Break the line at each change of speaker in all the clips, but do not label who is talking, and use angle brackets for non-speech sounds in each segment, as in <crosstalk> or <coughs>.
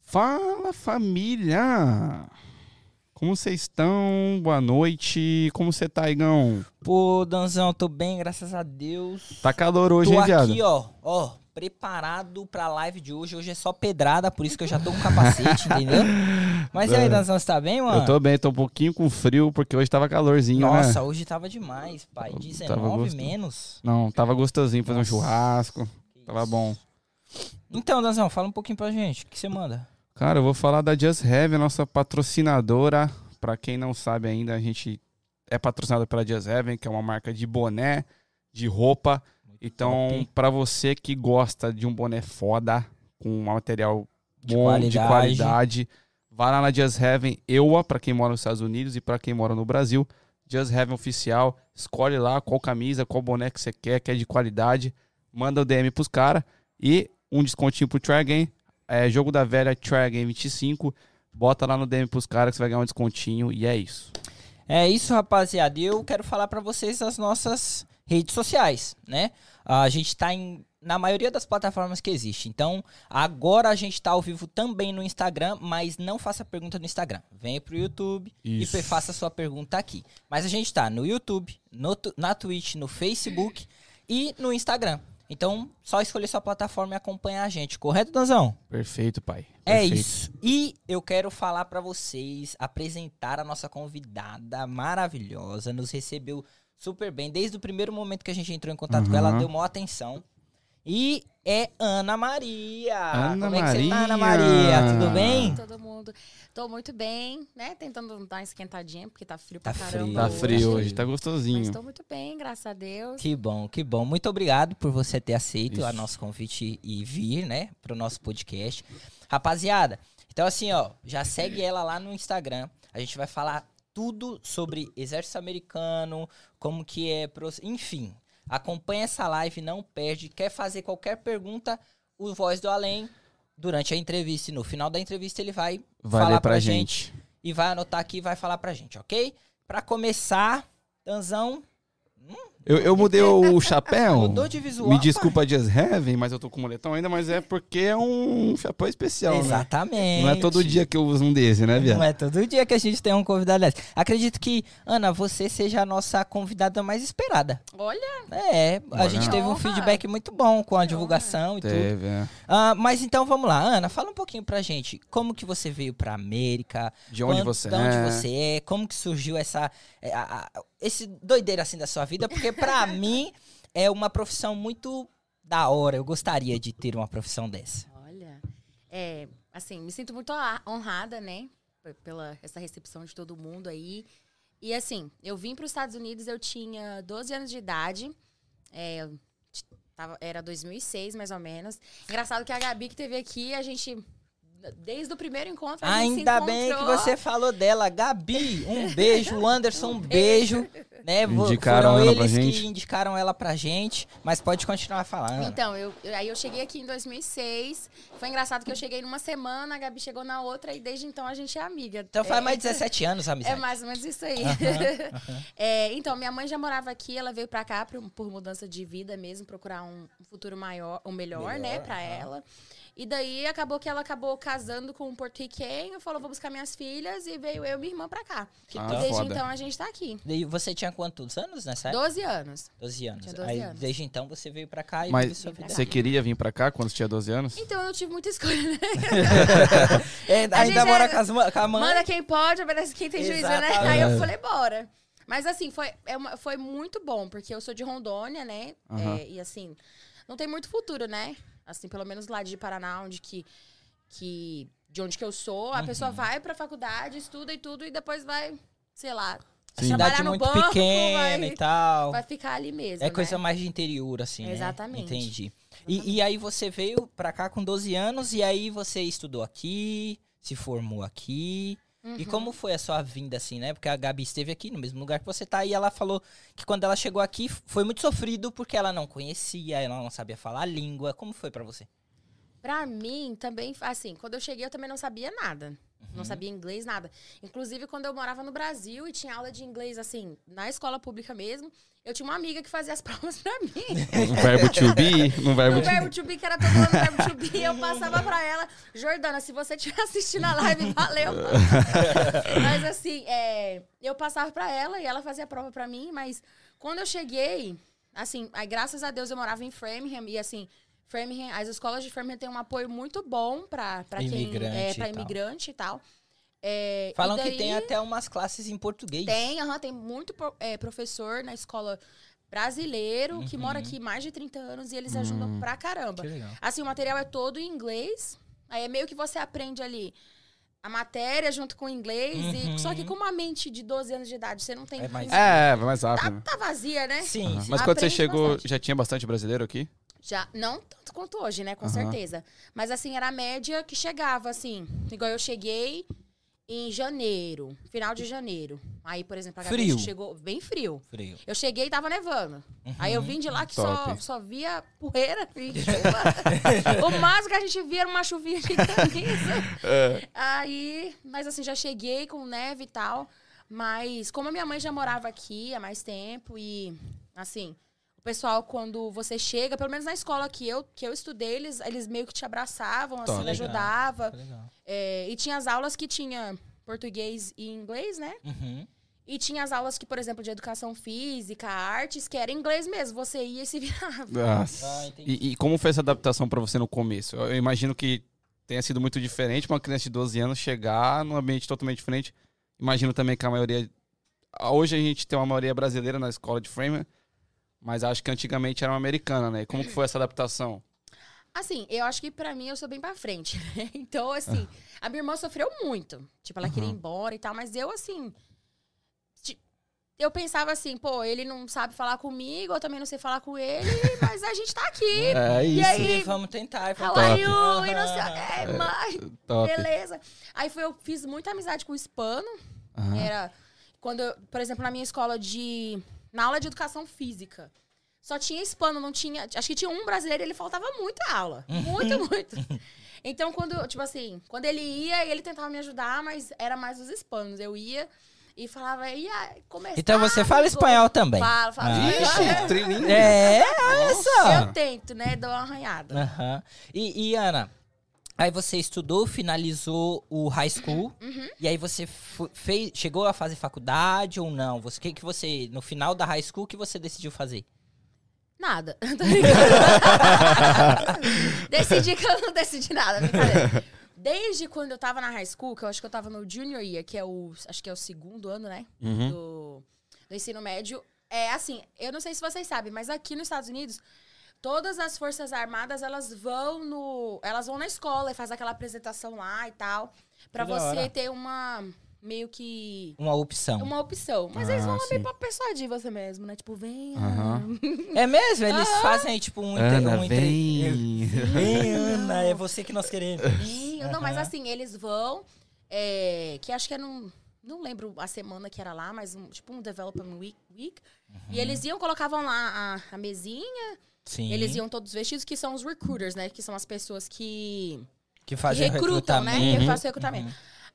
Fala família! Como vocês estão? Boa noite. Como você tá, Igão?
Pô, Danzão, tô bem, graças a Deus.
Tá calor hoje,
tô
hein, viado?
aqui, ó, ó, preparado pra live de hoje. Hoje é só pedrada, por isso que eu já tô
<laughs>
com capacete, entendeu? Mas e aí, Danzão, você tá bem, mano?
É. Eu tô bem, tô um pouquinho com frio porque hoje tava calorzinho, né?
Nossa, hoje tava demais, pai. 19
gostoso.
menos.
Não, tava gostosinho fazer um
Nossa.
churrasco. Tava
Isso.
bom.
Então, Danzão, fala um pouquinho pra gente. O que você manda?
Cara, eu vou falar da Just Have, a nossa patrocinadora. Pra quem não sabe ainda, a gente é patrocinado pela Just Have, que é uma marca de boné, de roupa. Então,
top.
pra você que gosta de um boné foda, com um material
De
bom, de
qualidade.
qualidade, vá lá na Just Heaven EUA, pra quem mora nos Estados Unidos e pra quem mora no Brasil. Just Heaven Oficial, escolhe lá qual camisa, qual boné que você quer, que é de qualidade, manda o DM pros caras e um descontinho pro Try Again, é, jogo da velha Try Again 25, bota lá no DM pros caras que você vai ganhar um descontinho e é isso.
É isso, rapaziada. E eu quero falar pra vocês as nossas redes sociais, né? A gente tá em, na maioria das plataformas que existe. Então, agora a gente tá ao vivo também no Instagram, mas não faça pergunta no Instagram. Venha pro YouTube
Isso.
e pe- faça sua pergunta aqui. Mas a gente tá no YouTube, no tu- na Twitch, no Facebook e no Instagram. Então, só escolher sua plataforma e acompanhar a gente, correto, Danzão?
Perfeito, pai.
É
Perfeito.
isso. E eu quero falar pra vocês, apresentar a nossa convidada maravilhosa, nos recebeu super bem desde o primeiro momento que a gente entrou em contato com ela,
Aham.
deu maior atenção. E é Ana Maria.
Ana
Como é que você tá, Ana
Maria?
Maria? Tudo bem?
Todo mundo. Tô muito bem, né? Tentando dar uma esquentadinha, porque tá frio
Tá
pra
frio.
caramba.
Tá
Boa.
frio hoje, tá
Mas
então
gostosinho.
tô muito bem, graças a Deus.
Que bom, que bom. Muito obrigado por você ter aceito
Isso.
o nosso convite e vir, né, pro nosso podcast. Rapaziada, então assim, ó, já segue ela lá no Instagram. A gente vai falar tudo sobre exército americano, como que é, pro- enfim. Acompanha essa live, não perde. Quer fazer qualquer pergunta, o Voz do Além, durante a entrevista e no final da entrevista ele vai
Vai
falar
ler pra
pra
gente.
e vai anotar aqui e vai falar pra gente, ok? Pra começar, Tanzão,
Eu, eu mudei o chapéu.
<laughs> mudou de visual.
Me
pai.
desculpa, Just Heaven, mas eu tô com moletom ainda, mas é porque é um chapéu especial, né?
Exatamente.
Não é todo dia que eu uso um desse, né,
Não
viado?
é todo dia que a gente tem um convidado dessa. Acredito que, Ana, você seja a nossa convidada mais esperada.
Olha,
É, a
Olha.
gente teve um
Honra.
feedback muito bom com a
Que
divulgação e tudo.
Teve, é.
Ah, mas então vamos lá, Ana, fala um pouquinho pra gente. Como que você veio pra América?
De onde
Quanto-
você
de
é?
onde você é? Como que surgiu essa. é, a- a- esse doideira assim da sua vida?
<laughs>
Porque pra mim é uma profissão muito da hora. Eu gostaria de ter uma profissão dessa.
olha. É, assim, me sinto muito a- honrada, né? p- Pela essa recepção de todo mundo aí. E assim, eu vim para os Estados Unidos, eu tinha 12 anos de idade. É, eu t- tava, era 2006, mais ou menos. Engraçado que a Gabi que teve aqui, a gente... Desde o primeiro encontro, a gente
Ainda
se
bem que
encontrou.
você falou dela. Gabi, um
<laughs>
beijo. Anderson, um beijo. Né? vo-
Indicaram
Foram
ela pra
eles
gente.
que indicaram ela pra gente. Mas pode continuar falando.
Então, eu, eu- aí eu cheguei aqui em 2006. Foi engraçado que eu cheguei numa semana, a Gabi chegou na outra e desde então a gente é amiga.
Então faz
É,
mais 17 anos, a
É
amizade.
mais ou menos isso aí. <laughs>
Aham,
É, então, minha mãe já morava aqui, ela veio pra cá por, por mudança de vida mesmo, procurar um futuro maior, ou melhor, né,
Melhor,
pra
aham.
ela. E daí acabou que ela acabou casando com um porto-riquenho, falou: vou buscar minhas filhas e veio eu e minha irmã pra cá.
Que
Ah,
e
top.
desde
foda.
então a gente tá aqui.
E você tinha quantos anos nessa época?
12 anos.
12 anos.
Tinha 12
Aí,
anos.
desde então você veio pra cá e vive
Mas
sua vida. <laughs>
você queria vir pra cá quando você tinha 12 anos?
Então eu não tive muita <laughs> escolha, né?
É,
A
ainda
gente
mora
é-
com, as ma- com a mãe.
Manda quem pode, obedece quem tem juízo, né?
Exatamente.
Aí
É.
eu falei, bora. Mas assim, foi, é uma- foi muito bom, porque eu sou de Rondônia, né?
Aham.
É, e assim, não tem muito futuro, né? Assim, pelo menos lá de Paraná, onde que. que de onde que eu sou, a pessoa
Uhum.
vai pra faculdade, estuda e tudo, e depois vai, sei lá,
Sim.
Cidade
trabalhar no
muito
banco,
pequena
vai,
e tal.
vai ficar ali mesmo.
É
né?
coisa mais de interior, assim, né?
Exatamente.
Entendi.
Uhum.
E, e aí você veio pra cá com 12 anos e aí você estudou aqui, se formou aqui. E
Uhum.
como foi a sua vinda, assim, né? Porque a Gabi esteve aqui no mesmo lugar que você tá e ela falou que quando ela chegou aqui f- foi muito sofrido porque ela não conhecia, ela não sabia falar a língua. Como foi pra você?
Pra mim, também, assim, quando eu cheguei, eu também não sabia nada. Não sabia inglês, nada. Inclusive, quando eu morava no Brasil e tinha aula de inglês, assim, na escola pública mesmo, eu tinha uma amiga que fazia as <laughs> provas pra mim.
No Um verbo to be, no verbo
No
to
Um verbo to be, que era todo ano verbo to be, eu passava pra ela, Jordana, se você estiver assistindo a live, valeu. mas assim, é, eu passava pra ela e ela fazia a prova pra mim, mas quando eu cheguei, assim, aí, graças a Deus eu morava em Framingham e assim, Framingham, as escolas de Framingham têm um apoio muito bom pra, pra quem é
Imigrante
pra
e tal.
imigrante e tal. É, e
Falam que
daí-
tem até umas classes em português.
tem, aham, tem muito pro- é, professor na escola brasileiro que
Uhum.
mora aqui mais de 30 anos e eles ajudam
Hum.
pra caramba.
Que legal.
Assim, o material é todo em inglês. Aí é meio que você aprende ali a matéria junto com o inglês.
Uhum.
E, só que com uma mente de 12 anos de idade, você não tem...
É mais-
be. É, vai mais
tá,
rápido.
tá vazia, né?
Sim,
Aham.
sim. Ah,
Mas quando você
Aprende
chegou,
bastante.
já tinha bastante brasileiro aqui?
Já, não tanto quanto hoje, né? Com
Aham.
certeza. Mas assim, era a média que chegava, assim. Igual eu cheguei em janeiro, final de janeiro. Aí, por exemplo, a Gabi
Frio.
chegou bem frio.
Frio.
Eu cheguei e tava nevando. Aí eu vim de lá que só,
Uhum. Top.
só via poeira e chuva. <laughs> o máximo que a gente via era uma chuvinha de
<laughs>
camisa.
É.
Aí, mas assim, já cheguei com neve e tal. Mas como a minha mãe já morava aqui há mais tempo e, assim, o pessoal, quando você chega, pelo menos na escola que eu, que eu estudei, eles, eles meio que te abraçavam, assim,
Top.
me ajudava.
Que legal.
É, e tinha as aulas que tinha português e inglês, né?
Uhum.
E tinha as aulas que, por exemplo, de educação física, artes, que era em inglês mesmo. Você ia e se <laughs> virava.
Ah, entendi.
e, e como foi essa adaptação pra você no começo? Eu, eu imagino que tenha sido muito diferente uma criança de 12 anos chegar num ambiente totalmente diferente. Imagino também que a maioria. ah, Hoje a gente tem uma maioria brasileira na escola de Framer, mas acho que antigamente era uma americana, né? Como que foi essa adaptação?
Assim, eu acho que pra mim eu sou bem pra frente, né? <laughs> Então, assim, a minha irmã sofreu muito. Tipo, ela queria ir
Uhum.
embora e tal, mas eu, assim. ti- Eu pensava assim, pô, ele não sabe falar comigo, eu também não sei falar com ele, mas a gente tá aqui.
É
E aí,
E vamos tentar. e
How
vamos-
are you? E não sei.
Uhum. Aham.
É, mãe,
Top.
beleza. Aí foi, eu fiz muita amizade com o hispano.
Aham.
Era quando, eu- por exemplo, na minha escola de. Na aula de educação física. Só tinha hispano, não tinha. Acho que tinha um brasileiro e ele faltava muita aula. Muito, muito. Então, quando, eu- tipo assim, quando ele ia, ele tentava me ajudar, mas era mais os hispanos. Eu ia e falava, e aí, como é que
Então
tá,
você fala
amigo?"
espanhol também.
Fala, fala.
Ah.
Ixi, trilingue. <laughs>
É,
Eu
essa.
tento, né? Dou uma arranhada.
Aham. E, e, Ana, aí você estudou, finalizou o high school.
Uhum.
E aí você fu- fez, chegou a fazer faculdade ou não? Você que que você no final da high school o que você decidiu fazer?
Nada. <laughs> Tô brincando. decidi que eu não decidi nada, brincadeira. Desde quando eu tava na high school, que eu acho que eu tava no junior year, que é o. Acho que é o segundo ano, né?
Uhum.
Do, do ensino médio. É assim, eu não sei se vocês sabem, mas aqui nos Estados Unidos, todas as Forças Armadas, elas vão no. Elas vão na escola e fazem aquela apresentação lá e tal. Pra
Que da hora.
você ter uma. Meio que.
Uma opção.
Uma opção. Mas eles
Ah,
vão lá meio
sim.
pra persuadir você mesmo, né? Tipo, venha.
Aham.
É mesmo? Eles
Ah.
fazem tipo um inter-
Ana,
um inter-
vem.
Vem, Ana, é você que nós queremos.
<laughs>
Sim, Não, mas
Aham.
assim, eles vão. é, que acho que era um. Não lembro a semana que era lá, mas um- tipo um Development Week. week.
Uhum.
E eles iam, colocavam lá a, a mesinha,
Sim.
eles iam todos vestidos, que são os recruiters, né? Que são as pessoas que,
que
que
fazem o
recrutam, né?
recrutamento. Uhum.
Que fazem o recrutamento.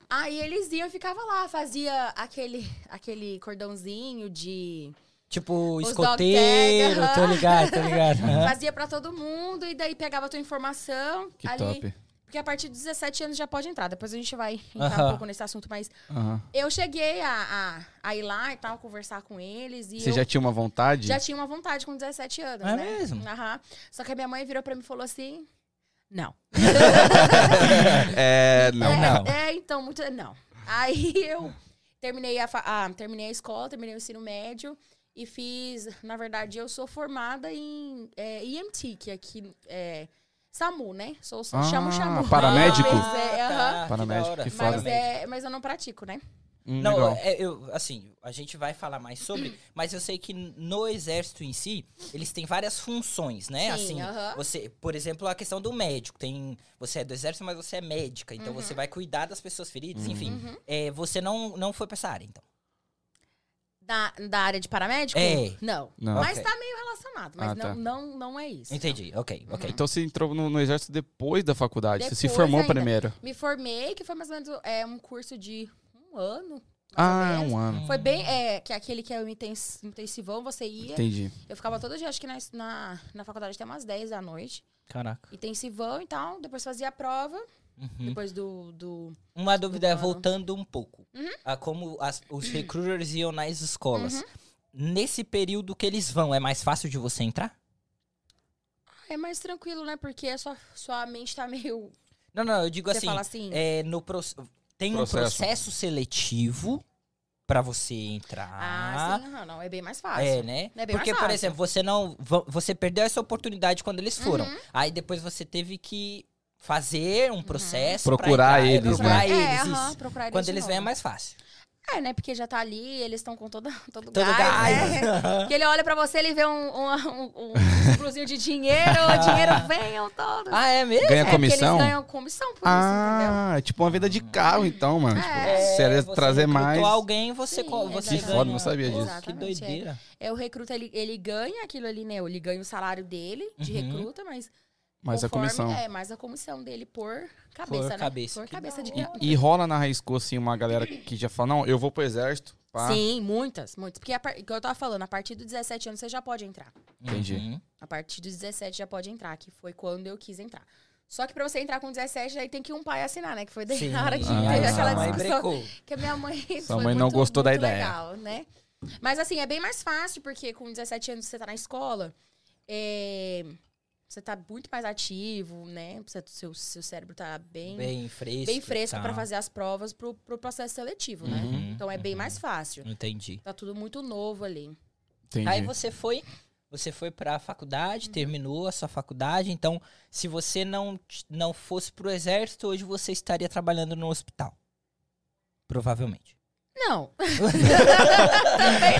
Aí eles iam e ficavam lá, fazia aquele, aquele cordãozinho de.
Tipo,
Os
escoteiro,
dog tag,
tô
aham.
ligado, tô
<laughs>
ligado. aham.
Fazia pra todo mundo e daí pegava a tua informação.
Que
ali,
top.
Porque a partir de 17 anos já pode entrar. Depois a gente vai entrar
Aham.
um pouco nesse assunto, mas.
Aham.
Eu cheguei a, a, a ir lá e tal, conversar com eles. E
Você
eu
já tinha uma vontade?
já tinha uma vontade com 17 anos,
É
né?
mesmo?
Aham. Só que a minha mãe virou pra mim e falou assim... Não.
<laughs> É, não.
é,
não.
É, então, muito... Não. Aí <laughs> eu terminei a, fa- ah, terminei a escola, terminei o ensino médio e fiz... Na verdade, eu sou formada em é, EMT, que aqui é... SAMU, né? Sou, sou,
Ah,
chamo SAMU.
paramédico?
Mas, é, aham.
tá,
Paramédico,
da hora.
que
mas,
foda.
é, mas eu não pratico, né?
Hum,
Não,
legal.
é, eu, assim, a gente vai falar mais sobre, mas eu sei que no exército em si, eles têm várias funções, né? assim,
Sim, aham.
você, por exemplo, a questão do médico, tem, você é do exército, mas você é médica, então você vai cuidar das pessoas feridas,
Uhum.
enfim.
Uhum.
É, você não, não foi pra essa área, então.
Da, da área de paramédico?
É.
Não.
Não.
Mas
Ok.
tá meio formato, mas
Ah,
não,
tá.
não, não é isso.
Entendi, ok, ok.
Então você entrou no, no exército depois da faculdade. você se
Depois
formou
ainda.
primeiro.
Me formei, que foi mais ou menos é, um curso de um ano.
Ah,
menos.
um ano.
Foi bem, é, que é aquele que é o intens- intensivão, você ia.
Entendi.
Eu ficava todo dia, acho que na, na, na faculdade até umas 10 da noite.
Caraca.
Intensivão e tal, depois fazia a prova,
Uhum.
depois do... do...
Uma dúvida,
Humano.
voltando um pouco. A como as- os recruiters iam nas escolas. Nesse período que eles vão, é mais fácil de você entrar?
Ah, É mais tranquilo, né? Porque a sua, sua mente tá meio...
Não, não, eu digo
você
Tipo assim,
fala assim...
é, no proce- tem um
Processo.
processo seletivo pra você entrar.
Ah, sim, aham, não, é bem mais fácil.
É, né?
É bem
Porque,
mais
por
fácil.
exemplo, você não. vo- Você perdeu essa oportunidade quando eles foram.
Uhum.
Aí depois você teve que fazer um processo. pra
Procurar
entrar, é,
eles,
procurar
né?
É,
eles.
aham,
isso.
procurar
Quando
de
eles
novo.
vêm é mais fácil.
É, né? Porque já tá ali, eles estão com todo, todo,
Todo
gás,
gás. <laughs>
né? Porque ele olha pra você, ele vê um, um, um, um cruzinho de dinheiro, o dinheiro
<laughs>
venham todos.
ah, é mesmo?
Ganha
é, porque
comissão?
eles ganham comissão por isso,
Ah, é tipo uma venda de carro, então, mano.
É,
Tipo, se ela
você
trazer
recrutou
mais.
alguém, você,
Sim,
co- você
Que
ganha.
foda, não sabia
Pô,
disso.
Que
Exatamente, é.
doideira.
entendeu? É, o recruta, ele, ele ganha aquilo ali, né? Ele ganha o salário dele de
Uhum.
recruta, mas...
Mais a
conforme-
comissão.
É, mais a comissão dele por cabeça, né?
cabeça.
Por
Que
cabeça de
da hora.
recruta.
E, e rola na high school, assim, uma galera que já fala, não, eu vou pro exército. Pá.
Sim, muitas, muitas. Porque, a par... que eu tava falando, a partir dos 17 anos você já pode entrar.
Entendi.
Uhum.
A partir dos 17 já pode entrar, que foi quando eu quis entrar. Só que pra você entrar com 17, aí tem que um pai assinar, né? Que foi daí
Sim.
na hora que
Ah,
teve
Aí
aquela
sua mãe
discussão.
brecou.
Que a minha mãe. <laughs>
Sua
foi
mãe não
muito-
gostou da
muito
ideia.
Legal, né? Mas assim, é bem mais fácil, porque com 17 anos você tá na escola, é, você tá muito mais ativo, né? Você, seu, seu cérebro tá bem, bem,
Bem fresco. e
fresco
tal.
tá.
pra fazer as provas pro, pro processo seletivo, né?
Uhum,
Então é bem
uhum.
mais fácil.
Entendi.
Tá tudo muito novo ali.
Entendi.
Aí você foi, você foi para
Uhum.
faculdade, terminou a sua faculdade. Então, se você não t- não fosse pro exército, hoje você estaria trabalhando no hospital. Provavelmente.
<laughs>
Não. Também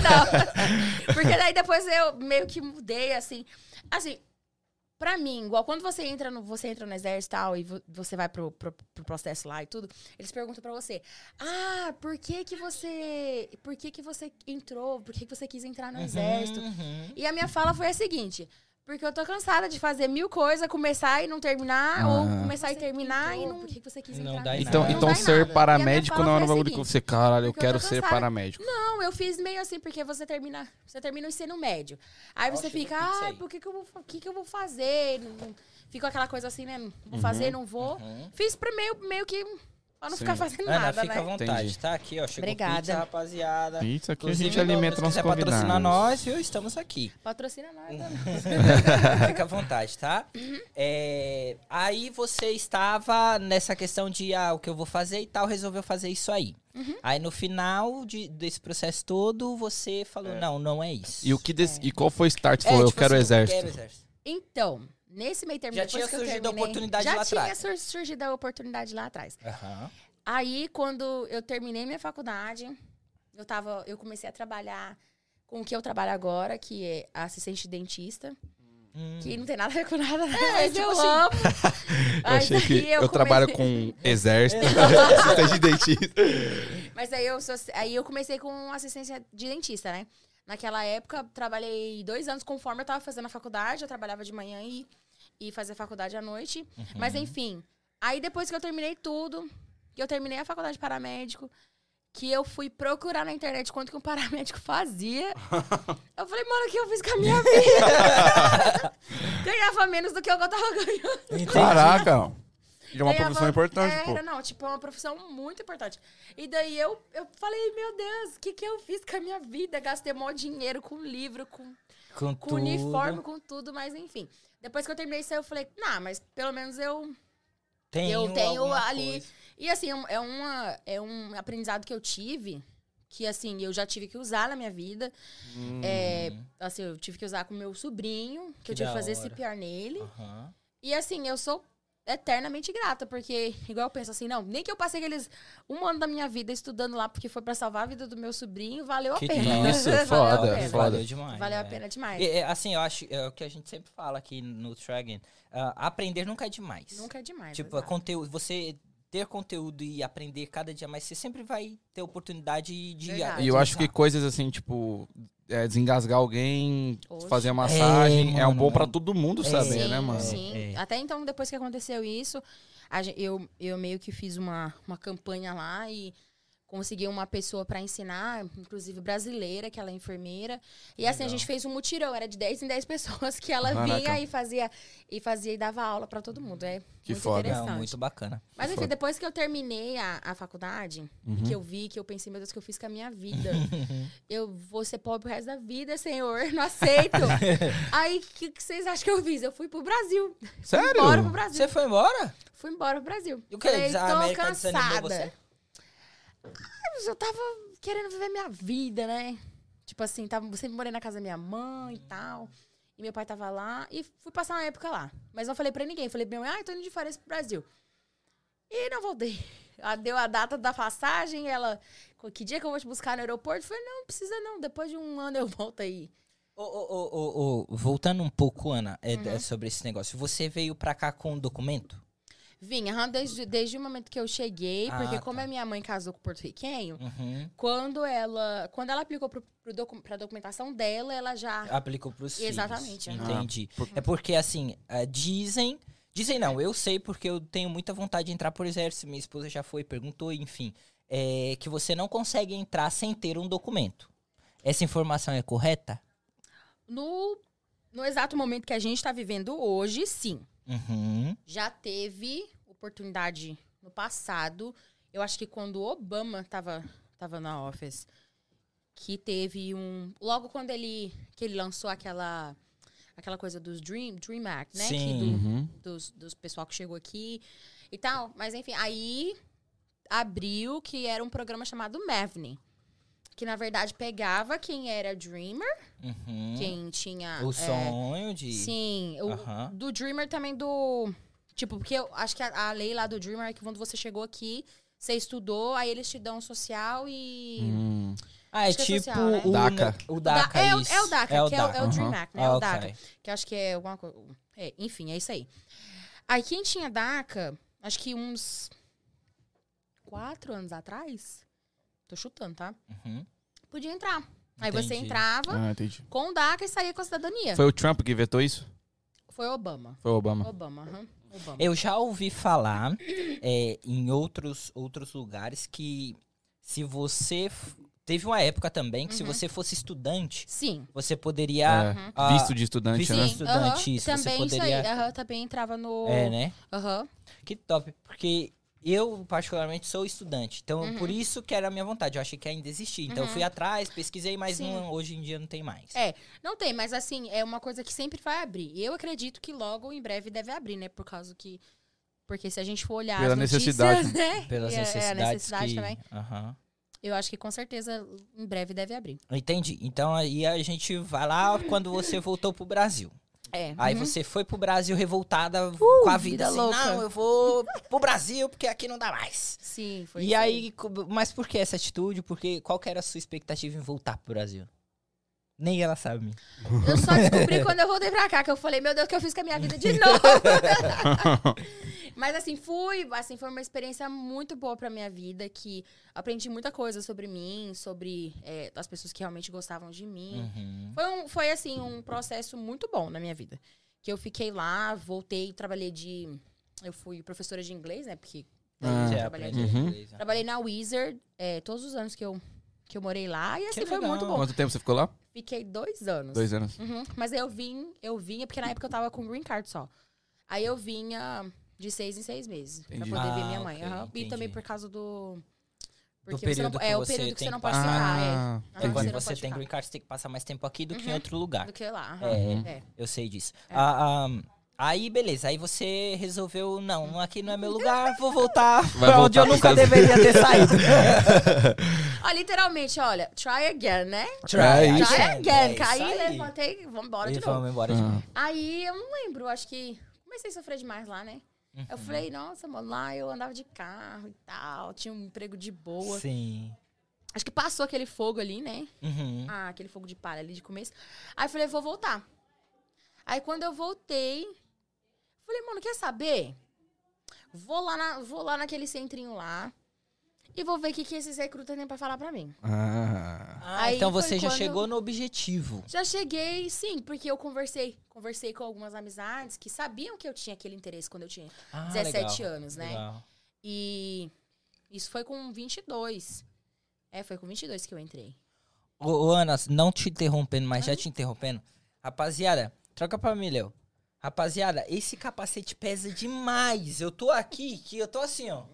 <laughs>
não. Porque daí depois eu meio que mudei, assim. Assim, pra mim, igual quando você entra no, você entra no exército e tal, e vo- você vai pro, pro, pro processo lá e tudo, eles perguntam pra você, ah, por que que você, por que que você entrou, por que que você quis entrar no exército?
Uhum.
E a minha fala foi a seguinte... Porque eu tô cansada de fazer mil coisas, começar e não terminar, ou
Ah.
começar e
Você
terminar
entrou,
e não. Por que que você quis
Não
entrar?
dá em
nisso?
Então,
Não
então
dá em nada. E a
ser
minha
paramédico
fala
não
foi
era
a
um bagulho que
seguinte,
você, caralho, eu
porque eu
quero
tô
ser
cansada.
paramédico.
Não, eu fiz meio assim, porque você termina, você termina o ensino médio. Aí você
Nossa,
fica,
eu não
ah,
pensei."
por que, que eu vou, fa- que que eu vou fazer? Não- não- Fica aquela coisa assim, né? Não Vou fazer, Então, não vou.
Uhum.
Fiz pra meio, meio que pra não
Sim.
ficar fazendo
Ana,
nada,
É, fica à
né?
vontade,
Entendi.
tá? Aqui, ó. Chegou
Obrigada.
pizza, rapaziada.
Isso aqui a
Inclusive,
gente alimenta
se
nossos
quiser patrocinar
convidados.
nós, viu? Estamos aqui.
Patrocina nada. né?
Uhum. <laughs> Fica à vontade, tá?
Uhum.
É, aí você estava nessa questão de ah, o que eu vou fazer e tal, resolveu fazer isso aí.
Uhum.
Aí no final de- desse processo todo, você falou, não, não é isso.
E, o que dec- e qual foi o start? Você
É,
falou, eu
tipo
quero o
assim,
exército.
quero exército.
<laughs> Então, nesse meio termo,
Já
depois
tinha
que eu
surgido a
terminei-
oportunidade
já
lá
tinha
atrás.
sur- surgido a oportunidade lá atrás.
Aham.
Aí, quando eu terminei minha faculdade, eu, tava, eu comecei a trabalhar com o que eu trabalho agora, que é assistente dentista.
Hum.
Que não tem nada a ver com nada, né? Mas
tipo
eu
assim.
<laughs> amo.
Eu
Mas
achei que
aí
eu,
comecei-
trabalho com exército, assistente de dentista.
Mas aí eu, sou- aí eu comecei com assistência de dentista, né? Naquela época, trabalhei dois anos conforme eu tava fazendo a faculdade. Eu trabalhava de manhã e, e fazia faculdade à noite.
Uhum.
Mas enfim, aí depois que eu terminei tudo, que eu terminei a faculdade de paramédico, que eu fui procurar na internet quanto que um paramédico
<laughs>
fazia. eu falei, mano, o que eu fiz com a minha
<laughs>
vida? <laughs> Ganhava menos do que eu tava ganhando.
Caraca! E é uma
Ganhava-
profissão importante,
era,
pô.
não, tipo, é uma profissão muito importante. E daí eu, eu falei, meu Deus, o que, que eu fiz com a minha vida? Gastei mó dinheiro com livro, com,
Com,
com uniforme, com tudo, mas enfim. Depois que eu terminei isso, aí, eu falei, não, mas pelo menos eu. eu tenho
alguma
ali-
coisa.
E assim, é um- é, uma, é um aprendizado que eu tive, que assim, eu já tive que usar na minha vida.
Hum.
É, assim, eu tive que usar com meu sobrinho, que,
Que
eu tive
da
que fazer
hora.
CPR nele.
Aham.
E assim, eu sou eternamente grata, porque igual eu penso assim, não, nem que eu passei aqueles um ano da minha vida estudando lá porque foi pra salvar a vida do meu sobrinho, valeu a
Que
pena.
isso,
<laughs> valeu
foda,
a pena.
foda.
Valeu demais.
Valeu a
né?
pena demais.
E, é, assim, eu acho é, o que a gente sempre fala aqui no Tragen, aprender nunca é demais.
Nunca é demais.
Tipo, é
exato.
conteúdo, você ter conteúdo e aprender cada dia mais, você sempre vai ter oportunidade de
Verdade.
E eu acho que coisas assim, tipo, é, desengasgar alguém,
Oxe.
fazer a massagem. É,
mano,
bom pra
mano.
todo mundo saber,
É, sim,
né, mano?
Sim.
É.
Até então, depois que aconteceu isso, a gen- eu, eu meio que fiz uma, uma campanha lá e consegui uma pessoa pra ensinar, inclusive brasileira, que ela é enfermeira. E assim, a
Legal.
gente fez um mutirão, era de 10 em 10 pessoas que ela
Caraca.
vinha e fazia e fazia e dava aula pra todo mundo. É
Que
muito
foda.
Não,
interessante.
muito bacana.
Mas enfim,
foda.
depois que eu terminei a, a faculdade,
Uhum.
que eu vi, que eu pensei, meu Deus, o que eu fiz com a
<laughs>
minha vida? eu vou ser pobre o resto da vida, senhor,
<laughs>
não aceito. Aí, o que, que vocês acham que eu fiz? Eu fui pro Brasil.
Sério?
Bora pro Brasil.
Você foi embora?
Fui embora pro Brasil.
E o que?
Falei,
A
tô
América
cansada.
desanimou você?
Mas Eu tava querendo viver minha vida, né? Tipo assim, tava sempre morei na casa da minha mãe e tal. E meu pai tava lá e fui passar uma época lá. Mas não falei pra ninguém. Falei, meu, ah, eu tô indo de férias pro Brasil. E não voltei. <laughs> Ela deu a data da passagem, ela. Que dia que eu vou te buscar no aeroporto? Eu Falei, não, não precisa não. Depois de um ano eu volto aí.
Ô, ô, ô, ô, ô, voltando um pouco, Ana, é,
Uhum.
é, sobre esse negócio. Você veio pra cá com um documento?
Vim, aham, desde, desde o momento que eu cheguei,
Ah,
porque
tá.
como a minha mãe casou com o porto-riquenho,
Uhum.
quando ela, quando ela aplicou pro, pro docu- pra documentação dela, ela já
Aplicou pros filhos.
Exatamente, aham.
Entendi. É porque, assim, ah, dizem... Dizem não, eu sei porque eu tenho muita vontade de entrar por exército. Minha esposa já foi, perguntou, enfim. É, que você não consegue entrar sem ter um documento. Essa informação é correta?
No, no exato momento que a gente está vivendo hoje, sim.
Uhum.
Já teve oportunidade no passado. Eu acho que quando o Obama estava tava na office, que teve um. Logo quando ele, que ele lançou aquela, aquela coisa dos Dream, Dream Act, né? Que
Sim.
do-
Uhum.
dos, dos pessoal que chegou aqui e tal. Mas enfim, aí abriu que era um programa chamado Mavni. Que na verdade pegava quem era Dreamer,
Uhum.
quem tinha.
O
é,
sonho de...
Sim, o-
Aham.
do Dreamer também do. Tipo, porque eu acho que a, a lei lá do Dreamer é que quando você chegou aqui, você estudou, aí eles te dão social e.
Hum.
Ah, é
Acho que é
tipo
social, né?
o
DACA.
O
Da-
DACA,
é, o-
isso.
é o DACA, que é o, é o
Aham.
Dream Act,
Ah,
né? é o
ok.
DACA. que acho que é alguma coisa. é, enfim, é isso aí. Aí quem tinha DACA, acho que uns quatro anos atrás, tô chutando, tá?
Uhum.
Podia entrar. Aí você
Entendi.
entrava
Ah, entendi.
com o DACA e saía com a cidadania. Foi,
Foi o Trump que vetou isso?
Obama.
Foi o Obama.
Obama, aham. Obama.
Eu já ouvi falar é, em outros, outros lugares que se você. f- Teve uma época também que se
Uhum.
você fosse estudante,
Sim.
você poderia.
É,
ah,
Visto de estudante,
visto
né?
de- estudante,
aham.
isso, você
Também isso aí.
poderia-
Aham, também entrava no.
É, né?
Aham.
Que top. Porque eu, particularmente, sou estudante. Então,
Uhum.
por isso que era a minha vontade. Eu achei que ainda existia. Então, eu fui atrás, pesquisei, mas
Sim.
não- hoje em dia não tem mais.
É, Não tem, mas assim, é uma coisa que sempre vai abrir. E Eu acredito que logo, em breve, deve abrir, né? Por causa que. Porque se a gente for olhar
Pela
as notícias, <laughs>
necessidade.
né?
Pelas
E é- é a
necessidades.
necessidade
que...
também.
Aham.
Eu acho que com certeza em breve deve abrir.
Entendi. Então, aí a gente vai lá quando você voltou pro Brasil.
É.
Aí você foi pro Brasil revoltada com a vida,
Uh, vida
assim,
louca.
não, eu vou pro Brasil porque aqui não dá mais.
Sim, foi
e
isso
aí, co- mas por que essa atitude? Porque qual que era a sua expectativa em voltar pro Brasil? Nem ela sabe.
Eu só descobri quando eu voltei pra cá, que eu falei, meu Deus, o que eu fiz com a minha vida de novo? <laughs> Mas assim, fui, assim, foi uma experiência muito boa pra minha vida, que aprendi muita coisa sobre mim, sobre é, as pessoas que realmente gostavam de mim.
Uhum.
Foi, um, foi, assim, um processo muito bom na minha vida. Que eu fiquei lá, voltei, trabalhei de. Eu fui professora de inglês, né? Porque eu
Ah.
Você
trabalhei,
aprende
Uhum.
inglês, né?
trabalhei na Wizard é, todos os anos que eu, que eu morei lá. E assim, foi
legal.
muito bom.
Quanto tempo você ficou lá?
Fiquei dois anos.
Dois anos.
Uhum, Mas aí eu vim, eu vinha, porque na época eu tava com green card só. Aí eu vinha de seis em seis meses
Entendi.
pra poder ver
Ah,
minha mãe.
ok,
aham. E
entendi.
também por causa do.
período
não,
que
é o
você
período que
tem
você não
que
pode ficar, é,
Ah,
Ah,
É
entendi.
quando
não
você
pode
tem
ficar.
green card, você tem que passar mais tempo aqui do que em
Uhum.
outro lugar.
do que lá. aham.
É,
É.
eu sei disso.
É.
Ah, ah, aí, beleza. Aí você resolveu,
Uhum.
não, aqui não é meu lugar, vou voltar
Vai
pra onde
voltar
eu
pro
nunca
Brasil.
deveria ter saído.
Ah, literalmente, olha, try again, né?
<laughs> É
Try
isso.
again.
isso
Caí,
aí.
levantei, vambora
E
de novo.
vamos embora de
Ah,
novo.
Aí eu não lembro, acho que comecei a sofrer demais lá, né? Eu
Uhum.
falei, nossa, mano, lá eu andava de carro e tal, tinha um emprego de boa.
Sim.
Acho que passou aquele fogo ali, né?
Uhum.
Ah, aquele fogo de palha ali de começo. Aí eu falei, vou voltar. Aí quando eu voltei, falei, mano, quer saber? Vou lá, na, vou lá naquele centrinho lá. e vou ver o que, que esses recrutas têm pra falar pra mim.
Ah.
Ah,
Aí
então
foi
você já
quando-
chegou no objetivo.
Já cheguei, sim, porque eu conversei. Conversei com algumas amizades que sabiam que eu tinha aquele interesse quando eu tinha
Ah,
17
legal,
anos, né?
legal.
E isso foi com 22. É, foi com 22 que eu entrei.
Ô, ô, Ana, não te interrompendo, mas já te interrompendo. Rapaziada, troca pra mim, Léo. Rapaziada, esse capacete pesa demais. Eu tô aqui, que eu tô assim, ó.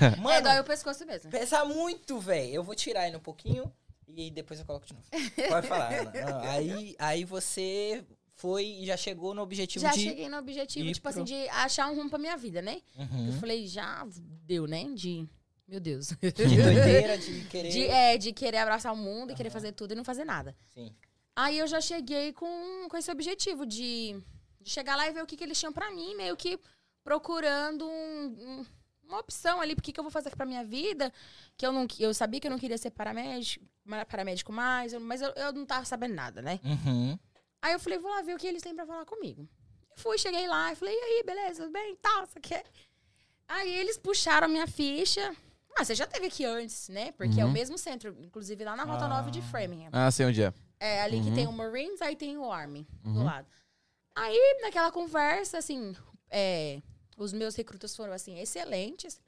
é, dói
Mano,
o pescoço mesmo.
pesa muito, velho. Eu vou tirar ele um pouquinho e depois eu coloco de novo.
<laughs>
Pode falar, Ana. Ah, Aí, aí você foi e já chegou no objetivo
Já
Tipo de...
cheguei no objetivo,
ir
tipo assim,
pro-
de achar um rumo pra minha vida, né? Eu
Uhum.
falei, já deu, né? De. Meu Deus.
De doideira, de querer...
De, é, de querer abraçar o mundo e querer fazer tudo e não fazer nada.
Sim.
Aí eu já cheguei com, com esse objetivo de, de chegar lá e ver o que, que eles tinham pra mim, meio que procurando um- um- uma opção ali, porque que eu vou fazer pra minha vida, que eu, não, que- eu sabia que eu não queria ser paramédico, ma- paramédico mais, eu- mas eu, eu não tava sabendo nada, né?
Uhum.
Aí eu falei, vou lá ver o que eles têm pra falar comigo. Fui, cheguei lá, e falei, e aí, beleza, tudo bem, tal, isso aqui. é. Aí eles puxaram a minha ficha. Ah, você já teve aqui antes, né? Porque é o
Uhum.
mesmo centro, inclusive lá na Rota
Ah.
9 de Framingham.
ah, sei onde é.
É, ali que
Uhum.
tem o Marines, aí tem o Army do
Uhum.
lado. Aí, naquela conversa, assim, é, os meus recrutas foram, assim, excelentes.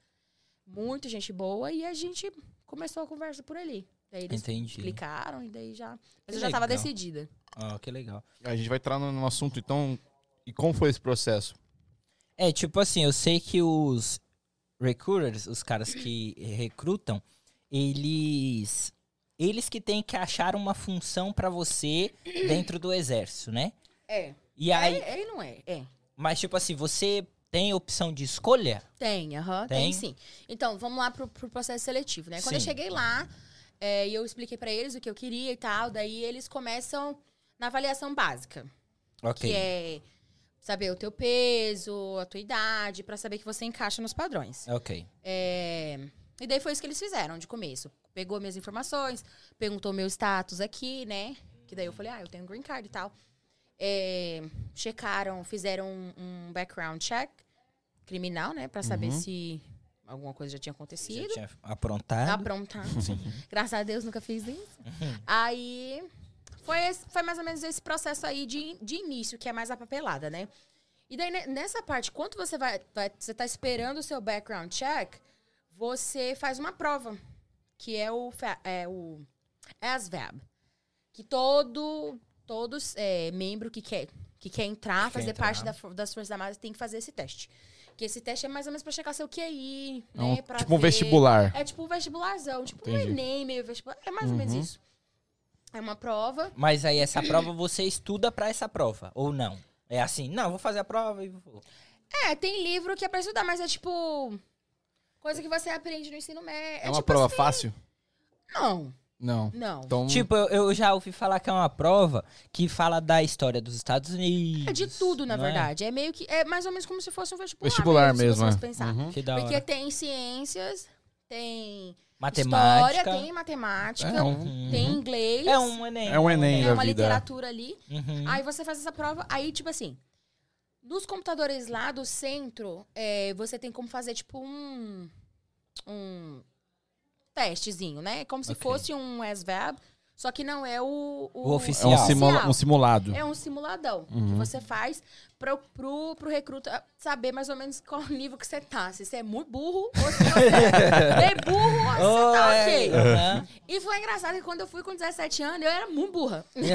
Muito gente boa. E a gente começou a conversa por ali. Daí eles
Entendi.
clicaram e daí já...
Que
Mas eu já tava
legal.
decidida.
Ah, que legal.
A gente vai entrar no, no assunto, então. E como foi esse processo?
É, tipo assim, eu sei que os recruiters, os caras que recrutam, eles eles que têm que achar uma função pra você dentro do exército, né?
É.
E aí,
É, é e não é. É.
mas tipo assim, você tem opção de escolha?
Tem, aham, tem.
Tem?
sim. Então, vamos lá pro, pro processo seletivo, né? Quando eu
Sim.
cheguei lá, é, e eu expliquei pra eles o que eu queria e tal, daí eles começam na avaliação básica.
OK.
que é saber o teu peso, a tua idade, pra saber que você encaixa nos padrões.
OK.
É, E daí foi isso que eles fizeram de começo. Pegou minhas informações, perguntou meu status aqui, né? Que daí eu falei, ah, eu tenho green card e tal. É, Checaram, fizeram um- um background check criminal, né? Pra saber
Uhum.
se alguma coisa já tinha
Já
acontecido.
tinha aprontado.
Aprontar. Tá
<laughs>
Graças a Deus, nunca fiz isso.
Uhum.
Aí, foi, esse- foi mais ou menos esse processo aí de, de início, que é mais a papelada, né? E daí, ne- nessa parte, quando você vai, vai- você tá esperando o seu background check, você faz uma prova, que é o, fa- é o ASVAB. Que todo, todos é, membro que quer, que quer entrar,
Que quer
fazer
entrar.
parte da for- das Forças Armadas, tem que fazer esse teste. Que esse teste é mais ou menos pra checar seu QI,
É um-
né? pra
tipo um
ver-
vestibular.
é tipo um vestibularzão, tipo um
Entendi.
Enem, meio vestibular. É mais ou menos
Uhum.
isso. É uma prova.
Mas aí essa prova você estuda pra essa prova ou não? É assim, não, vou fazer a prova e vou.
É, tem livro que é pra estudar, mas é tipo. Coisa que você aprende no ensino médio.
É uma
tipo
prova
assim-
fácil?
Não,
Não.
não.
Então,
Tipo, eu, eu já ouvi falar que é uma prova que fala da história dos Estados Unidos.
É de tudo, na
não é?
verdade. É? meio que. É mais ou menos como se fosse um vestibular.
né? vestibular
mesmo.
mesmo.
Se você
é.
fosse pensar.
Uhum.
Que da
Porque
hora.
tem ciências, tem
Matemática.
história, tem matemática,
É um,
Uhum.
tem inglês,
É um Enem.
É um Enem.
tem
da
uma
vida.
literatura ali.
Uhum.
Aí você faz essa prova, aí, tipo assim, nos computadores lá do centro, é, você tem como fazer, tipo, um. Um testezinho, né? Como se
Ok.
fosse um SVAB, só que não é o.
O
é
oficial.
um,
Social.
simula- um simulado.
É um simuladão que
Uhum.
você faz pro, pro, pro recruta saber mais ou menos qual <laughs> nível que você tá. Se você é muito burro ou se você
<laughs>
é bem burro ou se você tá
Oi,
ok.
é aham.
E foi engraçado que quando eu fui com 17 anos, eu era muito burra.
Você-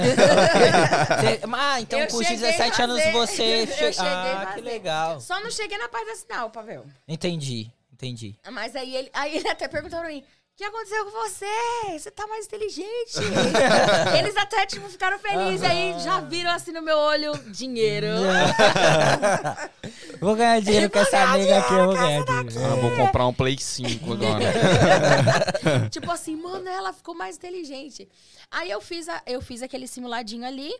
ah, então
Eu
com
cheguei
17
a
anos
fazer-
você
Eu
che-
cheguei a
Ah, que
fazer.
legal.
Só não cheguei na parte da sinal, Pavel.
Entendi, entendi.
Mas aí ele, aí ele até perguntou pra mim: o que aconteceu com você? Você tá mais inteligente.
<laughs>
Eles até, tipo, ficaram felizes. Aí já viram assim no meu olho: dinheiro.
<laughs> vou ganhar dinheiro com essa amiga aqui, eu vou ganhar
tá
Ah,
dinheiro.
vou
É.
comprar um Play
<laughs>
5 agora.
tipo assim, mano, ela ficou mais inteligente. Aí eu fiz, a- eu fiz aquele simuladinho ali,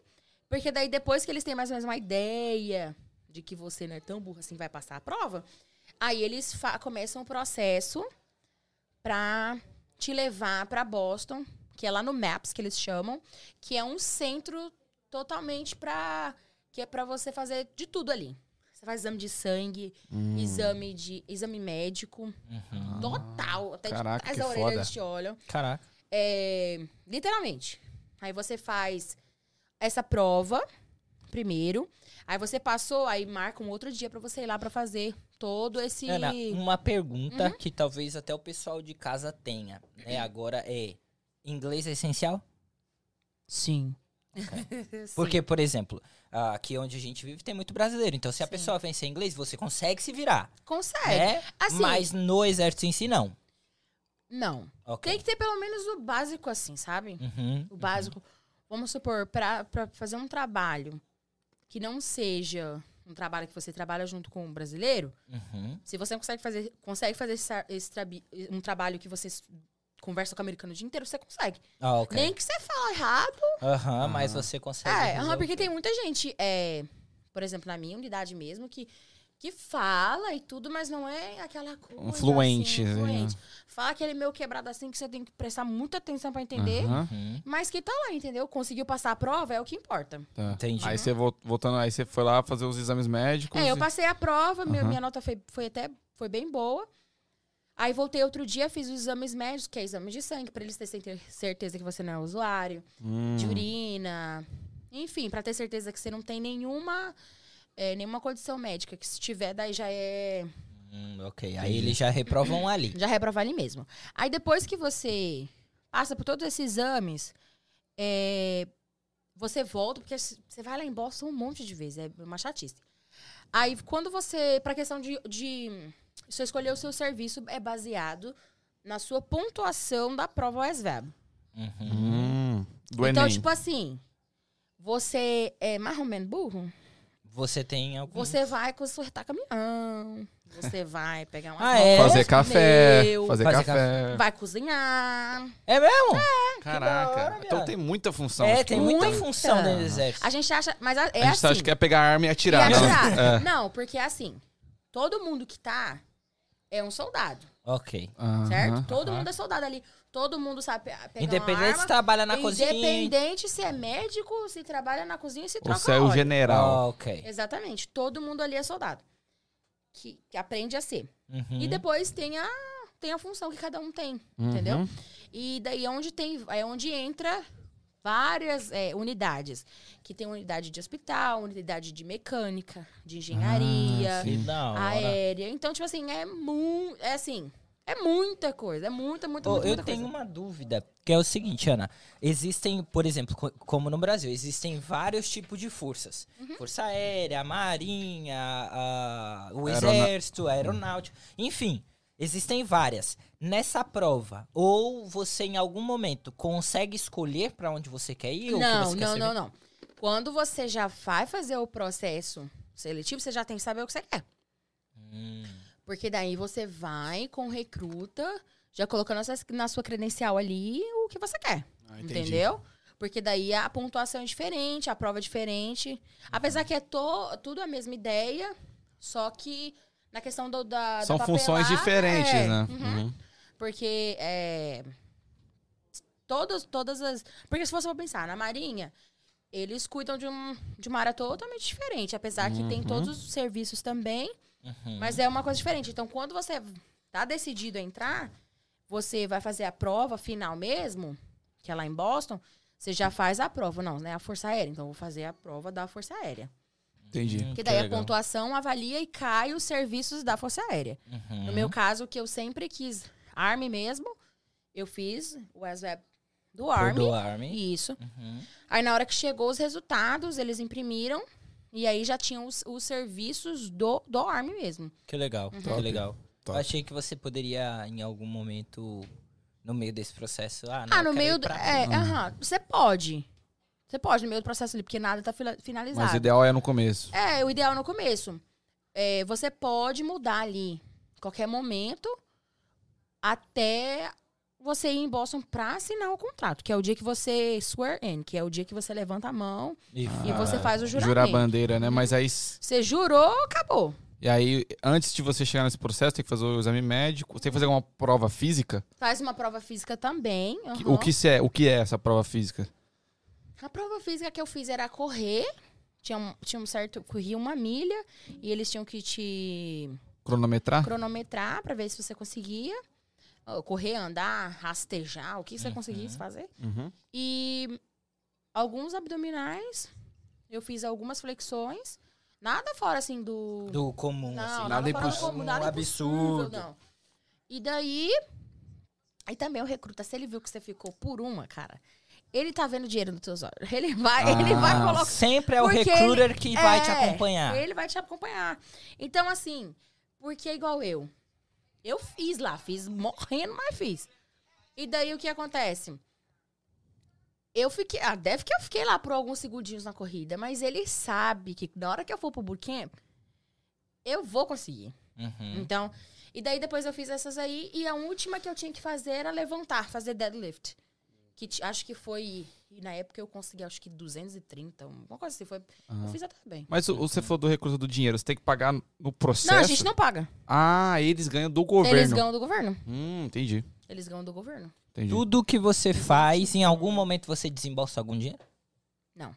porque daí depois que eles têm mais ou menos uma ideia de que você não é tão burro assim, vai passar a prova, aí eles fa- começam o processo pra te levar pra Boston, que é lá no MAPS que eles chamam, que é um centro totalmente pra. que é pra você fazer de tudo ali. Você faz exame de sangue,
Hum.
exame de exame médico,
Uhum.
total. Até
Ah, caraca,
de trás
que
da orelha
foda.
eles te olham.
Caraca.
É, literalmente. Aí você faz essa prova primeiro. Aí você passou, aí marca um outro dia pra você ir lá pra fazer todo esse.
Ana, uma pergunta
Uhum.
que talvez até o pessoal de casa tenha, né? Agora é, inglês é essencial?
<laughs> Sim.
Porque, por exemplo, ah, aqui onde a gente vive tem muito brasileiro. Então, se a
Sim.
pessoa vencer inglês, você consegue se virar,
Consegue.
né?
Assim-
Mas no exército em si, não.
Não.
Ok.
Tem que ter pelo menos o básico, assim, sabe?
Uhum.
O básico. Vamos supor, pra, pra fazer um trabalho que não seja um trabalho que você trabalha junto com um brasileiro,
Uhum.
Se você não consegue fazer, consegue fazer esse, tra- esse trabi- um trabalho que você s- conversa com o americano o dia inteiro, você consegue.
Ah, ok.
Nem que você fala errado.
Aham, mas
Aham.
você consegue.
É, aham,
resolver.
porque tem muita gente, é, por exemplo, na minha unidade mesmo, que, que fala e tudo, mas não é aquela coisa.
Um fluente,
assim,
né?
fluente. Fala aquele meu quebrado assim que você tem que prestar muita atenção pra entender.
Aham,
Uhum.
Mas que tá lá, entendeu? Conseguiu passar a prova, é o que importa.
tá.
Entendi.
Aí você vol- voltando, aí você foi lá fazer os exames médicos.
É, eu
e-
passei a prova, meu-
Aham.
minha nota foi, foi até foi bem boa. Aí voltei outro dia, fiz os exames médicos, que é exame de sangue, pra eles terem certe- certeza que você não é usuário,
Hum,
de urina, enfim, pra ter certeza que você não tem nenhuma é, nenhuma condição médica, que se tiver daí já é
Hum, ok. Aí eles já reprovam ali.
já reprova ali mesmo. Aí depois que você passa por todos esses exames, é, você volta, porque c- você vai lá em Boston um monte de vezes, é uma chatice. Aí quando você, pra questão de, de você escolher o seu serviço, é baseado na sua pontuação da prova USVAB.
Uhum.
hum, do
então,
Enem.
tipo assim, você é mais ou menos burro,
Você tem algum.
você vai consertar caminhão, você vai pegar uma...
Ah, é?
fazer café,
pneu,
fazer,
Fazer
café.
Vai cozinhar...
É mesmo?
Caraca.
Que da hora,
então
viado.
tem muita função.
É,
tipo,
tem muita,
Ah, Muita.
função dentro do exército.
A gente acha. Mas a- é
a gente
assim.
acha que é pegar a arma e
quer
atirar. né?
atirar. Não, porque é assim. Todo mundo que tá é um soldado,
Ok.
Aham.
certo? Todo
aham.
mundo é soldado ali. Todo mundo sabe pe- pegar uma
Independente
arma.
se trabalha na cozinha.
independente se é médico, se trabalha na cozinha, se
Ou
troca
se é o
óleo.
Ah.
general.
Ok.
Exatamente. Todo mundo ali é soldado. Que, que aprende a ser.
Uhum.
E depois tem a, tem a função que cada um tem.
Uhum.
entendeu? E daí onde tem, é onde entra várias é, unidades, que tem unidade de hospital, unidade de mecânica, de engenharia,
Ah, sim.
Que da hora.
aérea. Então, tipo assim, é muito, é assim, é muita coisa, é muita, muita,
Ô,
muita,
eu
muita
tenho
coisa.
uma dúvida, que é o seguinte, Ana. Existem, por exemplo, co- como no Brasil, existem vários tipos de forças.
Uhum.
Força aérea, a marinha, a- o
Aerona-
exército, a aeronáutica, enfim. Existem várias. Nessa prova, ou você em algum momento consegue escolher pra onde você quer ir? ou o um que
Não,
você quer
não,
ser
não, não. Quando você já vai fazer o processo seletivo, você já tem que saber o que você quer.
Hum,
Porque daí você vai com recruta, já colocando essas- na sua credencial ali o que você quer.
Ah, entendi.
Entendeu? Porque daí a pontuação é diferente, a prova é diferente. Apesar que é to- tudo a mesma ideia, só que na questão do, da. da
São funções
papelada,
diferentes,
é.
né?
Uhum.
Uhum.
Porque é. Todas, todas as. Porque se você for pensar, na Marinha, eles cuidam de, um, de uma área totalmente diferente. Apesar que tem
Uhum.
todos os serviços também,
uhum.
mas é uma coisa diferente. Então, quando você tá decidido a entrar, você vai fazer a prova final mesmo, que é lá em Boston, você já faz a prova. Não, né? A Força Aérea. Então, eu vou fazer a prova da Força Aérea.
Entendi.
Hum,
Porque daí a
legal.
pontuação avalia e cai os serviços da Força Aérea.
Uhum.
No meu caso, que eu sempre quis Army mesmo, eu fiz o ASVAB do
Por
Army.
do Army.
Isso.
Uhum.
Aí, na hora que chegou os resultados, eles imprimiram. E aí já tinham os, os serviços do, do Army mesmo.
Que legal, que
Top,
legal.
top.
Eu achei que você poderia, em algum momento, no meio desse processo. Ah, não,
Ah,
eu
no
quero
meio
ir
do.
pra-
É, aham. Você pode. Você pode no meio do processo ali, porque nada tá fila-
Mas o
finalizado.
ideal é no começo.
É, o ideal no começo. É, você pode mudar ali qualquer momento até você ir em Boston pra assinar o contrato, que é o dia que você swear in, que é o dia que você levanta a mão e
Ah,
você faz o É juramento.
Jurar a bandeira, né? Mas aí.
Você jurou, acabou.
E aí, antes de você chegar nesse processo, tem que fazer o exame médico. Tem que fazer alguma prova física?
Faz uma prova física também.
Que-
aham.
O, que se é, o que é essa prova física?
A prova física que eu fiz era correr, Tinha um, tinha um certo. Corria uma milha e eles tinham que te
Cronometrar?
cronometrar pra ver se você conseguia. ó, Correr, andar, rastejar, o que você conseguisse fazer.
Uhum.
E alguns abdominais, eu fiz algumas flexões. Nada fora assim do.
Do comum,
Não,
assim.
nada
nada, fora do
impossível.
comum, nada
Absurdo.
impossível, não. E daí. Aí também o recruta, se ele viu que você ficou por uma, cara, ele tá vendo dinheiro nos teus olhos. <laughs> Ele vai, ele vai
Ah,
colocar.
Sempre é o
Porque ele-
recruiter que vai te
É,
acompanhar.
Ele vai te acompanhar. Então, assim, porque é igual eu. Eu fiz lá, fiz morrendo, mas fiz. E daí o que acontece? Eu fiquei. Ah, deve que eu fiquei lá por alguns segundinhos na corrida, mas ele sabe que na hora que eu for pro bootcamp, eu vou conseguir.
Uhum.
Então, e daí depois eu fiz essas aí e a última que eu tinha que fazer era levantar, fazer deadlift. Que ti- acho que foi. E na época eu consegui, acho que 230, uma coisa assim. Foi,
Ah.
Eu fiz até bem.
Mas o, o- você falou do recurso do dinheiro, você tem que pagar no processo?
Não, a gente não paga.
Ah, eles ganham do governo.
Eles ganham do governo.
Hum, entendi.
Eles ganham do governo.
entendi.
Tudo que você faz, em algum momento você desembolsa algum dinheiro?
Não.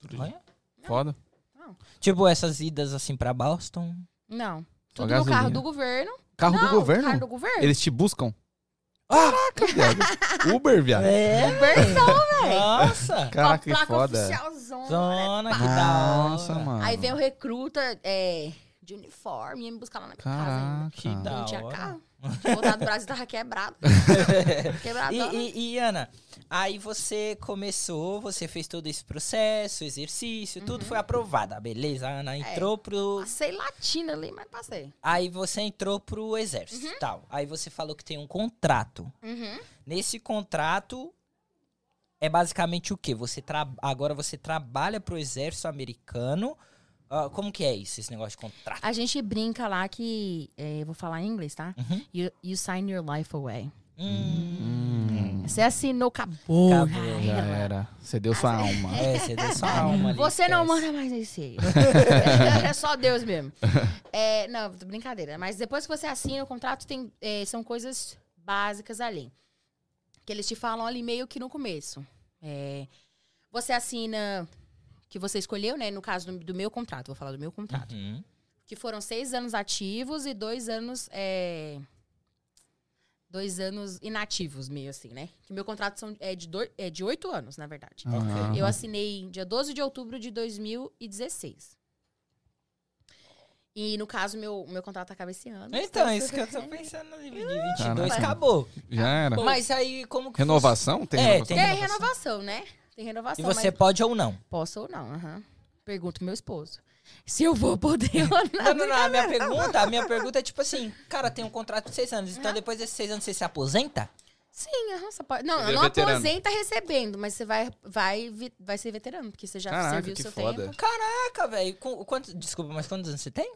Tudo de-
Olha.
Foda.
Tipo essas idas assim pra Boston.
Não.
Só
Tudo no
gasolina.
carro do governo.
Carro
não,
do governo?
Carro do
É.
governo.
Eles te buscam?
Ah,
Caraca, viado. Uber, viado.
é?
Versão,
<laughs> Nossa!
com a
Caraca, que
placa
foda.
oficialzona.
Zona, que da hora. um
Nossa, mano.
Aí vem o recruta é, de uniforme, ia me buscar lá na minha casa ainda.
Caraca.
Que da
Não tinha
hora.
carro. Voltar do Brasil tava quebrado.
<laughs>
Quebrado.
E, e- e, Ana, aí você começou, você fez todo esse processo, exercício,
Uhum.
tudo foi aprovado, ah, beleza? A
É.
Ana entrou pro.
Passei latina ali, mas passei.
Aí você entrou pro exército
Uhum.
tal. Aí você falou que tem um contrato. Nesse contrato é basicamente o quê? Você tra... Agora você trabalha pro exército americano. Ah, como que é isso, esse negócio de contrato?
A gente brinca lá que. é, eu vou falar em inglês, tá?
Uhum.
You, you sign your life away.
Hum,
Hum,
Você assinou, acabou.
Acabou,
já
já
era.
era. Você deu sua alma.
é, você deu
<laughs>
sua alma ali.
Você não
esquece.
manda mais em si. <laughs> é só Deus mesmo. É, não, brincadeira. Mas depois que você assina o contrato, tem, é, são coisas básicas ali. Que eles te falam ali meio que no começo. É, você assina que você escolheu, né? No caso do, do meu contrato, vou falar do meu contrato.
Uhum.
Que foram seis anos ativos e dois anos. é, dois anos inativos, meio assim, né? Que meu contrato são, é, de dois, é de oito anos, na verdade.
Ah,
Eu assinei dia 12 de outubro de 2016. E, no caso, meu, meu contrato acaba esse ano.
Então, é isso que eu
<laughs>
tô pensando de 22,
Caraca.
acabou.
Já era.
Mas aí, como que
Renovação? Tem
É,
renovação?
Tem
renovação.
renovação, né? Tem
fosse? E
renovação,
você
mas
pode ou não?
posso ou não, aham. Pergunto pro meu esposo. Se eu vou poder <laughs> ou
Não, não,
não.
não. A minha pergunta, a minha pergunta é tipo assim, cara, tem um contrato de seis anos, então depois desses seis anos você se aposenta?
Sim, aham, você pode. Não,
Ele é
não
veterano.
aposenta recebendo, mas você vai, vai, vi- vai ser veterano, porque você já
Caraca,
serviu
que
seu
foda.
tempo.
Caraca, velho. com- Quantos, desculpa, mas quantos anos você tem?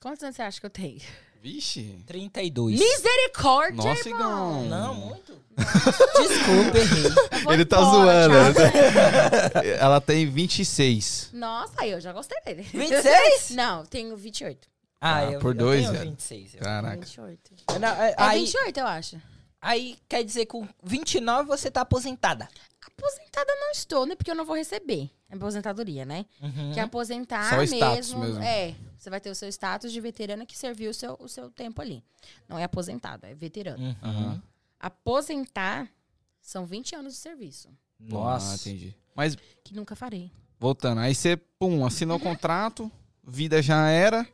Quantos anos você acha que eu tenho?
Vixe.
32.
Misericórdia!
Nossa, Igão.
Não, muito. Desculpa, errei.
eu vou
Ele tá
embora,
zoando.
tchau.
Ela tem 26.
<laughs> Nossa, aí eu já gostei dele.
26?
Não, tenho 28.
Ah,
Ah,
eu,
por
eu
dois,
tenho
velho. Tá.
26. eu-
Caraca.
28.
Não, é-
É
aí,
28, eu acho.
aí quer dizer com 29 você tá aposentada.
Aposentada não estou, né? Porque eu não vou receber a aposentadoria, né?
Uhum.
Que aposentar
Só o status
mesmo,
mesmo.
É. Você vai ter o seu status de veterano que serviu o seu, o seu tempo ali. Não é aposentado, é veterano.
Uhum.
Aham.
Aposentar são 20 anos de serviço.
Ah,
Nossa.
entendi. Mas,
Que nunca farei.
voltando. Aí você, pum, assinou o contrato, vida já era.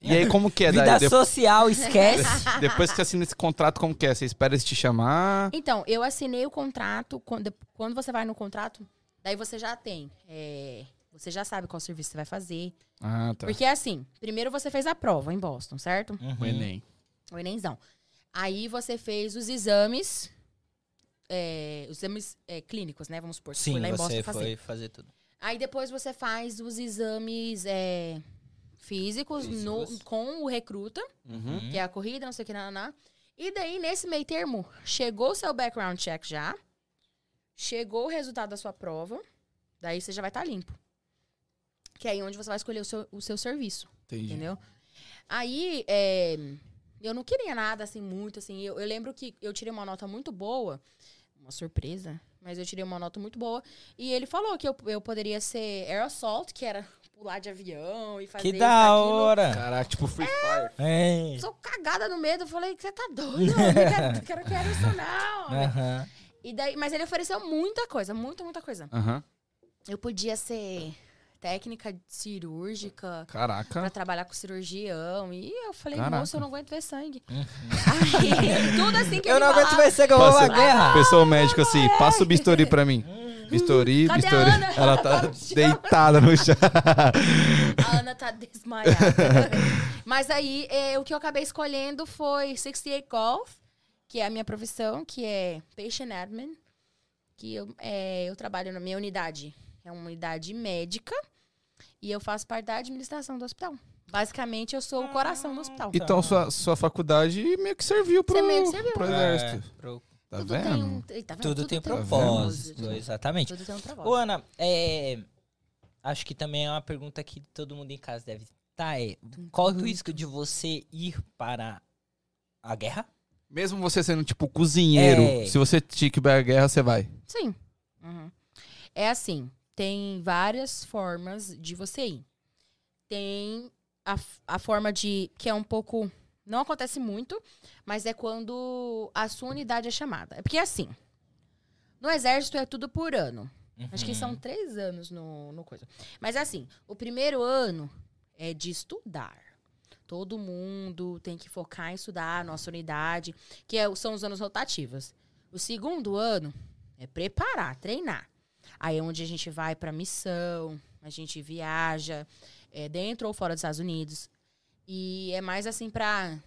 E aí, como que é?
Vida
Daí, de-
social, esquece.
depois que você assina esse contrato, como que é? Você espera eles te chamar?
Então, eu assinei o contrato. Quando, quando você vai no contrato, daí você já tem. é, você já sabe qual serviço você vai fazer.
Ah, tá.
Porque é assim, primeiro você fez a prova em Boston, certo?
O
Uhum.
Enem.
O Enemzão. Aí você fez os exames, é, os exames é, clínicos, né? Vamos supor, que
Sim,
foi lá em
você
Boston fazer.
foi fazer tudo.
Aí depois você faz os exames é, físicos no-
Físicos.
com o recruta,
Uhum.
que é a corrida, não sei o que, nananá. E daí, nesse meio termo, chegou o seu background check já, chegou o resultado da sua prova, daí você já vai estar limpo. Que é aí onde você vai escolher o seu, o seu serviço.
Entendi.
Entendeu? Aí, é, eu não queria nada, assim, muito, assim. Eu, eu lembro que eu tirei uma nota muito boa, uma surpresa, mas eu tirei uma nota muito boa. E ele falou que eu, eu poderia ser air assault, que era pular de avião e fazer
Que
isso,
da
aquilo.
hora!
Caraca, tipo Free Fire.
É.
Sou cagada no medo, eu falei que você tá
<laughs>
doido, eu não quero, quero, quero isso não.
É. Aham.
E daí, mas ele ofereceu muita coisa, muita, muita coisa.
Aham.
Eu podia ser técnica cirúrgica, pra
Tá.
Caraca.
trabalhar com cirurgião. E eu falei,
Caraca.
moço, eu não aguento ver sangue. <laughs> Aí, tudo assim que
Uhum. Eu
ele
não aguento
falava,
mais que eu vou pra
Passa-
Ah,
guerra!
Pessoa médica assim, passa o bisturi pra mim. Bisturi,
Hum. Cadê a
bisturi.
Ana?
Ela tá
Tá no chão.
deitada no <laughs> chão.
A Ana tá <laughs> desmaiada. Mas aí, eh, o que eu acabei escolhendo foi 68 Golf, que é a minha profissão, que é patient admin, que eu, eh, eu trabalho na minha unidade. É uma unidade médica e eu faço parte da administração do hospital. Basicamente, eu sou o coração do hospital.
Então sua, sua faculdade meio que serviu pro,
Você meio que serviu.
pro exército.
É, pro-
Tá
tudo, tem um,
vendo?
tá vendo?
Tudo tem
vendo?
propósito, exatamente.
Tudo tem um
Ô,
propósito.
Ana, é, acho que também é uma pergunta que todo mundo em casa deve estar. É, qual é o risco de você ir para a guerra?
Mesmo você sendo tipo cozinheiro,
É.
se você tiver que ir pra guerra, você vai.
Sim. Uhum. É assim, tem várias formas de você ir. Tem a, f- a forma de. que é um pouco. Não acontece muito, mas é quando a sua unidade é chamada. É porque assim. No exército é tudo por ano. Acho que
Uhum.
são três anos no, no coisa. Mas assim, o primeiro ano é de estudar. Todo mundo tem que focar em estudar a nossa unidade, que é o- são os anos rotativos. O segundo ano é preparar, treinar. Aí é onde a gente vai pra missão, a gente viaja, é, dentro ou fora dos Estados Unidos. E é mais assim pra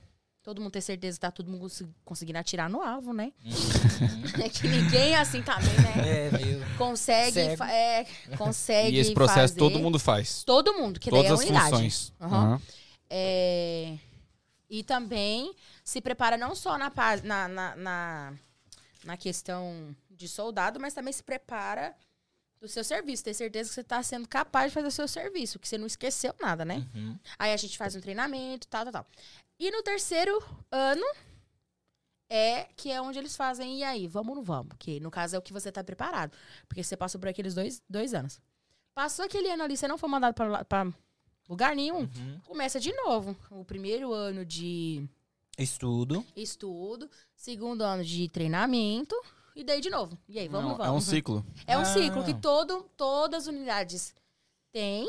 todo mundo ter certeza que tá todo mundo consi- conseguindo atirar no alvo, né? É
Uhum.
<laughs> que ninguém assim também, né?
é, meio...
Consegue,
Cego.
fa- é, consegue
E esse processo
fazer-
todo mundo faz.
Todo mundo, que daí
Todas
é a
as
unidade.
funções.
Aham.
Aham.
É, e também se prepara não só na, pa- na, na, na, na questão de soldado, mas também se prepara do seu serviço. Ter certeza que você está sendo capaz de fazer o seu serviço, que você não esqueceu nada, né?
Uhum.
Aí a gente faz um treinamento, tal, tal, tal. E no terceiro ano é que é onde eles fazem, e aí, vamos ou não vamos? Que no caso é o que você tá preparado. Porque você passou por aqueles dois, dois anos. Passou aquele ano ali, você não foi mandado pra, lá- pra lugar nenhum,
Uhum.
começa de novo. O primeiro ano de
Estudo.
estudo, segundo ano de treinamento, e daí de novo. E aí, vamos ou
Não,
não vamos?
é um ciclo.
É um
Ah.
ciclo que todo, todas as unidades têm,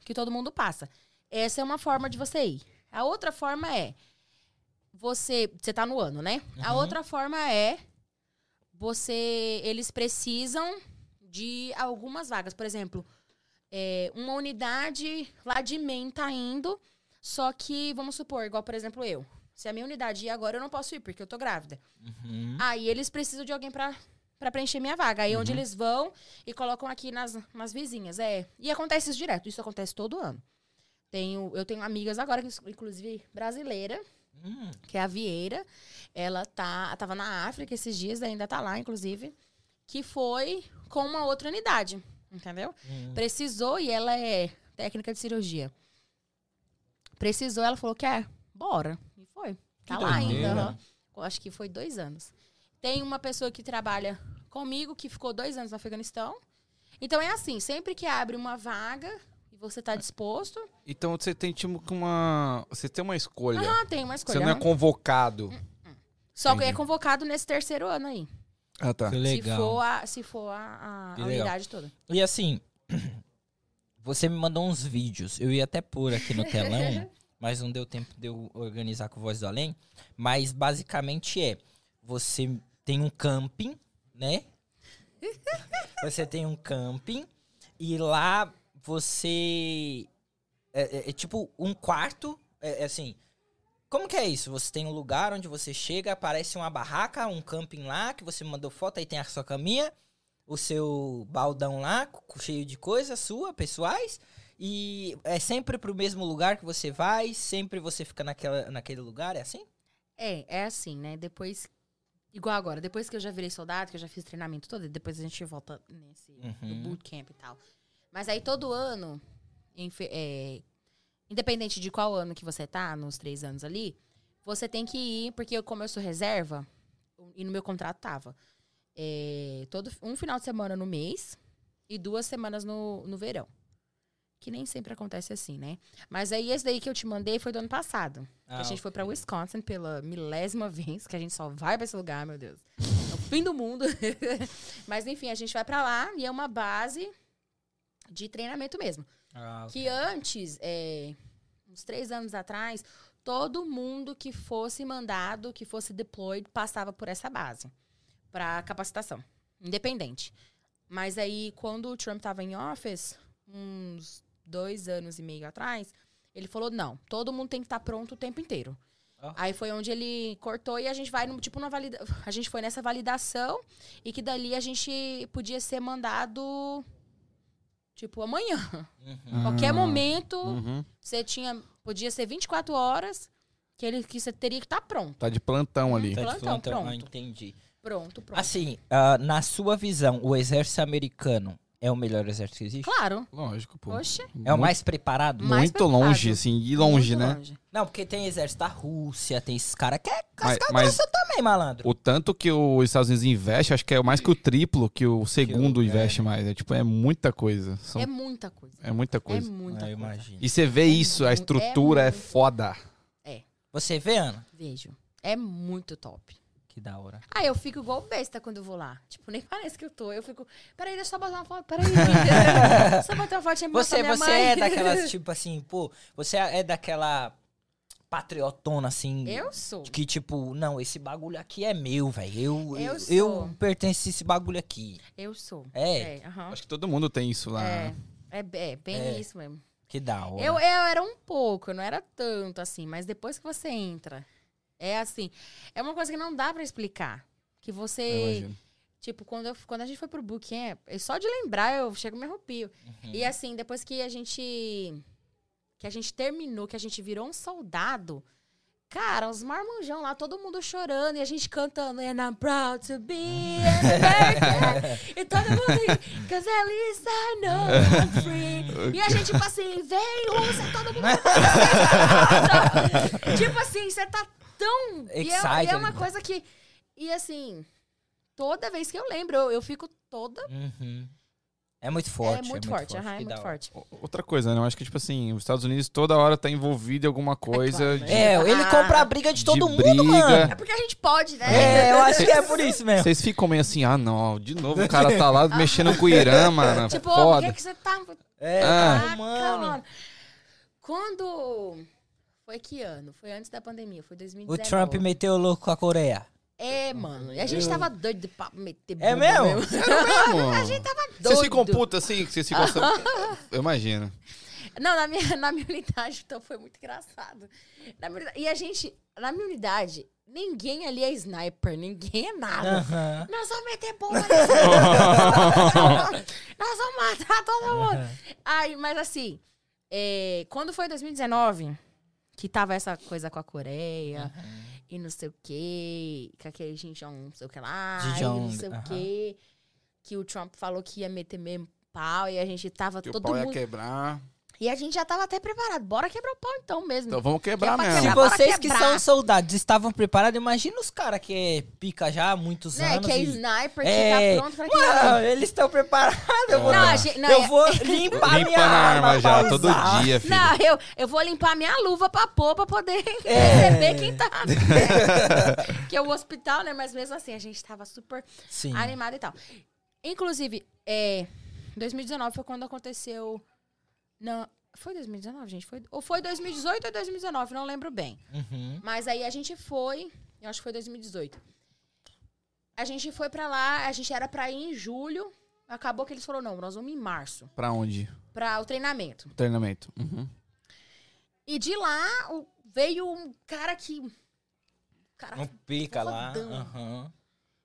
que todo mundo passa. Essa é uma forma de você ir. A outra forma é você, você tá no ano, né? A
Uhum.
outra forma é você, eles precisam de algumas vagas, por exemplo, é, uma unidade lá de MEN tá indo, só que vamos supor, igual por exemplo eu, se a minha unidade ir agora eu não posso ir porque eu tô grávida.
Uhum.
Aí eles precisam de alguém pra, pra preencher minha vaga. Aí é onde eles vão e colocam aqui nas, nas vizinhas. É. E acontece isso direto. Isso acontece todo ano. Tenho, eu tenho amigas agora, que inclu- inclusive brasileira,
Hum,
que é a Vieira. Ela tá, tava na África esses dias, ainda tá lá, inclusive. Que foi com uma outra unidade. Entendeu?
hum.
Precisou, e ela é técnica de cirurgia. Precisou, ela falou, quer? Bora. E foi. Tá
Que
lá ainda.
doideira.
aham. Eu acho que foi dois anos. Tem uma pessoa que trabalha comigo que ficou dois anos no Afeganistão. Então é assim, sempre que abre uma vaga e você tá disposto,
Então você tem tipo que uma. Você tem uma escolha.
ah, tem uma
Você
escolha.
não é
né?
convocado.
Só que é
Entendi.
convocado nesse terceiro ano aí.
Ah, tá.
Que
Se for
legal.
a, se for a, a-
Que
a
legal.
unidade toda.
E assim, <clears throat> você me mandou uns vídeos. Eu ia até pôr aqui no telão, mas não deu tempo de eu organizar com Voz do Além. Mas basicamente é, você tem um camping, né? Você tem um camping e lá você... É, é- é tipo um quarto, é- é assim... Como que é isso? Você tem um lugar onde você chega, aparece uma barraca, um camping lá, que você mandou foto, aí tem a sua caminha, o seu baldão lá, co- cheio de coisas sua, pessoais. E é sempre pro mesmo lugar que você vai, sempre você fica naquela, naquele lugar, é assim?
É, é assim, né? Depois. Igual agora, depois que eu já virei soldado, que eu já fiz treinamento todo, depois a gente volta nesse do
Uhum.
bootcamp e tal. Mas aí todo ano, em fe- é, independente de qual ano que você tá, nos três anos ali, você tem que ir, porque eu, como eu sou reserva, e no meu contrato tava, é, todo um final de semana no mês e duas semanas no, no verão. Que nem sempre acontece assim, né? Mas aí esse daí que eu te mandei foi do ano passado.
Ah,
a gente foi pra
ok.
Wisconsin pela milésima vez, que a gente só vai pra esse lugar, meu Deus. É o fim do mundo. <laughs> Mas enfim, a gente vai pra lá e é uma base de treinamento mesmo.
Ah,
Que antes, é, uns três anos atrás, todo mundo que fosse mandado, que fosse deployed, passava por essa base para capacitação, independente. Mas aí, quando o Trump estava em office, uns dois anos e meio atrás, ele falou: não, todo mundo tem que estar pronto o tempo inteiro.
Ah.
Aí foi onde ele cortou e a gente vai, no, tipo, numa valida... a gente foi nessa validação e que dali a gente podia ser mandado, tipo, amanhã.
uhum.
Ah,
Qualquer momento,
Hum.
Uhum.
você tinha. Podia ser 24 horas que, ele, que você teria que estar pronto.
Tá de plantão ali.
Tá de
plantão,
plantão. Ah,
pronto.
entendi.
Pronto, pronto.
Assim, ah, na sua visão, o exército americano é o melhor exército que existe?
claro.
Lógico, pô.
Oxe.
É o mais preparado?
mais
Muito
preparado.
longe, assim, e longe,
muito
né?
longe.
Não, porque tem exército da Rússia, tem esses caras que é
Mas-
casca
mas-
grossa também, malandro.
O tanto que os Estados Unidos investe, acho que é mais que o triplo que o segundo
é,
investe mais. É tipo, é muita coisa. São-
É
é...
muita coisa.
muita
É
coisa.
muita
Ah, eu
coisa.
imagino.
E você vê
É
isso, a
mu- é
estrutura é,
muito.
foda.
Você vê, Ana?
Vejo. É muito top.
Que da hora.
Ah, eu fico igual besta quando eu vou lá. Tipo, nem parece que eu tô. Eu fico. Peraí, deixa eu só botar uma foto.
<laughs>
Peraí. só botar uma foto e
Você,
minha
você
mãe.
é
<laughs>
daquelas, tipo assim, pô, você é daquela patriotona, assim.
Eu sou.
Que tipo, não, esse bagulho aqui é meu, velho. Eu, eu,
Eu
eu,
sou.
pertenço a esse bagulho aqui.
Eu sou.
É,
É, aham.
Acho que todo mundo tem isso lá.
É,
né?
é, é bem
É.
isso mesmo.
que da hora.
Eu, eu era um pouco, eu não era tanto assim, mas depois que você entra, é assim, é uma coisa que não dá pra explicar. Que
Eu
você,
imagino.
tipo, quando, eu- quando a gente foi pro book camp, eu- só de lembrar eu chego e me arrepio.
Uhum.
E assim, depois que a gente que a gente terminou, que a gente virou um soldado, cara, os marmanjão lá, todo mundo chorando e a gente cantando And I'm proud to be an American. e todo mundo, cause at least I know I'm free. E a gente, tipo assim, vem, russa, todo mundo. tipo assim, você tá tão. E é, e é uma
Excited.
coisa que. E assim, toda vez que eu lembro, eu, eu fico toda.
Uhum. É muito forte.
é muito forte, aham, é
que da
muito
hora.
forte.
O- Outra coisa, né? Eu acho que, tipo assim, os Estados Unidos toda hora tá envolvido em alguma coisa.
claro,
de-
né?
É, ele compra a briga de
De
todo mundo,
briga.
mano.
É porque a gente pode, né?
É, eu acho que é por
<laughs>
isso mesmo.
Vocês ficam meio assim, ah não, de novo o cara tá lá mexendo com o Irã, mano.
Tipo, ô, por
foda.
que, que você tá.
É,
Ah.
tá
Caraca,
arrumando.
mano. Quando. Foi que ano? Foi antes da pandemia, foi
O
2019.
Trump meteu o louco com a Coreia.
É, mano. E a gente tava doido de papo meter.
É
bunda
mesmo?
A gente tava Vocês ficam putos assim, que vocês ficam... Eu imagino.
<laughs> Não, na minha, na minha unidade, então foi muito engraçado. Na minha unidade- e a gente, na minha unidade, ninguém ali é sniper, ninguém é
Ah.
nada.
Aham.
Nós vamos meter bomba nesse mundo. Nós vamos matar todo mundo. Ai, mas assim, é, quando foi em 2019, que tava essa coisa com a Coreia e não sei o quê, com aquele Jinjong, não sei o que lá, e não
Jin
sei
Jong,
o quê, que o Trump falou que ia meter mesmo pau e a gente tava
Que Tipo, o
todo
pau ia
mundo.
quebrar.
E a gente já tava até preparado. Bora quebrar o pau então mesmo.
Então vamos quebrar
Que é pra
Se
mesmo.
quebrar. Bora
vocês que
quebrar.
são soldados estavam preparados, imagina os caras que é pica já há muitos
né?
anos.
Que é
e-
sniper,
assim. É.
que tá pronto pra
Uau,
quebrar.
eles estão preparados. Eu vou,
Não, a gente- não,
eu
é-
vou limpar minha
Limpando a arma já,
pra
todo
usar.
dia, filho.
Não, eu, eu vou limpar minha luva pra pôr pra poder
É.
receber
<laughs>
quem tá. que é o hospital, né? Mas mesmo assim, a gente tava super
Sim.
animada e tal. Inclusive, é, 2019 foi quando aconteceu. Não, foi 2019, gente? Foi, ou foi 2018 ou 2019, não lembro bem.
Uhum.
Mas aí a gente foi, eu acho que foi 2018. A gente foi pra lá, a gente era pra ir em julho. Acabou que eles falaram, não, nós vamos em março
Pra onde?
pra o treinamento.
O treinamento. Uhum.
E de lá o- veio um cara que. Cara
Não Um pica lá.
Fodão.
Aham.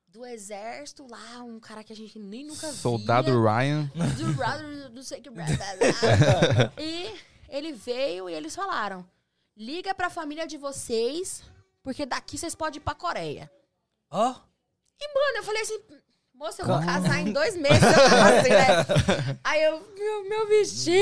do exército lá, um cara que a gente nem nunca Tá viu.
Soldado Ryan.
Do brother, não sei o que. blá, blá,
<laughs>
blá. e ele veio e eles falaram: liga pra família de vocês, porque daqui vocês podem ir pra Coreia.
Ó,
Mano, eu falei assim. Moça, eu vou
Caramba.
casar em dois meses. Eu tava assim, né? Aí eu, meu,
<laughs>
meu vestido.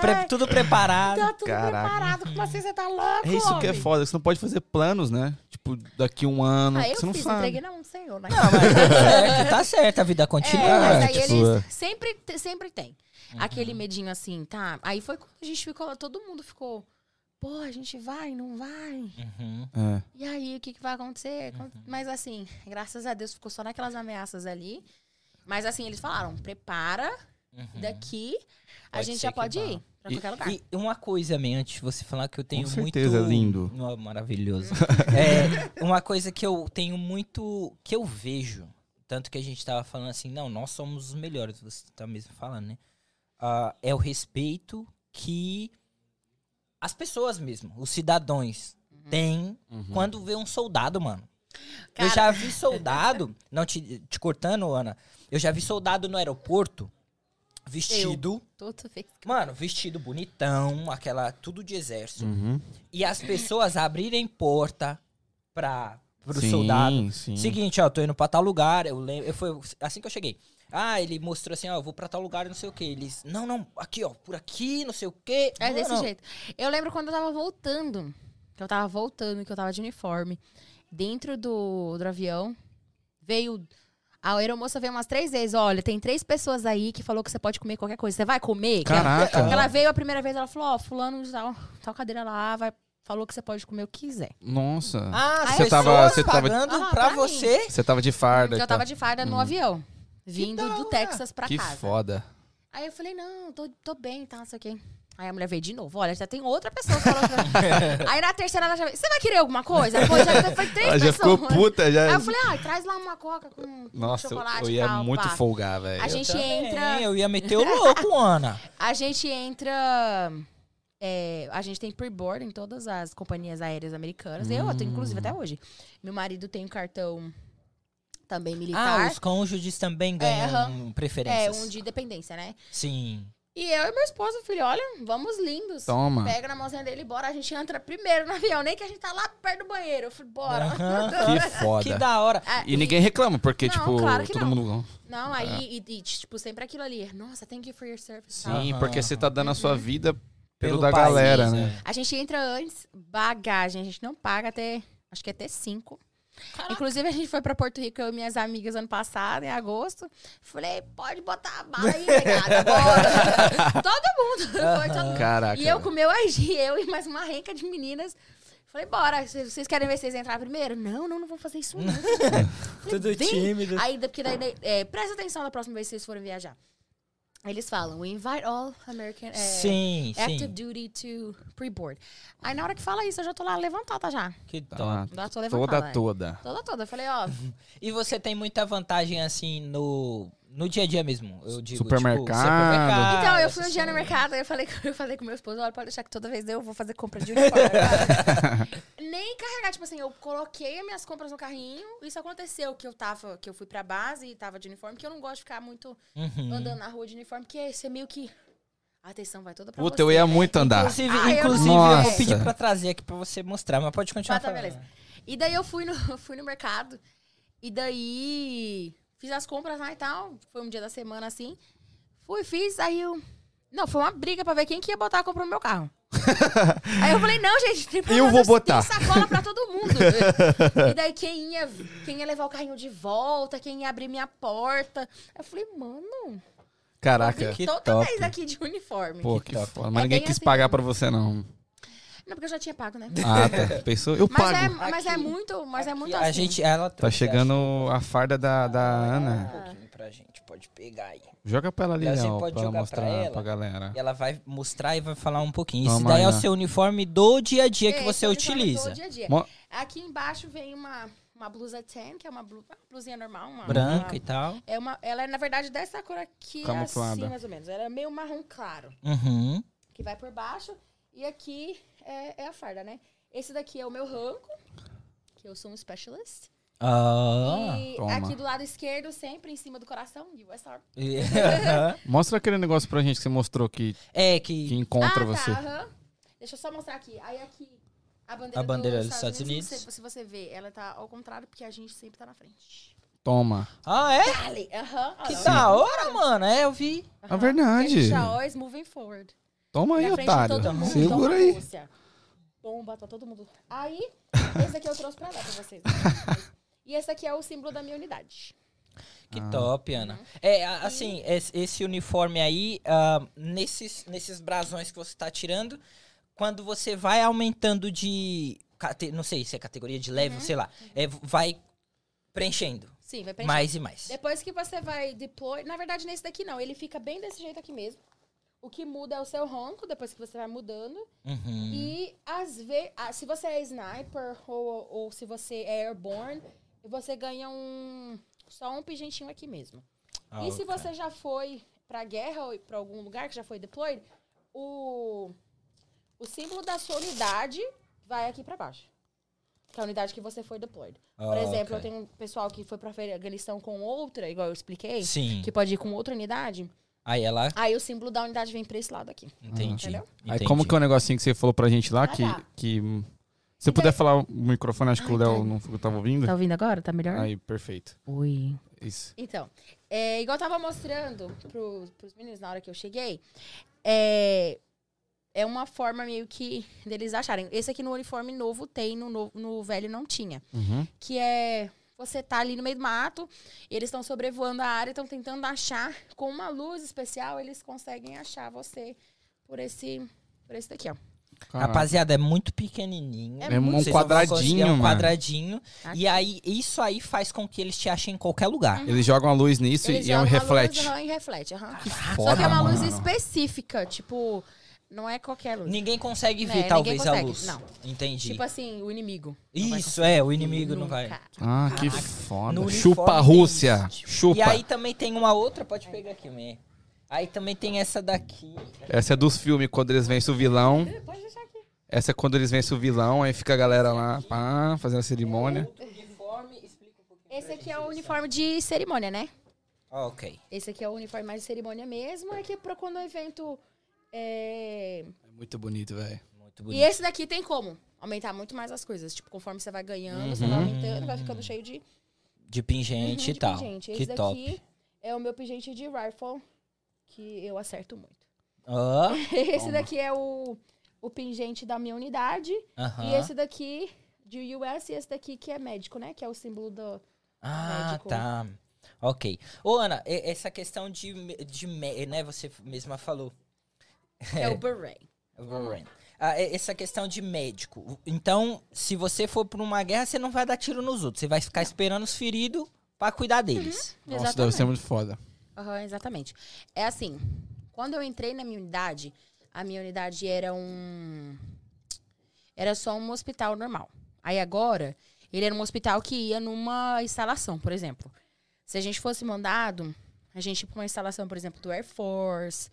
pre- tudo preparado.
Tá tudo
Caraca.
preparado. Como assim você tá louco?
É isso que é
homem?
foda, que você não pode fazer planos, né? Tipo, tipo, daqui um ano.
Ah, eu
você não
fiz,
sabe.
entreguei na mão do Senhor. Né?
Não, mas tá certo, tá certo, a vida continua.
É, mas aí
tipo,
eles
é.
sempre, te- sempre tem.
Uhum.
Aquele medinho assim, tá? Aí foi quando a gente ficou, lá, todo mundo ficou, pô, a gente vai, não vai.
Uhum.
É.
E aí, o que, que vai acontecer? Acon- Mas assim, graças a Deus ficou só naquelas ameaças ali. Mas assim, eles falaram, prepara,
uhum.
daqui a
Pode
gente
ser
já
que
pode
vá.
ir pra
E-
qualquer lugar.
E uma coisa, man, antes de você falar que eu tenho
certeza,
muito.
lindo.
Nó,
<laughs>
maravilhoso. é, uma coisa que eu tenho muito. que eu vejo. Tanto que a gente tava falando assim, não, nós somos os melhores, você tá mesmo falando, né? Ah, é o respeito que as pessoas mesmo, os cidadãos, têm
Uhum.
quando vê um soldado, mano.
Uhum. Cara.
Eu já vi soldado, não te, te cortando, Ana, eu já vi soldado no aeroporto vestido.
Toda vez que-
Mano, vestido bonitão, aquela tudo de exército.
Uhum.
E as pessoas abrirem porta pra, pro
Sim,
soldado.
Sim.
Seguinte, ó, tô indo pra tal lugar, eu lembro, eu foi assim que eu cheguei. Ah, ele mostrou assim, ó, eu vou pra tal lugar, não sei o que. Eles, não, não, aqui, ó, por aqui, não sei o que.
É desse jeito. Eu lembro quando eu tava voltando, que eu tava voltando, que eu tava de uniforme. Dentro do, do avião, veio. A aeromoça veio umas três vezes. Olha, tem três pessoas aí que falou que você pode comer qualquer coisa. Você vai comer? Que
Caraca.
Ela, ela veio a primeira vez, ela falou, ó, fulano tá, de tal, tal cadeira lá, vai, falou que você pode comer o que quiser.
Nossa.
Ah,
Você
você
tava-
tava,
você tava-
pagando
Ah,
pra,
pra mim.
você.
Você tava de farda.
Porque eu
e tal.
tava de farda no avião. Vindo
da
do
hora.
Texas pra
Que
casa.
foda.
Aí eu falei, não, tô, tô bem, tá, não sei o quê. Aí a mulher veio de novo. Olha, já tem outra pessoa que falou
<laughs>
que... Aí na terceira ela já veio, você vai querer alguma coisa? Pô, já foi três
Ela
pessoas.
já ficou puta. Já...
Aí eu falei, ah, traz lá uma coca com, com
Nossa,
chocolate
eu
e
ia
tal,
muito
pá.
folgar, velho.
A gente
Também,
entra...
Eu ia meter o louco,
<laughs>
Ana.
A gente entra... é, a gente tem pre-board em todas as companhias aéreas americanas. Eu,
Hum.
eu tô, inclusive, até hoje. Meu marido tem um cartão também
Ah,
militar.
os cônjuges também ganham
tá. aham. é,
preferências.
um de dependência, né?
Sim.
E eu e meu esposo, filho, olha, vamos lindos.
Toma.
Pega na mãozinha dele e bora. A gente entra primeiro no avião, nem que a gente tá lá perto do banheiro. Eu falei, bora. <laughs>
Aham.
Que
Que
foda.
da hora.
Ah,
E ninguém reclama, porque,
Não,
tipo,
claro que
todo
não.
mundo.
Não, aí, e, e, tipo, sempre aquilo ali. Nossa, thank you for your service. tal.
Sim, porque você tá dando a sua vida pelo,
Pelo
da
país,
galera,
né?
né?
A gente entra antes, bagagem. A gente não paga até, acho que até cinco. Inclusive, a gente foi pra Porto Rico, eu e minhas amigas, ano passado, em agosto. Falei, pode botar a bala
<laughs>
aí, negada, bora. <laughs> todo mundo. Foi todo mundo.
Caraca.
né? E eu com o meu IG, eu e mais uma renca de meninas. Falei, bora, vocês vocês querem ver vocês entrar primeiro? Não, não, não vou fazer isso não.
Tudo
Vem.
tímido.
Aí, porque daí, daí, é, presta atenção da próxima vez que vocês forem viajar. Eles falam, we invite all American é,
sim,
active
sim.
duty to pre-board. Aí na hora que fala isso, eu já tô lá levantada já.
Que
Tá
top.
lá,
Já tô levantada.
toda,
né?
toda.
Toda, toda. Eu
<laughs>
falei, ó, então,
E você tem muita vantagem, assim, no, no dia a dia mesmo, eu digo.
Supermercado.
Tipo, supermercado
Então, eu fui um
essas
dia no
coisas.
mercado, eu falei, eu falei com meu esposo, olha, pode deixar que toda vez eu vou fazer compra
<laughs>
de uniforme. cara." Nem carregar, tipo assim, eu coloquei as minhas compras no carrinho, isso aconteceu, que eu tava, que eu fui pra base e tava de uniforme, que eu não gosto de ficar muito
Uhum.
andando na rua de uniforme, porque você meio que... A atenção vai toda pra
Puta,
você.
eu ia
né?
muito andar.
Inclusive,
Ah, eu
inclusive
não
eu,
sei.
vou pedir pra trazer aqui pra você mostrar, mas pode continuar
Ah, tá,
falando.
beleza. E daí eu fui no, <laughs> fui no mercado. E daí fiz as compras lá e tal. Foi um dia da semana assim. Fui, fiz, aí eu. Não, foi uma briga pra ver quem que ia botar a compra no
<laughs>
meu carro. aí eu falei, não, gente, tem problema.
Eu vou
tem
botar.
sacola pra todo
<laughs>
mundo. e daí quem ia, quem ia levar o carrinho de volta, quem ia abrir minha porta. Eu falei, mano,
Caraca.
Que
toda
top.
vez aqui de uniforme.
Pô,
Que
que
top.
foda. Mas
É
ninguém
bem
quis
assim
pagar
mesmo.
pra você, não.
Não, porque eu já tinha
<laughs>
pago, né?
Ah, tá. Pensou? Eu
Mas, é,
pago.
mas é
Aqui.
muito, mas é
Aqui,
muito
a
assim.
gente, ela
Tá
trouxe,
chegando
acho,
a farda da, da
Um
Ana.
pouquinho pra gente, pode pegar aí.
Joga pra ela ali,
Ela, você
Léo,
pode
pra ela
jogar
mostrar
pra ela?
pra galera.
E ela vai mostrar e vai falar um pouquinho. Isso
Toma
daí é o
aí, ó.
seu uniforme do dia a dia
É,
que você
esse uniforme
utiliza.
do dia a dia.
Mo-
Aqui embaixo vem uma, uma blusa tan, que é uma, blu, uma blusinha normal. Uma,
Branca
uma-
e tal.
é uma, ela é, na verdade, dessa cor aqui,
Camuflada.
assim, mais ou menos. Ela é meio marrom claro,
Uhum.
que vai por baixo. E aqui é, é a farda, né? Esse daqui é o meu ranco, que eu sou um specialist.
Ah.
e
toma.
aqui do lado esquerdo, sempre em cima do coração, USR.
<laughs>
Mostra aquele negócio pra gente que você mostrou que,
é
que
que.
encontra
ah,
você.
Tá, aham. Deixa eu só mostrar aqui. Aí aqui, a bandeira,
A bandeira dos Estados
Se
Unidos.
você, se você vê, ela tá ao contrário, porque a gente sempre tá na frente.
Toma.
Ah, é?
Dale, aham.
Que
olha lá.
da hora, mano. É, eu vi.
Aham.
É verdade.
Porque A gente tá always moving forward.
Toma aí,
Na frente de
otário.
todo mundo. então,
Segura
toma
aí.
Rússia. Bomba pra todo mundo. tá Aí, Esse aqui eu trouxe pra dar pra
<laughs>
vocês. E esse aqui é o símbolo da minha unidade.
Que
Ah.
top, Ana. É, a- assim, es- esse uniforme aí, ah, nesses, nesses brasões que você tá tirando, quando você vai aumentando de. cate- Não sei se é categoria de
Uhum.
level, sei lá. É, v- vai preenchendo.
Sim, vai preencher.
Mais e mais.
Depois que você vai deploy, na verdade nesse daqui não, ele fica bem desse jeito aqui mesmo. O que muda é o seu ronco, depois que você vai mudando.
Hum.
Uhum.
E às vezes, se você é sniper ou, ou se você é airborne, você ganha um só um pigentinho aqui mesmo.
Ah,
e se
cara.
você já foi pra guerra ou pra algum lugar que já foi deployed, o, o símbolo da sua unidade vai aqui pra baixo. Que é a unidade que você foi deployed. Por
Ah,
exemplo,
cara.
eu tenho um pessoal que foi pra Afeganistão com outra, igual eu expliquei,
Sim.
um que pode ir com outra unidade.
Aí ela.
Aí o símbolo da unidade vem pra esse lado aqui.
Entendi.
Entendeu?
Aí
entendi.
como que é o negocinho que você falou pra gente lá,
Ah,
que...
tá. Então-
que hum, se você puder falar o microfone, acho que o
Ah,
Léo
tá.
não não tava ouvindo.
Tá ouvindo agora? Tá melhor?
Aí, perfeito.
Oi.
Isso.
Então, é, igual eu tava mostrando pro, pros meninos na hora que eu cheguei, é, é uma forma meio que deles acharem. Esse aqui no uniforme novo tem, no, no, no velho não tinha.
Uhum.
Que é você tá ali no meio do mato, e eles estão sobrevoando a área, estão tentando achar. Com uma luz especial, eles conseguem achar você por esse, por esse daqui, ó.
Caraca.
Rapaziada, é muito pequenininho.
É
É um
muito-
Vocês não vão
quadradinho,
conseguir, é um
mano.
quadradinho. E
Aqui.
aí, isso aí faz com que eles te achem em qualquer
É
lugar.
Eles jogam a luz nisso
Eles
e é um
jogam a
reflete.
Luz, aham, e reflete, aham.
foda,
Só que é uma luz
mano.
específica, tipo, não é qualquer luz.
Ninguém consegue
É,
ver,
ninguém
talvez, a
consegue,
luz.
não.
Entendi.
Tipo assim, o inimigo. Não vai
isso, é, o inimigo não
Nunca.
vai.
Ah, que
Caraca.
foda.
No
Chupa a
uniforme tem
Rússia.
isso. tipo,
Chupa.
E aí também tem uma outra, pode pegar aqui, Mê. Aí também tem essa daqui.
Essa é dos filmes, quando eles vencem o vilão.
Pode deixar aqui.
Essa é quando eles vencem o vilão, aí fica a galera lá, pá, fazendo a cerimônia.
Outro uniforme, explica um pouquinho.
Esse aqui é o uniforme de cerimônia, né?
Ah, ok.
Esse aqui é o uniforme mais de cerimônia mesmo, é que pra quando o evento. é,
É muito bonito, velho.
Muito
E
bonito.
esse daqui tem como aumentar muito mais as coisas. Tipo, conforme você vai ganhando, você vai
Uhum.
aumentando, vai ficando cheio de,
De pingente
uhum,
e
de
tal.
pingente. Esse
Que
daqui
top.
é o meu pingente de rifle, que eu acerto muito. <laughs>
Ó,
Esse daqui é o, o pingente da minha unidade.
aham.
E esse daqui de US e esse daqui que é médico, né? Que é o símbolo
<laughs>
do.
Ah,
médico.
tá. Ok. Ô, Ana, e- essa questão de, me- de me- né, você mesma falou.
É, o beret.
Warren. Ah, e- essa questão de médico. Então, se você for pra uma guerra, você não vai dar tiro nos outros. Você vai ficar esperando os feridos pra cuidar
Uhum.
deles.
Nossa, deve ser muito foda.
Aham, exatamente. É assim, quando eu entrei na minha unidade, a minha unidade era um. Era só um hospital normal. Aí agora, ele era um hospital que ia numa instalação, por exemplo. Se a gente fosse mandado, a gente ia pra uma instalação, por exemplo, do Air Force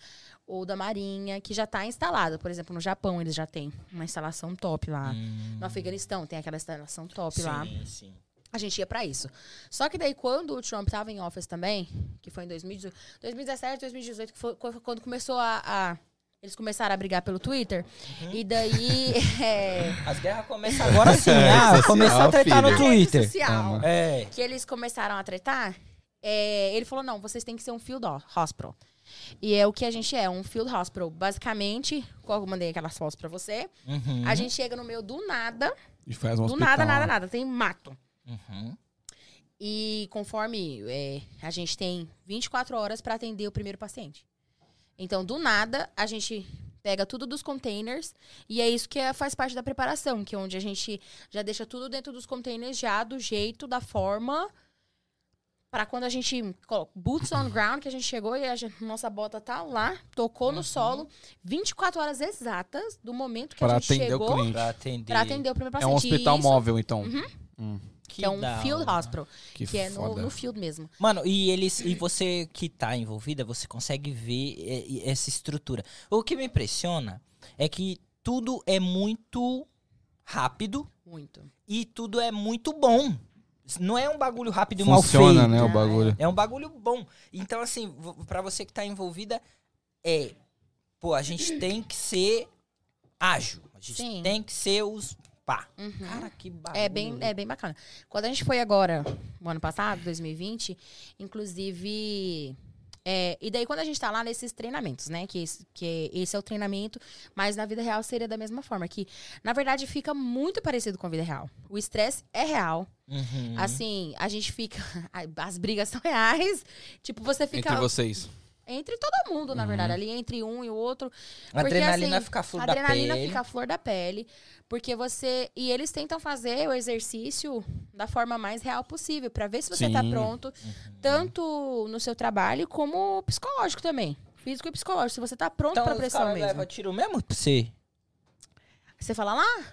ou da Marinha, que já tá instalada. Por exemplo, no Japão eles já têm uma instalação top lá. No Afeganistão tem aquela instalação top lá.
Sim, sim.
A gente ia pra isso. Só que daí, quando o Trump tava em office também, que foi em 2018, 2017, 2018, que foi co- quando começou a, a- Eles começaram a brigar pelo Twitter. E daí. <laughs> é,
As guerras começam agora <laughs> sim. Ah,
Rede
começou a
social,
tretar no
filho.
rede
Twitter.
social,
É.
que eles começaram a tretar, é, ele falou: não, vocês têm que ser um field ho- hospital. E é o que a gente é, um field hospital. Basicamente, qual eu mandei aquelas fotos pra você,
Uhum,
a gente chega no meio do nada,
E faz um
do nada, nada, nada, tem mato.
uhum.
E conforme é, a gente tem 24 horas para atender o primeiro paciente. Então, do nada, a gente pega tudo dos containers e é isso que é- faz parte da preparação, que é onde a gente já deixa tudo dentro dos containers já do jeito, da forma para quando a gente coloca boots on ground, que a gente chegou e a gente- nossa bota tá lá, tocou
Uhum.
no solo, 24 horas exatas do momento que
Pra
a gente
atender o
chegou
cliente.
Pra atender.
para atender o primeiro
É
paciente.
um hospital
E isso
móvel, então.
Que,
Que é um
da
field
hora.
hospital,
Que,
que é no,
foda.
no field mesmo.
Mano, e eles e você que tá envolvida, você consegue ver é, e- essa estrutura. O que me impressiona é que tudo é muito rápido
Muito.
e tudo é muito bom. Não é um bagulho rápido e mal feito.
Funciona, né, o bagulho.
É um bagulho bom. Então, assim, vo- pra você que tá envolvida, é. Pô, a
<clears throat>
gente tem que ser ágil. A gente
Sim.
tem que ser os. Pá.
Uhum.
Cara, que bagulho.
É bem, é bem bacana. Quando a gente foi agora, no ano passado, 2020, inclusive É, e daí, quando a gente tá lá nesses treinamentos, né? Que, esse- que esse é o treinamento, mas na vida real seria da mesma forma. Que, na verdade, fica muito parecido com a vida real. O estresse é real.
Uhum.
Assim, a gente fica. <laughs> As brigas são reais. Tipo, você fica.
Entre vocês.
Entre todo mundo, na verdade. Ali entre um e o outro.
a
porque,
adrenalina
assim,
fica a flor
a
da
adrenalina
pele.
fica a flor da pele. Porque você. E eles tentam fazer o exercício da forma mais real possível. pra ver se você tá
Sim.
pronto.
Uhum.
Tanto no seu trabalho como psicológico também. Físico e psicológico. Se você tá pronto
Então,
pra
os
pressão
caras
mesmo.
levam tiro mesmo pra você?
Você fala lá?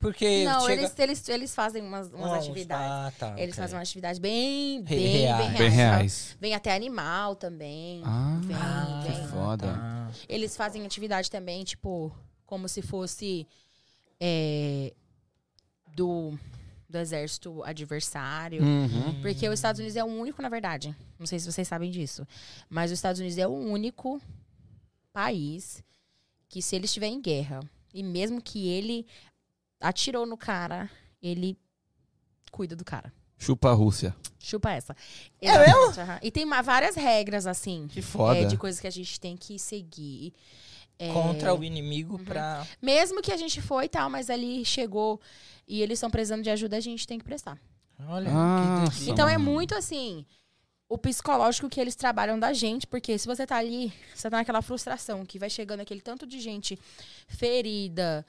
Porque
Não,
chega...
eles, eles, eles fazem umas, umas
Ah, uns-
atividades.
Ah, tá,
Eles
ok.
fazem uma atividade bem,
Re-
bem, bem
reais.
reais.
Bem reais.
Vem até animal também.
Ah,
Vem,
Ah,
que
vem.
foda.
tá.
Eles fazem atividade também, tipo, como se fosse é, do, do exército adversário.
Uhum.
Porque os Estados Unidos é o único, na verdade. Não sei se vocês sabem disso. Mas os Estados Unidos é o único país que, se ele estiver em guerra, e mesmo que ele atirou no cara, ele cuida do cara.
Chupa a Rússia.
Chupa essa.
É
Exatamente, aham. E tem ma- várias regras, assim.
Que
É,
foda.
de coisas que a gente tem que seguir. É, Uhum.
Contra o inimigo pra...
Mesmo que a gente foi e tal, mas ali chegou e eles estão precisando de ajuda, a gente tem que prestar.
Olha,
Ah,
que doideira.
Então é muito assim, o psicológico que eles trabalham da gente, porque se você tá ali, você tá naquela frustração que vai chegando aquele tanto de gente ferida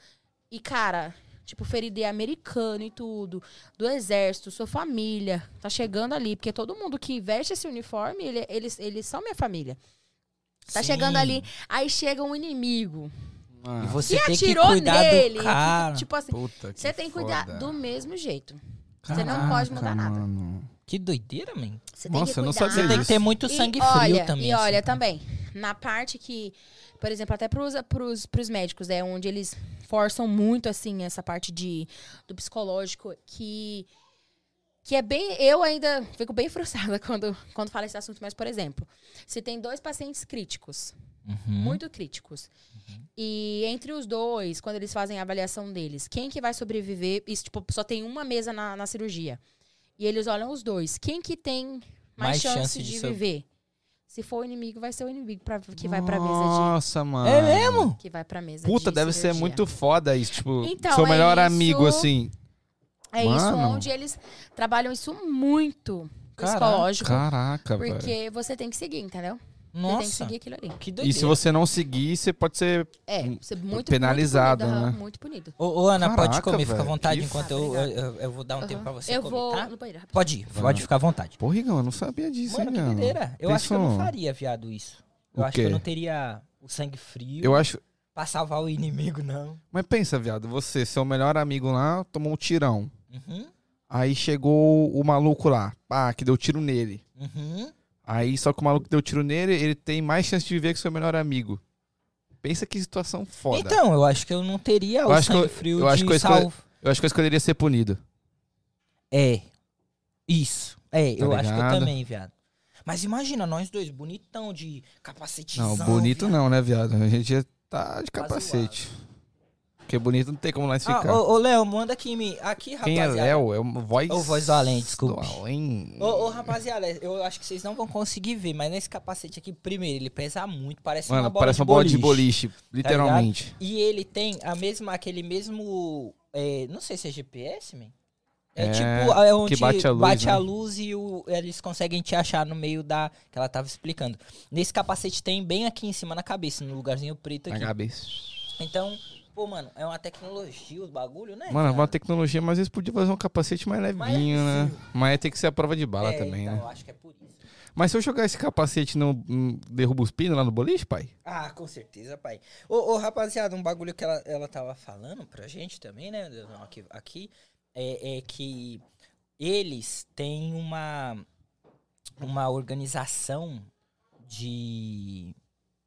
e, cara, tipo, ferido e americano e tudo, do exército, sua família, tá chegando ali, porque todo mundo que veste esse uniforme, ele- eles, eles são minha família. Tá
Sim.
chegando ali, aí chega um inimigo.
Ah,
E você
Se
tem que
atirou
cuidar
nele.
do cara.
Tipo assim,
puta
você tem que cuidar
foda.
do mesmo jeito. você não pode mudar nada.
mano.
Que doideira, man.
Você
Nossa, eu
tem
não
que
sabia
cuidar.
Você tem que ter muito sangue
e
frio
olha,
também.
E
assim,
olha tá
cara.
também, na parte que, por exemplo, até pros, pros, pros médicos, é onde eles forçam muito, assim, essa parte de, do psicológico, que, que é bem... Eu ainda fico bem <laughs> frustrada quando, quando falo esse assunto, mas, por exemplo, se tem dois pacientes críticos,
Uhum.
muito críticos.
Uhum.
E entre os dois, quando eles fazem a avaliação deles, quem que vai sobreviver? Isso, tipo, só tem uma mesa na, na cirurgia. E eles olham os dois. Quem que tem mais, chance, de,
sobre-
viver? Se for o inimigo, vai ser o inimigo pra, que vai pra mesa
Nossa, mano.
É mesmo?
de. Que vai pra mesa
Puta,
de
deve
cirurgia.
ser muito foda isso. Tipo,
Então,
seu
é
melhor
isso.
amigo, assim.
É isso
Mano.
onde eles trabalham isso muito
Caraca.
psicológico.
Caraca, velho.
porque você tem que seguir, entendeu? Você tem que
Nossa,
seguir aquilo ali.
que
E
doideira.
se você não seguir, você pode ser.
É, você é muito
Hum, Penalizado,
muito punido, aham,
né?
Muito punido.
Ô, ô, Ana, pode
Caraca,
comer, fica à
velho,
vontade
que
enquanto eu, eu, eu- eu vou dar um tempo pra você
eu
comer,
vou
tá?
no banheiro. rapidinho.
Pode ir, pode
Vamos.
ficar à vontade.
Porra, Igão, eu não sabia disso,
Mano,
hein,
que
cara?
doideira. Eu
Tem
acho que eu não
som.
faria, viado, isso. Eu
O
acho que eu
quê?
não teria o sangue frio
Eu acho.
pra salvar o inimigo, não.
Mas pensa, viado, você, seu melhor amigo lá, tomou um tirão.
Uhum,
Aí chegou o maluco lá, pá, que deu tiro nele.
uhum.
Aí só que o maluco que deu tiro nele, ele tem mais chance de viver que seu melhor amigo. Pensa que situação foda.
Então, eu acho que eu não teria
Eu
o
acho que
sangue
eu-
frio
eu acho
de
que eu escolhi-
salvo.
Eu acho que eu escolheria ser punido.
É. Isso. É,
Tá
eu acho que eu
ligado?
também, viado. Mas imagina, nós dois, bonitão de capacetezão.
Não, bonito
viado. um
não, né, viado? A gente já tá de capacete. Porque bonito não tem como nós
Ah,
ficar.
ô, ô, Léo, manda aqui em mim. Aqui,
Quem é
rapaziada.
Léo? É uma voz.
Ô, voz do além, desculpe.
Do além.
Ô, ô, rapaziada, eu acho que vocês não vão conseguir ver, mas nesse capacete aqui, primeiro, ele pesa muito, parece é uma
Mano,
bola
parece
de
uma bola
boliche. tá
de boliche, literalmente.
E ele tem a mesma, aquele mesmo. é, não sei se é GPS, man. É,
É,
tipo, é onde
bate a luz, né?
luz e o- eles conseguem te achar no meio da. que ela tava explicando. Nesse capacete tem bem aqui em cima na cabeça, no lugarzinho preto
Na
aqui.
cabeça.
Então, pô, mano, é uma tecnologia o bagulho, né?
Mano, é uma
cara?
tecnologia, mas eles podiam fazer um capacete mais
Mais
levinho, né?
levezinho.
Mas tem que ser a prova de bala
É,
também,
então,
né?
eu acho que é por isso.
Mas se eu jogar esse capacete não hum, derruba os pinos lá no boliche, pai?
Ah, com certeza, pai. Ô, ô, rapaziada, um bagulho que ela, ela tava falando pra gente também, né? Deusão, Aqui, aqui é, é que eles têm uma, uma organização de,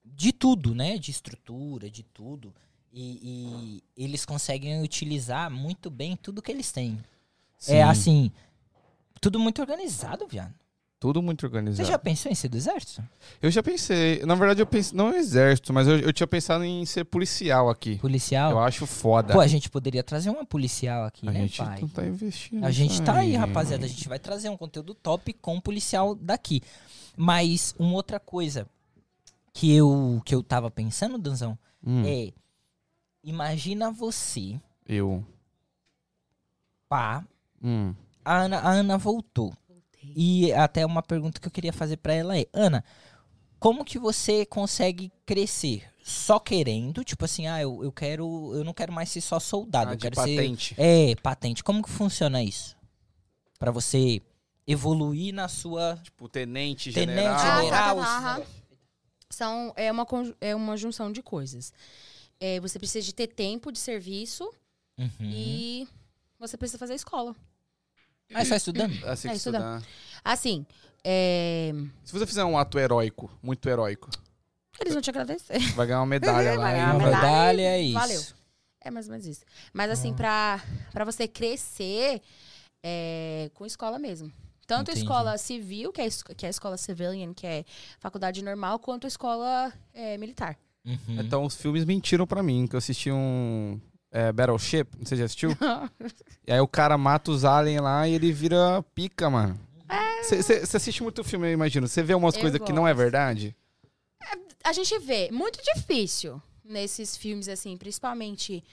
de tudo, né? De estrutura, de tudo. E, e eles conseguem utilizar muito bem tudo que eles têm.
Sim.
É assim, tudo muito organizado, viado.
Tudo muito
Você
organizado.
já pensou em ser do exército?
Eu já pensei. Na verdade, eu pensei. Não no exército, mas eu, eu tinha pensado em ser policial aqui. Eu
Policial?
acho foda.
Pô, a gente poderia trazer uma policial aqui,
a
né,
gente
pai?
não tá investindo.
A gente
nisso
tá aí, rapaziada. A gente vai trazer um conteúdo top com policial daqui. Mas uma outra coisa que eu, que eu tava pensando, Danzão,
Hum,
é. Imagina você,
Eu.
pá.
Hum.
A Ana, a Ana voltou. E até uma pergunta que eu queria fazer pra ela é: Ana, como que você consegue crescer? Só querendo? Tipo assim, ah, eu, eu quero. Eu não quero mais ser só soldado.
Ah,
eu
de
quero ser.
patente.
É, patente. Como que funciona isso? Pra você evoluir na sua assim.
Tipo, tenente,
Tenente,
general.
Ah,
general.
tá, tá, tá, aham. São, é, uma, conju- é uma junção de coisas. É, você precisa de ter tempo de serviço
Uhum.
e você precisa fazer escola.
Mas só estudando?
Ah, você
É,
que
estudar.
estudar.
Assim, é,
Se você fizer um ato heróico, muito heróico,
eles vão te agradecer. <laughs>
vai ganhar uma medalha lá.
Vai ganhar
hein,
A
uma
mano?
medalha.
medalha é isso.
Ah, Valeu. É mais ou menos isso. Mas
Ah.
assim, pra para você crescer é, com escola mesmo. Tanto a
Entendi.
escola civil, que é, es- que é a escola civilian, que é faculdade normal, quanto a escola é, militar. <laughs>
Uhum.
<laughs> Então, os filmes mentiram pra mim, que eu assisti um é, Battleship, não sei se já
<laughs>
assistiu. e aí o cara mata os aliens lá e ele vira pica, mano. Você assiste muito filme, eu imagino. Você vê umas
É. Eu
coisas que não é
gosto.
verdade?
a gente vê muito difícil nesses filmes, assim, principalmente.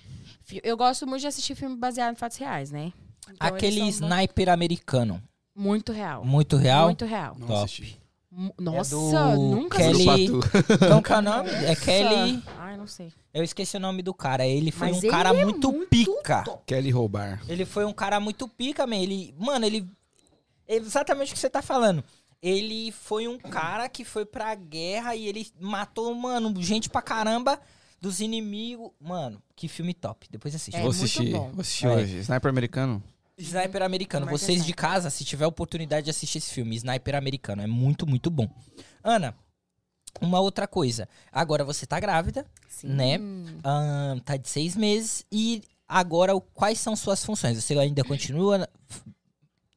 fi- Eu gosto muito de assistir filme baseado em fatos reais, né? Então, eles
Aquele
são mu-
sniper americano.
Muito real.
Muito real?
Muito real.
Não
Top.
assisti.
Mu- Nossa,
do
nunca
Kelly-
assisti.
Patu.
Então, qual é o nome? É
Nossa.
Kelly.
Ai, não sei.
Eu esqueci o nome do cara. Ele foi
Mas
um
ele
cara
é
muito,
muito
pica.
<laughs> Kelly roubar.
Ele foi um cara muito pica, man. Ele, mano, ele. Exatamente o que você tá falando. Ele foi um cara que foi pra guerra e ele matou, mano, gente pra caramba dos inimigos. Mano, que filme top. Depois assiste.
É
Vou
muito
assistir.
bom.
Vou assistir
É.
hoje. Sniper americano?
Sniper americano.
Marca
Vocês
essa.
de casa, se tiver oportunidade de assistir esse filme, Sniper americano. É muito, muito bom. Ana, uma outra coisa. Agora você tá grávida,
Sim.
Né? ahn, tá de seis meses. E agora, o- quais são suas funções? Você ainda continua na- f-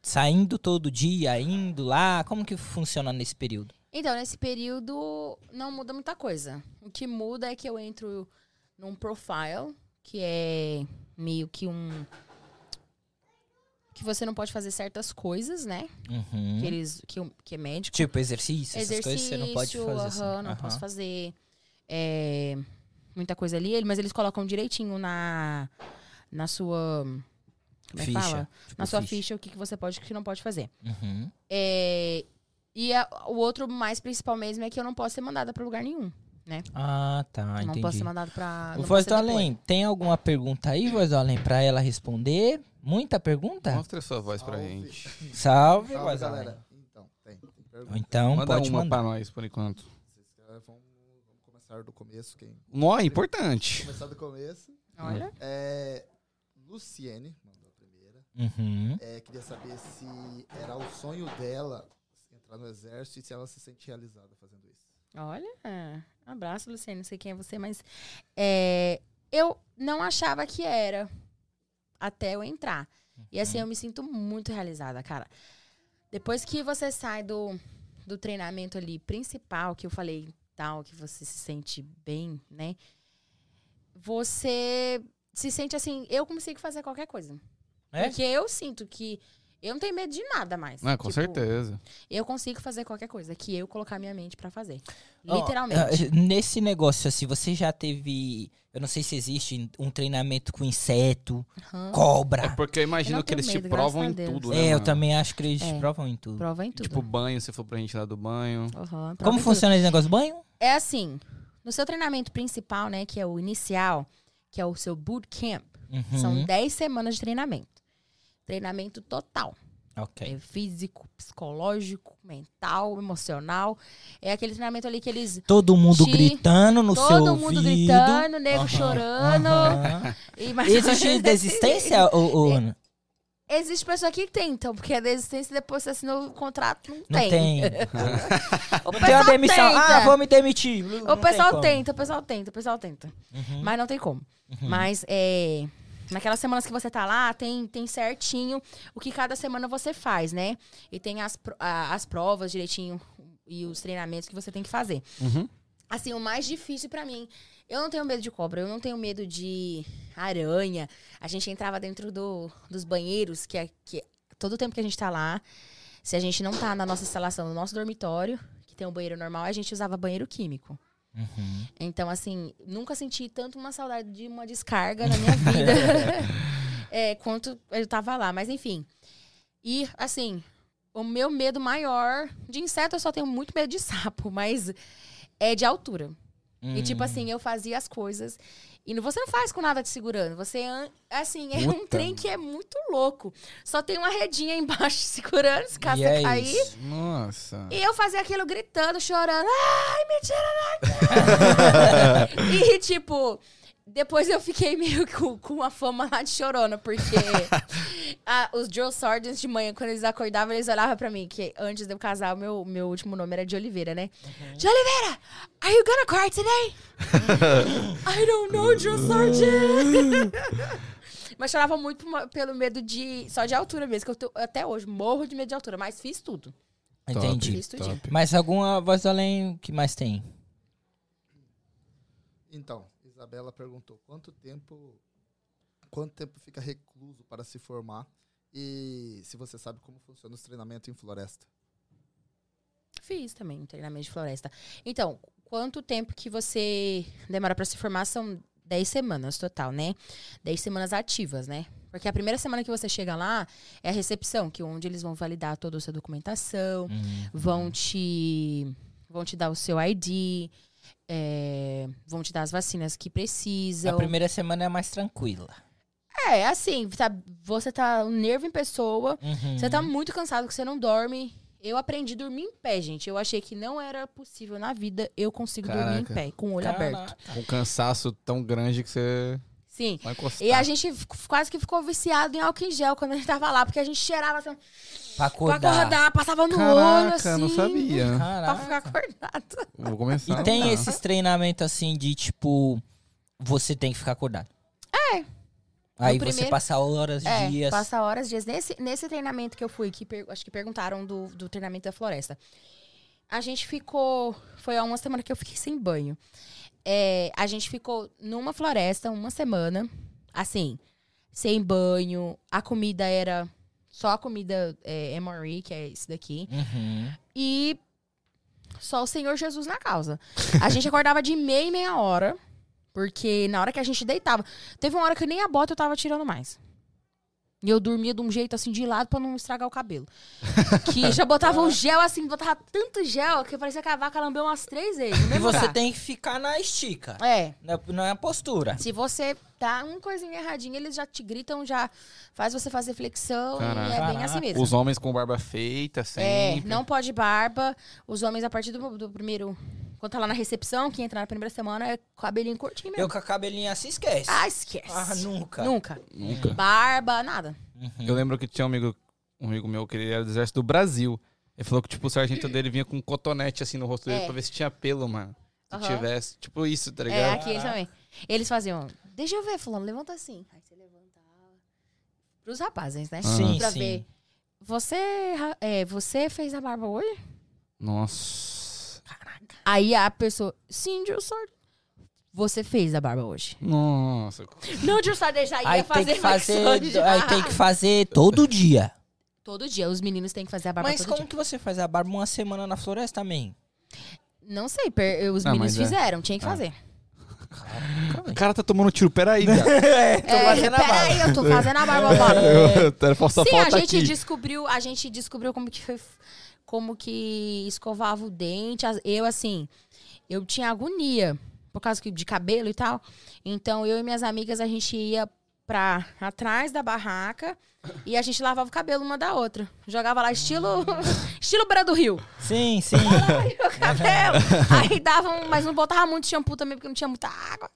saindo todo dia, indo lá? Como que funciona nesse período?
Então, nesse período, não muda muita coisa. O que muda é que eu entro num profile, que é meio que um. Que você não pode fazer certas coisas, né?
Uhum.
Que, eles, que, o- que é médico.
Tipo, exercício, essas
exercício,
coisas você não pode fazer. assim.
aham, não
Aham.
posso fazer é, muita coisa ali, ele- mas eles colocam direitinho na, na sua. Como é que
Ficha.
fala?
Tipo,
Na sua ficha o que, que você pode e o que não pode fazer.
Uhum.
É, e a- o outro mais principal mesmo é que eu não posso ser mandada pra lugar nenhum.
Ah, tá.
Eu não
entendi.
posso ser mandada pra.
O
não
Voz
posso
do
ser depois.
Além, tem alguma pergunta aí, Voz do Além, pra ela responder? Muita
É.
pergunta?
Mostra a sua voz pra
Salve.
gente.
Salve,
Salve,
Voz do Além.
galera. Então, tem. tem
Ou
pergunta.
Então,
Manda
pode
uma
mandar.
pra nós, por enquanto.
Vocês querem- Vamos, vamos começar do começo. Quem
Nó, é importante.
começar do começo.
Olha.
É, Luciene mandou a primeira.
Uhum.
É, queria saber se era o sonho dela entrar no exército e se ela se sente realizada fazendo isso.
Olha, abraço, Luciane. Não sei quem é você, mas é, eu não achava que era até eu entrar. E assim,
Uhum.
eu me sinto muito realizada, cara. Depois que você sai do, do treinamento ali principal, que eu falei tal, que você se sente bem, né? Você se sente assim, eu consigo fazer qualquer coisa.
É?
Porque eu sinto que eu não tenho medo de nada mais.
Ah, com
Tipo,
certeza.
eu consigo fazer qualquer coisa que eu colocar minha mente pra fazer.
Ó,
Literalmente.
eh, Nesse negócio, assim, você já teve. Eu não sei se existe um treinamento com inseto,
Aham.
É
cobra.
porque eu imagino
não
que eles
tenho
te
medo,
provam
graças a
em
Deus.
tudo, né?
É, eu
mano?
também acho que eles
É.
provam em tudo.
Prova em tudo.
Tipo, banho, você for pra gente lá do banho.
Aham, prova
Como
em tudo.
funciona esse negócio? Banho?
É assim, no seu treinamento principal, né, que é o inicial, que é o seu bootcamp,
Uhum.
são 10 semanas de treinamento. Treinamento total.
Ok.
É físico, psicológico, mental, emocional. É aquele treinamento ali que eles...
Todo mundo
Ti-
gritando no seu
todo
ouvido.
mundo gritando, nego
Aham,
chorando.
aham.
e mais-
<laughs> Existe
<laughs>
desistência, ô, ô, Ana?
Existe pessoa que tentam, porque a desistência depois que você assinou o contrato, não,
Não tem.
O
Não tem uma
pessoal
demissão.
tenta.
Ah, vou me demitir. Não
O pessoal
tem como.
tenta, o pessoal tenta, o pessoal tenta.
Uhum,
Mas não tem como.
uhum.
Mas é. Naquelas semanas que você tá lá, tem, tem certinho o que cada semana você faz, né? E tem as, pro- a- as provas direitinho e os treinamentos que você tem que fazer.
Uhum.
Assim, o mais difícil pra mim. Eu não tenho medo de cobra, eu não tenho medo de aranha. A gente entrava dentro do, dos banheiros, que é que todo o tempo que a gente tá lá, se a gente não tá na nossa instalação, no nosso dormitório, que tem um banheiro normal, a gente usava banheiro químico.
Uhum.
Então, assim, nunca senti tanto uma saudade de uma descarga na minha vida é, quanto eu tava lá. Mas, enfim. E, assim, o meu medo maior de inseto, eu só tenho muito medo de sapo, mas é de altura. E,
Hum.
tipo assim, eu fazia as coisas. E não- você não faz com nada te segurando. Você, an- assim, é um
Puta,
trem que é muito louco. Só tem uma redinha <laughs> embaixo segurando, se caso
E
você
é
cair.
isso.
Nossa.
E eu fazia aquilo gritando, chorando. Ai, me tira daqui! e, tipo, depois eu fiquei meio com, com uma fama lá de chorona, porque a- os Joe Sardins de manhã, quando eles acordavam, eles olhavam pra mim, que antes de eu casar, o meu, meu último nome era de Oliveira, né? De Oliveira! Are you gonna cry today? I don't know, Joe Sardin! Mas chorava muito por uma- pelo medo de. Só de altura mesmo, que eu tô- até hoje morro de medo de altura, mas fiz tudo.
Entendi.
Isso, gente.
Mas alguma voz do além que mais tem?
Então, Isabela perguntou quanto tempo quanto tempo fica recluso para se formar e se você sabe como funciona os treinamentos em floresta.
Fiz também um treinamento de floresta. Então, quanto tempo que você demora pra se formar? São 10 semanas total, né? 10 semanas ativas, né? Porque a primeira semana que você chega lá é a recepção, que onde eles vão validar toda a sua documentação,
Hum.
vão te vão te dar o seu ID, é, vão te dar as vacinas que
A
precisam.
primeira semana é mais tranquila.
É, assim, tá, você tá o nervo em pessoa,
Uhum.
você
Uhum.
tá muito cansado que você não dorme. Eu aprendi a dormir em pé, gente. Eu achei que não era possível na vida eu consigo dormir em
Caraca.
pé, com o olho
Caraca.
aberto.
Um cansaço tão grande que você
Sim.
vai encostar.
E a gente f- quase que ficou viciado em álcool em gel quando a gente tava lá, porque a gente cheirava assim,
Pra
pra
acordar.
acordar, passava no olho,
Caraca,
assim.
não sabia.
<laughs> Pra ficar
Caraca.
acordado.
Vou começar.
E tem
a-
esses treinamentos assim de tipo. Você tem que ficar acordado. É. Aí
No
você
primeiro-
passa horas,
É,
dias.
passa horas, dias. Nesse, nesse treinamento que eu fui, que per- acho que perguntaram do, do treinamento da floresta. A gente ficou. Foi há uma semana que eu fiquei sem banho. É, a gente ficou numa floresta uma semana, assim, sem banho. A comida era só a comida é, MRE, que é isso daqui.
Uhum.
E só o Senhor Jesus na causa. A gente acordava de meia e meia hora, porque na hora que a gente deitava. Teve uma hora que nem a bota eu tava tirando mais. E eu dormia de um jeito assim de lado pra não estragar o cabelo. Que
<laughs>
já botava um gel assim, botava tanto gel que parecia que a vaca lambeu umas três vezes. no
E
mesmo
você
lugar.
tem que ficar na estica.
É.
Não é- Não é a postura.
Se você tá uma coisinha erradinha, eles já te gritam, já faz você fazer flexão e é
Caraca.
bem assim mesmo.
Os homens com barba feita,
É,
sempre.
não pode barba. Os homens, a partir do, do primeiro. Quando tá lá na recepção, que entra na primeira semana, é cabelinho curtinho mesmo.
Eu com a cabelinha se esquece.
Ah, esquece.
Ah, nunca.
Nunca.
Nunca.
Barba, nada.
Uhum.
Eu lembro que tinha um amigo, um amigo meu que ele era do exército do Brasil. Ele falou que, tipo, o sargento dele vinha com um cotonete assim no rosto dele
É.
pra ver se tinha pelo, mano. Se
Aham.
tivesse. Tipo isso, tá
É,
ligado?
aqui eles também. Eles faziam. Deixa eu ver, fulano, levanta assim. Aí você levantava. Pros rapazes, né?
Sim,
pra
Ah, sim.
ver. Você, ra- é, você fez a barba hoje?
Nossa.
Aí a pessoa, sim, Jussard. Você fez a barba hoje.
Nossa.
Não, Jussard, deixa aí.
Aí
ia
tem
fazer
que fazer.
flexões.
Aí tem que fazer todo dia.
Todo dia, os meninos têm que fazer a barba
Mas
todo
como
dia.
que você faz a barba uma semana na floresta também?
Não sei, per- eu- os
Ah,
meninos
mas é.
fizeram, tinha que
Ah.
fazer.
O cara tá tomando tiro, peraí, cara.
É, tô
É,
fazendo a barba.
peraí, eu tô fazendo
<laughs>
a barba agora.
Falsa
Sim, a
falta
gente
aqui.
descobriu, a gente descobriu como que foi- como que escovava o dente. As- Eu assim, eu tinha agonia por causa que- de cabelo e tal. Então eu e minhas amigas a gente ia pra atrás da barraca e a gente lavava o cabelo uma da outra. Jogava lá estilo <laughs> estilo Beira do Rio.
Sim, sim. <laughs>
o cabelo. Aí dava um, mas não botava muito shampoo também porque não tinha muita água.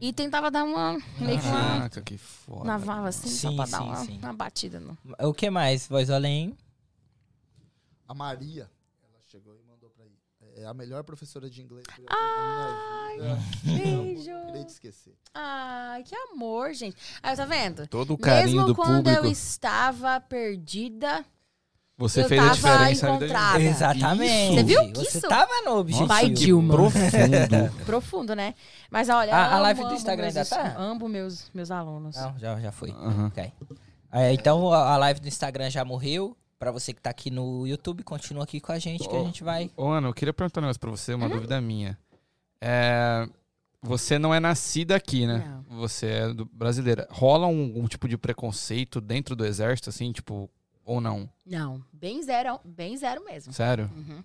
E tentava dar uma meio que uma
Caraca, que foda.
Lavava assim, só
Sim,
pra dar
sim,
uma,
sim.
uma batida. No...
O que mais? Voz além?
A Maria, ela Chegou e mandou pra ir. É a melhor professora de inglês que eu já tive na minha vida.
Beijo!
Não Queria te esquecer.
Ai, que amor, gente. Aí, tá vendo?
Todo o carinho
Mesmo
do
quando
público.
eu estava perdida,
Você
eu
fez a
tava
diferença né? na vida de-
encontrada.
Exatamente.
Você viu que
Você
isso-
tava no objetivo.
Vai, Dilma. <laughs>
Profundo.
Profundo, né? Mas olha,
A- a
amo,
live do
amo
Instagram
meus,
ainda tá?
estu- Amo meus, meus alunos.
Não, já, já foi.
Aham.
Ok. É, então a a live do Instagram já morreu. Pra você que tá aqui no YouTube, continua aqui com a gente que a
Ó.
gente vai.
Ô, Ana, eu queria perguntar um negócio pra você,
Uhum.
uma dúvida minha. É, Você não é nascida aqui, né? Você é do- brasileira. Rola um, algum tipo de preconceito dentro do exército, assim, tipo, ou não?
Não, bem zero, bem zero mesmo.
Sério?
Uhum.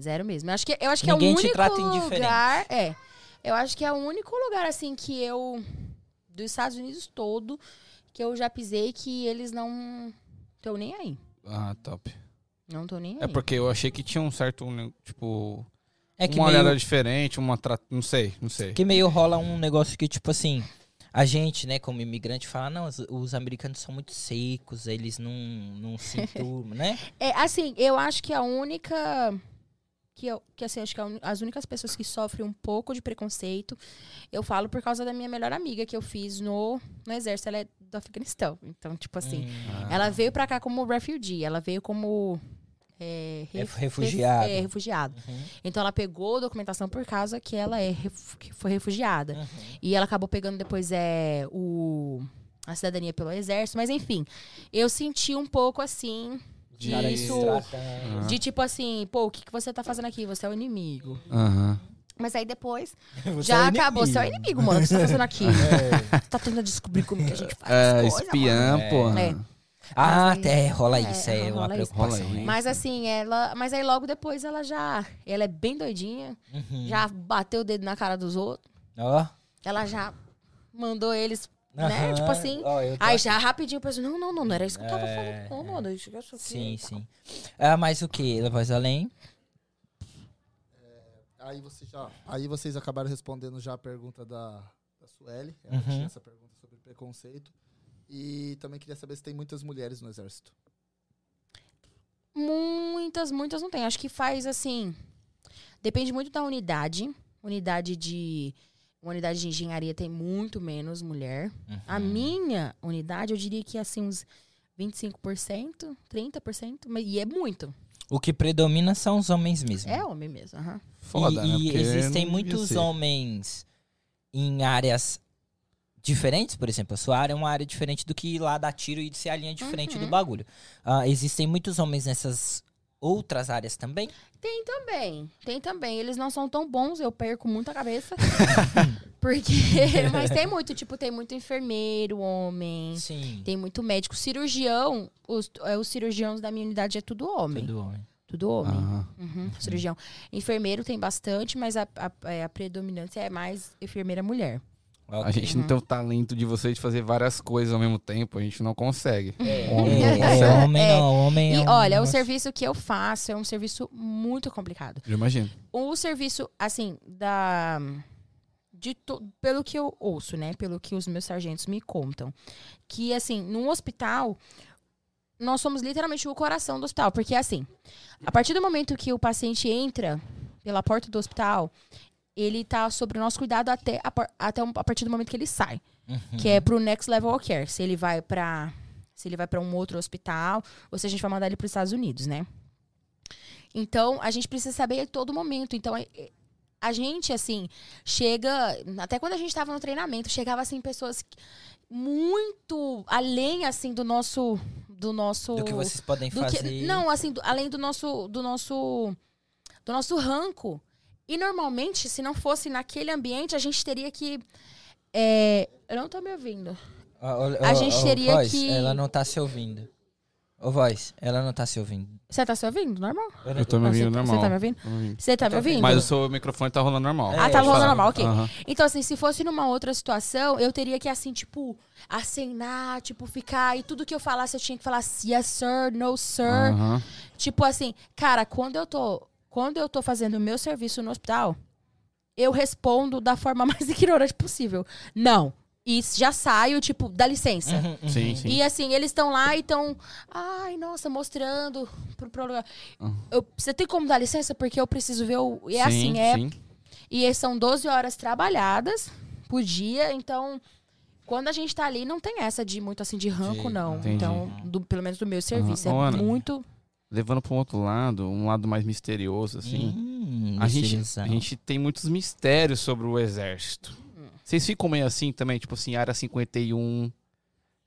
Zero mesmo. Eu acho que, eu acho que
Ninguém
é o
te
único
trata indiferente.
lugar. É. Eu acho que é o único lugar, assim, que eu. Dos Estados Unidos todo, que eu já pisei que eles não. Estão nem aí.
Ah, top.
Não estão nem aí.
É porque eu achei que tinha um certo, né, tipo,
É que
uma
meio,
olhada diferente, uma tra... não sei, não sei.
que meio rola um negócio que, tipo assim, a gente, né, como imigrante, fala, não, os, os americanos são muito secos, eles não, não
<laughs>
se enturmam, né?
É, assim, eu acho que a única. Que, eu, que assim, acho que a uni- as únicas pessoas que sofrem um pouco de preconceito, eu falo por causa da minha melhor amiga que eu fiz no, no exército, ela é do Afeganistão. Então, tipo assim,
Hum,
Ah,
ela veio pra cá como refugee, ela veio como. É,
é
ref-
refugiado.
é, refugiado.
Uhum,
Então ela pegou documentação por causa que ela é ref- que foi refugiada.
uhum.
E ela acabou pegando depois é, o, a cidadania pelo exército. Mas enfim, eu senti um pouco assim.
De-
Cara,
isso-
eles tratam-
Ah.
De tipo assim, pô, o que, que você tá fazendo aqui? Você é o inimigo.
Aham.
Mas aí depois
Você
já
é o
acabou. Você é o
inimigo. É.
inimigo, mano. O que você tá
<laughs>
fazendo aqui? tá tentando descobrir como que a gente faz as
É,
coisas, mano.
espiã,
mano.
porra.
É.
Ah,
Mas
até rola
é,
isso, é,
rola
uma
isso.
preocupação.
Rola
né?
isso.
Mas assim, ela. Mas aí logo depois ela já. Ela é bem doidinha.
Uhum.
Já bateu o dedo na cara dos outros.
Ó.
Ela já mandou eles, né?
Aham.
Tipo assim.
Ó, eu tô
Aí já rapidinho pensou, não, não, não, não era isso que eu tava
É,
falando, não, mano. Isso que eu sou
Sim, sim. Ah, mas o que? Voz além?
Aí, você já, aí vocês acabaram respondendo já a pergunta da, da Sueli. Ela
Uhum.
tinha essa pergunta sobre preconceito. E também queria saber se tem muitas mulheres no exército.
Muitas, muitas não tem. Acho que faz assim. Depende muito da unidade. Unidade de. Uma unidade de engenharia tem muito menos mulher.
Hum.
A
Uhum.
minha unidade, eu diria que assim, uns 25%, 30%, mas- e é muito.
O que predomina são os homens mesmo.
É homem mesmo. aham.
Foda,
e,
né?
e
Porque
existem
não devia
muitos
ser.
homens em áreas diferentes, por exemplo, a sua área é uma área diferente do que lá dar tiro e ser a linha diferente
Uhum.
do bagulho. Ah, existem muitos homens nessas outras áreas também?
Tem também, tem também. Eles não são tão bons, eu perco
<laughs>
muita cabeça. porque. <laughs> Mas tem muito, tipo, tem muito enfermeiro, homem.
Sim.
Tem muito médico. Cirurgião, os, é, os cirurgiões da minha unidade é tudo homem. Tudo,
Todo homem.
homem.
Aham.
Uhum, Cirurgião. Enfermeiro tem bastante, mas a, a- é, a predominância é mais enfermeira mulher.
A gente não tem o talento de vocês de fazer várias coisas ao mesmo tempo, a gente não consegue. Um
É,
Homem né? não
é,
consegue.
homem
É.
não, homem
E
é um-
olha, o serviço que eu faço é um serviço muito complicado.
Eu imagino.
O serviço, assim, da. De to- pelo que eu ouço, né? Pelo que os meus sargentos me contam. Que, assim, num hospital, nós somos literalmente o coração do hospital. Porque, assim, a partir do momento que o paciente entra pela porta do hospital, ele tá sobre o nosso cuidado até a, par- até um- a partir do momento que ele sai.
Uhum.
Que é pro next level of care. Se ele vai pra. Se ele vai para um outro hospital, ou se a gente vai mandar ele para os Estados Unidos, né? Então, a gente precisa saber a todo momento. Então, é- é- a gente, assim, chega. Até quando a gente estava no treinamento, chegava, assim, pessoas que- muito além, assim, do nosso. Do nosso.
Do que vocês podem
tipo, do que-
fazer.
não, assim, do- além do nosso. Do nosso. Do nosso ranco. E normalmente, se não fosse naquele ambiente, a gente teria que. é, eu não tô me ouvindo.
Ó, ó,
A
ó,
gente
ó,
teria
voz,
que-
Ela não tá se ouvindo. Ô, voz, ela não tá se ouvindo.
Você tá se ouvindo? Normal?
Eu tô me
Não, você-
ouvindo normal.
Você tá me ouvindo?
Tô me ouvindo.
Você tá me ouvindo?
Um Mas o seu microfone tá rolando normal.
Ah,
Ah,
É,
tá
deixa eu
rolando
falar.
normal, ok.
Aham.
Então, assim, se fosse numa outra situação, eu teria que, assim, tipo, acenar, tipo, ficar. E tudo que eu falasse, eu tinha que falar yes, sir, no, sir.
Aham.
Tipo assim, cara, quando eu tô. Quando eu tô fazendo o meu <laughs> serviço no hospital, eu respondo da forma mais ignorante possível. Não. e já saio, tipo, dá licença.
Uhum, uhum.
Sim, sim.
E assim, eles estão lá e estão. Ai, nossa, mostrando pro problema.
Uhum.
Você tem como dar licença? Porque eu preciso ver o. E é
sim,
assim, é.
sim.
E são 12 horas trabalhadas por dia, então. Quando a gente tá ali, não tem essa de muito assim de ranco,
Entendi,
não.
entendi. Uhum.
Então, do- pelo menos do meu serviço.
Ô,
é
Ana.
muito.
Levando para um outro lado, um lado mais misterioso, assim.
Hum,
A gente,
misterioso.
a gente tem muitos mistérios sobre o exército.
Hum.
Vocês ficam meio assim também, tipo assim, área 51,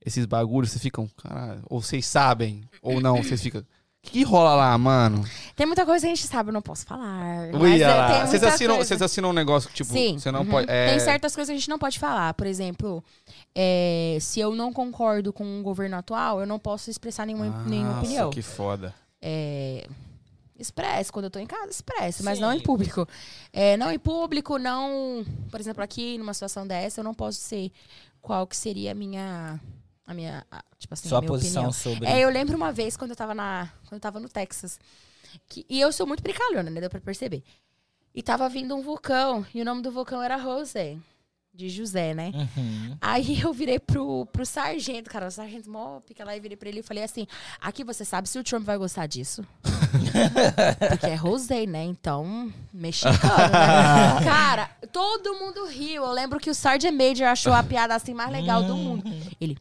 esses bagulhos, vocês ficam, caralho, ou vocês sabem, ou não, vocês ficam. O que, que rola lá, mano?
Tem muita coisa que a gente sabe, eu não posso falar.
Ui,
Mas é,
olha lá.
tem
Vocês
muita
assinam,
coisa.
vocês assinam um negócio que, tipo,
Sim.
você não
uhum.
pode. é,
Tem certas coisas que a gente não pode falar. Por exemplo, é, se eu não concordo com o governo atual, eu não posso expressar nenhuma, nenhuma
Nossa,
opinião.
Ah, que foda.
É, expresso, quando eu tô em casa, expresso, mas
Sim.
não em público. É, não em público, não. Por exemplo, aqui, numa situação dessa, eu não posso ser qual que seria a minha. A minha. a- tipo assim, a
Sua
minha
posição
opinião.
sobre.
É, eu lembro uma vez quando eu tava, na, quando eu tava no Texas. que- e eu sou muito brincalhona, né? Deu pra perceber. E tava vindo um vulcão, e o nome do vulcão era José. De José, né?
Uhum.
Aí eu virei pro, pro sargento, cara. O sargento mó pica lá e virei pra ele e falei assim: aqui você sabe se o Trump vai gostar disso. Porque é Rosé, né? Então, mexicano, né? Cara, todo mundo riu. Eu lembro que o Sergeant Major achou a piada assim mais legal
Hum.
do mundo.
Uhum.
Ele,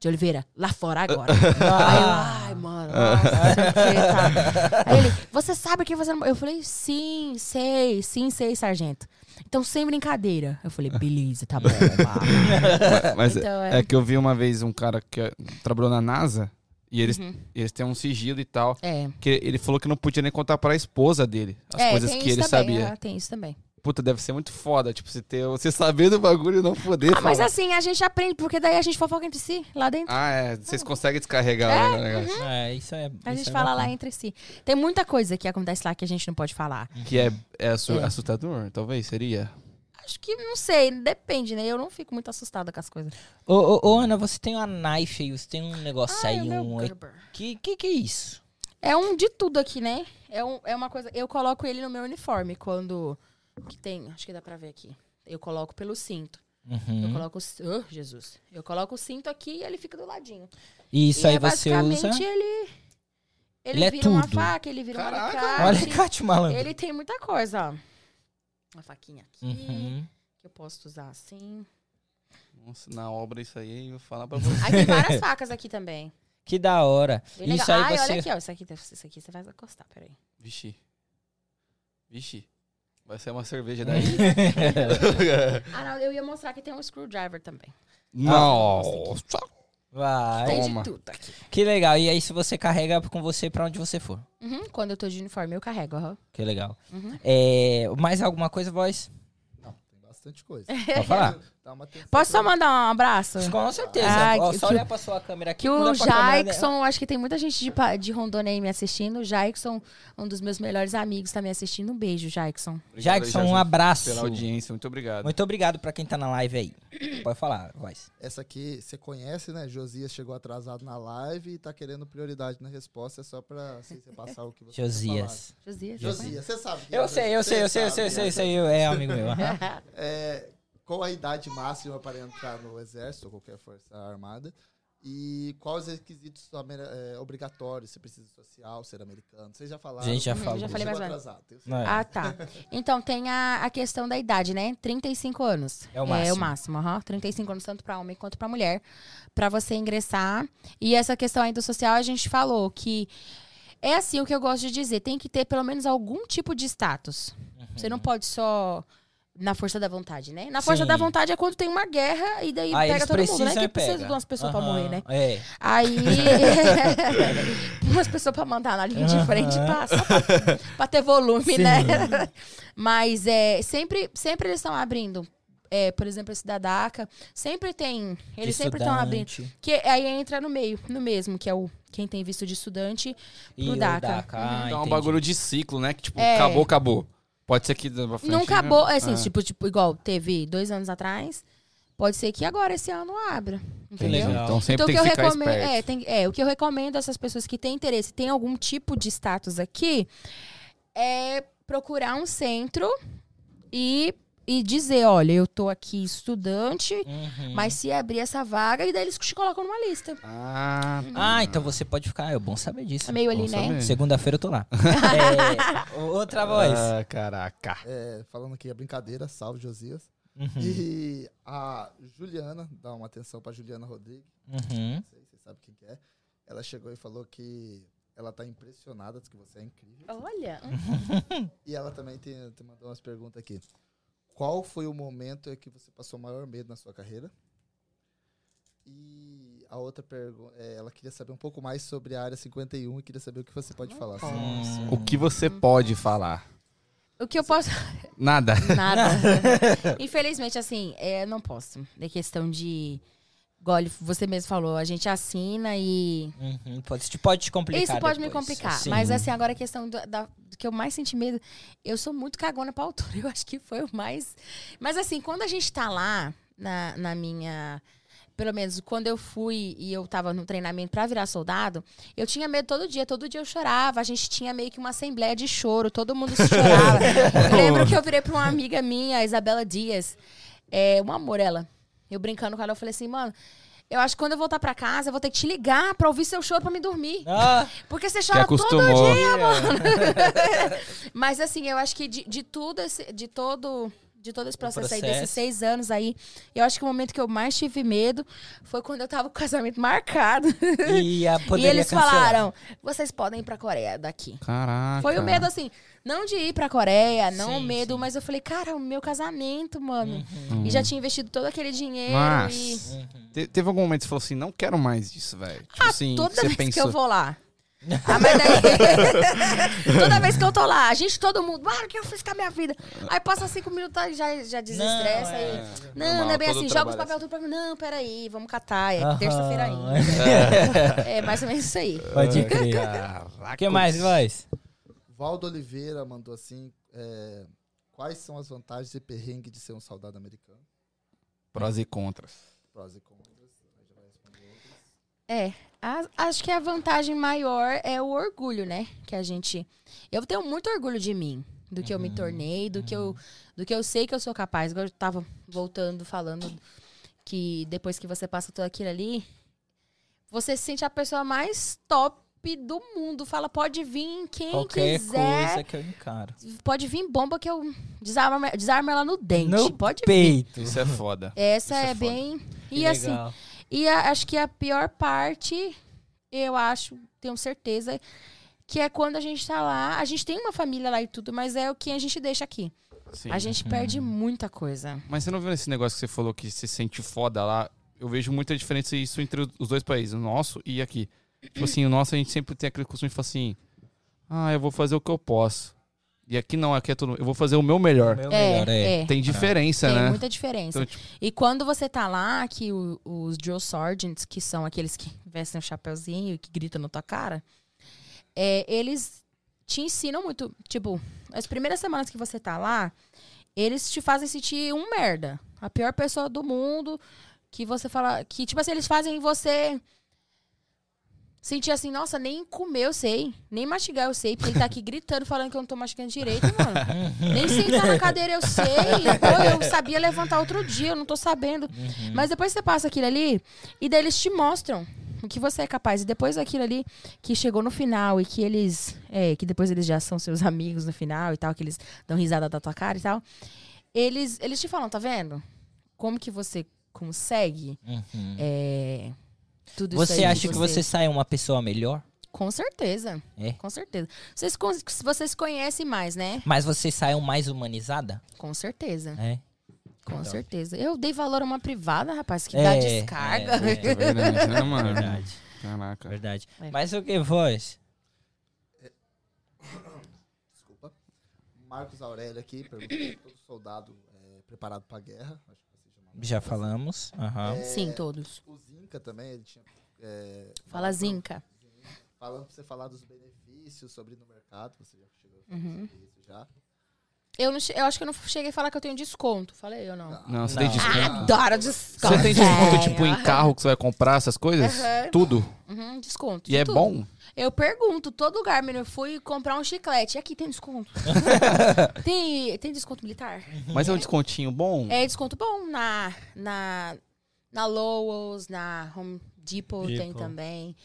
de Oliveira, lá fora agora. Aí eu,
Ah.
ai, mano, nossa, sei o quê,
<laughs>
tá. Aí ele, você sabe que você não. Eu falei, sim, sei, sim, sei, sargento. Então, sem brincadeira. Eu falei, beleza, tá bom. vá."
<laughs> Mas
Então,
é.
é.
que eu vi uma vez um cara que é, trabalhou na NASA e eles,
Uhum.
eles têm um sigilo e tal.
É.
Que ele falou que não podia nem contar pra esposa dele as
é,
coisas
tem
que
isso
ele
também,
sabia.
né? Tem isso também.
Puta, deve ser muito foda, tipo, você, ter, você saber do bagulho e não poder
Ah,
falar.
mas assim, a gente aprende, porque daí a gente fofoca entre si, lá dentro.
Ah, é, vocês conseguem descarregar o negócio.
É, isso é.
Ah,
A
isso
gente
é
fala
bacana.
lá entre si. Tem muita coisa que acontece lá que a gente não pode falar.
Que é, é assu- assustador, talvez, seria.
Acho que, não sei, depende, né? Eu não fico muito assustada com as coisas.
Ô, ô, ô, Ana, você tem uma knife aí, você tem um negócio
Ai,
aí,
o meu
um.
Gerber.
Que, que que é isso?
É um de tudo aqui, né? É, um, é uma coisa. Eu coloco ele no meu uniforme quando. Que tem. Acho que dá pra ver aqui. Eu coloco pelo cinto. Eu
Uhum.
coloco. o c- Oh, Jesus. Eu coloco o cinto aqui e ele fica do ladinho.
E isso
E
aí
é
você
basicamente
usa.
ele. Ele,
Ele é
vira uma
tudo.
faca, ele vira
Caraca,
uma
Olha, <laughs> Cate malandro.
Ele tem muita coisa, ó. Uma faquinha aqui,
Uhum.
que eu posso usar assim.
Nossa, na obra isso aí, eu vou falar pra você.
Aí
<laughs>
tem várias facas aqui também.
Que da hora.
Bem
Isso
legal.
aí
Ai,
você-
olha aqui, ó. Isso aqui, isso aqui você vai encostar, peraí.
Vixe. Vixe. Vai ser uma cerveja
<laughs>
daí. <laughs>
Ah, não, eu ia mostrar que tem um screwdriver também.
Nossa.
Vai.
Tem
Toma.
de tudo aqui.
Que legal. E aí se você carrega com você pra onde você for.
Uhum, quando eu tô de uniforme, eu carrego, aham.
Que legal.
Uhum.
É, mais alguma coisa, voz?
Não, tem bastante
<laughs>
coisa.
Pode falar.
Dá uma atenção
Posso só
pra-
mandar um abraço?
Com certeza.
Ai,
Ó,
Ah, que-
só
que-
olhar pra sua câmera aqui.
Que
olhar
o
pra câmera dela.
Jackson, acho que tem muita gente de, pa- de Rondônia aí me assistindo. O Jackson, um dos meus melhores amigos, tá me assistindo. Um beijo, Jackson.
Obrigado,
Jackson, um
Jason,
abraço.
Pela audiência, muito obrigado.
Muito obrigado pra quem tá na live aí. <coughs> Pode falar, voz.
Essa aqui você conhece, né? Josias chegou atrasado na live e tá querendo prioridade na resposta. É só pra assim, você passar o que você
Josias.
Josias.
falar. Josias, você sabe. que é
Eu sei, eu
Josias,
sei, eu
você
sei, eu sei, eu
sabe,
sei,
né?
eu sei, eu- é amigo meu. aham.
<laughs>
É, qual a idade máxima para entrar no exército ou qualquer força armada? E quais os requisitos só amer- é, obrigatórios? Se precisa social, ser americano? Vocês já falaram?
A gente já
Uhum,
falou.
já falei
chegou
mais ou menos.
atrasado, tenho
Não é.
Ah, tá. Então, tem a, a questão da idade, né? 35 anos.
É o máximo.
É o máximo, aham. 35 anos, tanto para homem quanto para mulher, para você ingressar. E essa questão aí do social, a gente falou que é assim o que eu gosto de dizer: tem que ter pelo menos algum tipo de status.
Uhum.
Você não pode só. Na força da vontade, né? Na força
Sim.
da vontade é quando tem uma guerra e daí
Ah,
pega
eles
todo mundo, né?
precisam
Que
e
precisa
pega.
de umas pessoas pra
Aham,
morrer, né?
É.
Aí.
<laughs>
<laughs> umas pessoas pra mandar na linha de frente pra, só pra, pra ter volume,
Sim.
né? <laughs> Mas é, sempre, sempre eles estão abrindo. É, por exemplo, esse da DACA. Sempre tem. Eles
de
sempre estão abrindo.
estudante.
Que aí entra no meio, no mesmo, que é o quem tem visto de estudante.
E
pro Uhum.
o
DACA.
DACA. Ah,
Então é um
entendi.
bagulho de ciclo, né? Que tipo,
É.
acabou, acabou. Pode ser que. da- pra frente,
Não acabou,
né?
assim,
Ah.
tipo, tipo, igual teve dois anos atrás. Pode ser que agora, esse ano, abra. Entendeu?
legal.
Então sempre
Então, o
tem
que eu
que ficar
recomendo,
esperto.
é, tem- é, o que eu recomendo a essas pessoas que têm interesse, tem algum tipo de status aqui, é procurar um centro e e dizer, olha, eu tô aqui estudante,
Uhum.
mas se abrir essa vaga, e daí eles te colocam numa lista.
Ah,
Ah, então você pode ficar. É bom saber disso.
É meio
Bom
ali, né?
saber.
Segunda-feira eu tô <laughs> lá. É, o- outra voz.
Ah, caraca.
É, falando que é brincadeira, salve Josias.
Uhum,
E a Juliana, dá uma atenção pra Juliana Rodrigues.
uhum.
Não sei, você sabe quem que é. Ela chegou e falou que ela tá impressionada, diz que você é incrível.
Olha.
Uhum.
uhum.
E ela também tem, te mandou umas perguntas aqui. Qual foi o momento em que você passou o maior medo na sua carreira? E a outra pergunta, ela queria saber um pouco mais sobre a área 51 e queria saber o que você pode falar. assim.
Uhum.
Hum.
O que você pode falar?
O que eu posso.
Nada.
<laughs> Nada. <laughs> Infelizmente, assim, é, não posso. É questão de. Gole, você mesmo falou, a gente assina e.
Uhum, pode, te- pode te complicar.
Isso pode me
depois.
complicar.
Sim.
Mas assim, agora a questão do, da- do que eu mais senti medo, eu sou muito cagona pra altura. <laughs> Eu acho que foi o mais. Mas assim, quando a gente tá lá na, na minha. Pelo menos quando eu fui e eu tava no treinamento pra virar soldado, eu tinha medo todo dia. Todo dia eu chorava. A gente tinha meio que uma assembleia de choro. Todo mundo se chorava.
<laughs>
eu lembro que eu virei pra uma amiga minha, a Isabela Dias. É, um amor ela. Eu brincando com ela, eu falei assim, mano, eu acho que quando eu voltar pra casa, eu vou ter que te ligar pra ouvir seu choro pra me dormir.
Ah,
Porque você
Que
chora todo
acostumou.
Mas assim, eu acho que de, de tudo esse, de todo de todo esse processo, aí,
processo.
desses seis anos aí, eu acho que o momento que eu mais tive medo foi quando eu tava com o casamento marcado. <laughs>
e, a
e
poderia
eles
cancelar.
falaram: vocês podem ir pra Coreia daqui.
Caraca.
Foi o medo, assim, não de ir pra Coreia, não o
Sim,
medo,
sim.
mas eu falei, cara, o meu casamento, mano.
Uhum,
E já tinha investido todo aquele dinheiro e.
Mas.
uhum.
te- Teve algum momento que você falou assim, não quero mais disso, velho. Tipo assim,
Ah, Toda
você
vez que
pensou.
eu vou lá.
<laughs>
Ah, mas daí- <laughs> Toda vez que eu tô lá, a gente, todo mundo, ah, o que eu fiz com a minha vida? Aí passa cinco minutos, aí já, já desestressa.
Não,
aí-
é.
Não,
Normal,
não é bem
todo
assim,
trabalho
joga os
é
papel
assim.
tudo pra mim. Não, peraí, vamos catar.
<laughs>
É
Aham.
terça-feira ainda. É mais ou menos isso aí.
Pode crer.
Caraca.
O que mais, voz?
Valdo Oliveira mandou assim, é, quais são as vantagens e perrengue de ser um soldado americano?
Prós e contras.
Prós e contras. Aí já vai responder outras.
A- acho que a vantagem maior é o orgulho, né? Que a gente. Eu tenho muito orgulho de mim, do que eu
Uhum.
me tornei, do que eu, do que eu sei que eu sou capaz. Agora eu tava voltando falando que depois que você passa tudo aquilo ali, você se sente a pessoa mais top do mundo. Fala, pode vir quem
Qualquer
quiser.
coisa que eu encaro.
Pode vir bomba que eu desarmo, desarmo ela no dente.
No
pode vir.
<laughs>
peito.
Isso é foda.
Essa
Isso é
é,
foda.
bem.
Que
E assim,
legal.
e a- acho que a pior parte, eu acho, tenho certeza, que é quando a gente tá lá. A gente tem uma família lá e tudo, mas é o que a gente deixa aqui.
Sim. Uhum.
A gente perde muita coisa.
Mas você não viu esse negócio que você falou que se sente foda lá? Eu vejo muita diferença isso entre os dois países, o nosso e aqui. Tipo assim, o nosso a gente sempre tem aquele costume de falar assim: ah, eu vou fazer o que eu posso. E aqui não, aqui é todo Eu vou fazer o meu melhor.
Meu
É,
melhor, é.
é.
Tem diferença,
Tem
né?
muita diferença.
Então, tipo,
E quando você tá lá, que o- os drill sergeants, que são aqueles que vestem o chapeuzinho e que gritam na tua cara, é, eles te ensinam muito. Tipo, as primeiras semanas que você tá lá, eles te fazem sentir um merda. A pior pessoa do mundo. Que você fala. Que, tipo assim, eles fazem você. Sentir assim, nossa, nem comer eu sei, nem mastigar eu sei, porque ele tá aqui gritando, falando que eu não tô mastigando direito, mano. Nem sentar na cadeira eu sei. Pô, eu sabia levantar outro dia, eu não tô sabendo. Mas depois você passa aquilo ali e daí eles te mostram o que você é capaz. E depois daquilo ali que chegou no final e que eles. é, que depois eles já são seus amigos no final e tal, que eles dão risada da tua cara e tal. Eles, eles te falam, tá vendo? Como que você consegue
Uhum.
é, tudo isso aí
Você
que
acha que você sai uma pessoa melhor?
Com certeza.
É.
Com certeza. Vocês, con- vocês conhecem mais, né?
Mas você sai um mais humanizada?
Com certeza.
É.
Com
Então.
certeza. Eu dei valor a uma privada, rapaz, que
É,
dá descarga.
é verdade, né, mano?
Verdade,
Caraca.
verdade.
É.
Mas o que, voz?
Desculpa. Marcos Aurélio aqui, pergunta se todo soldado é preparado para a guerra. Acho que você já mandou.
Já falamos. Aham.
<laughs> Sim, todos.
O Zinca também, ele tinha. é,
Fala
falado pra-
Zinca. Uhum.
Falando pra você falar dos benefícios sobre ir no mercado, você já chegou a falar sobre isso já.
Eu, não che- eu acho que eu não cheguei a falar que eu tenho desconto. Falei, eu não.
Ah.
Não, você tem
Não.
desconto.
Adoro desconto.
Você tem desconto, tipo,
em
em carro que você vai comprar, essas coisas?
Aham.
Tudo.
Uhum, desconto.
E é
tudo.
bom?
Eu pergunto, todo lugar, menino, eu fui comprar um chiclete. E aqui tem
<laughs>
desconto? tem, tem desconto militar?
Mas é um descontinho bom?
É desconto bom na, na, na Lowell's, na Home Depot tem
Depot.
também.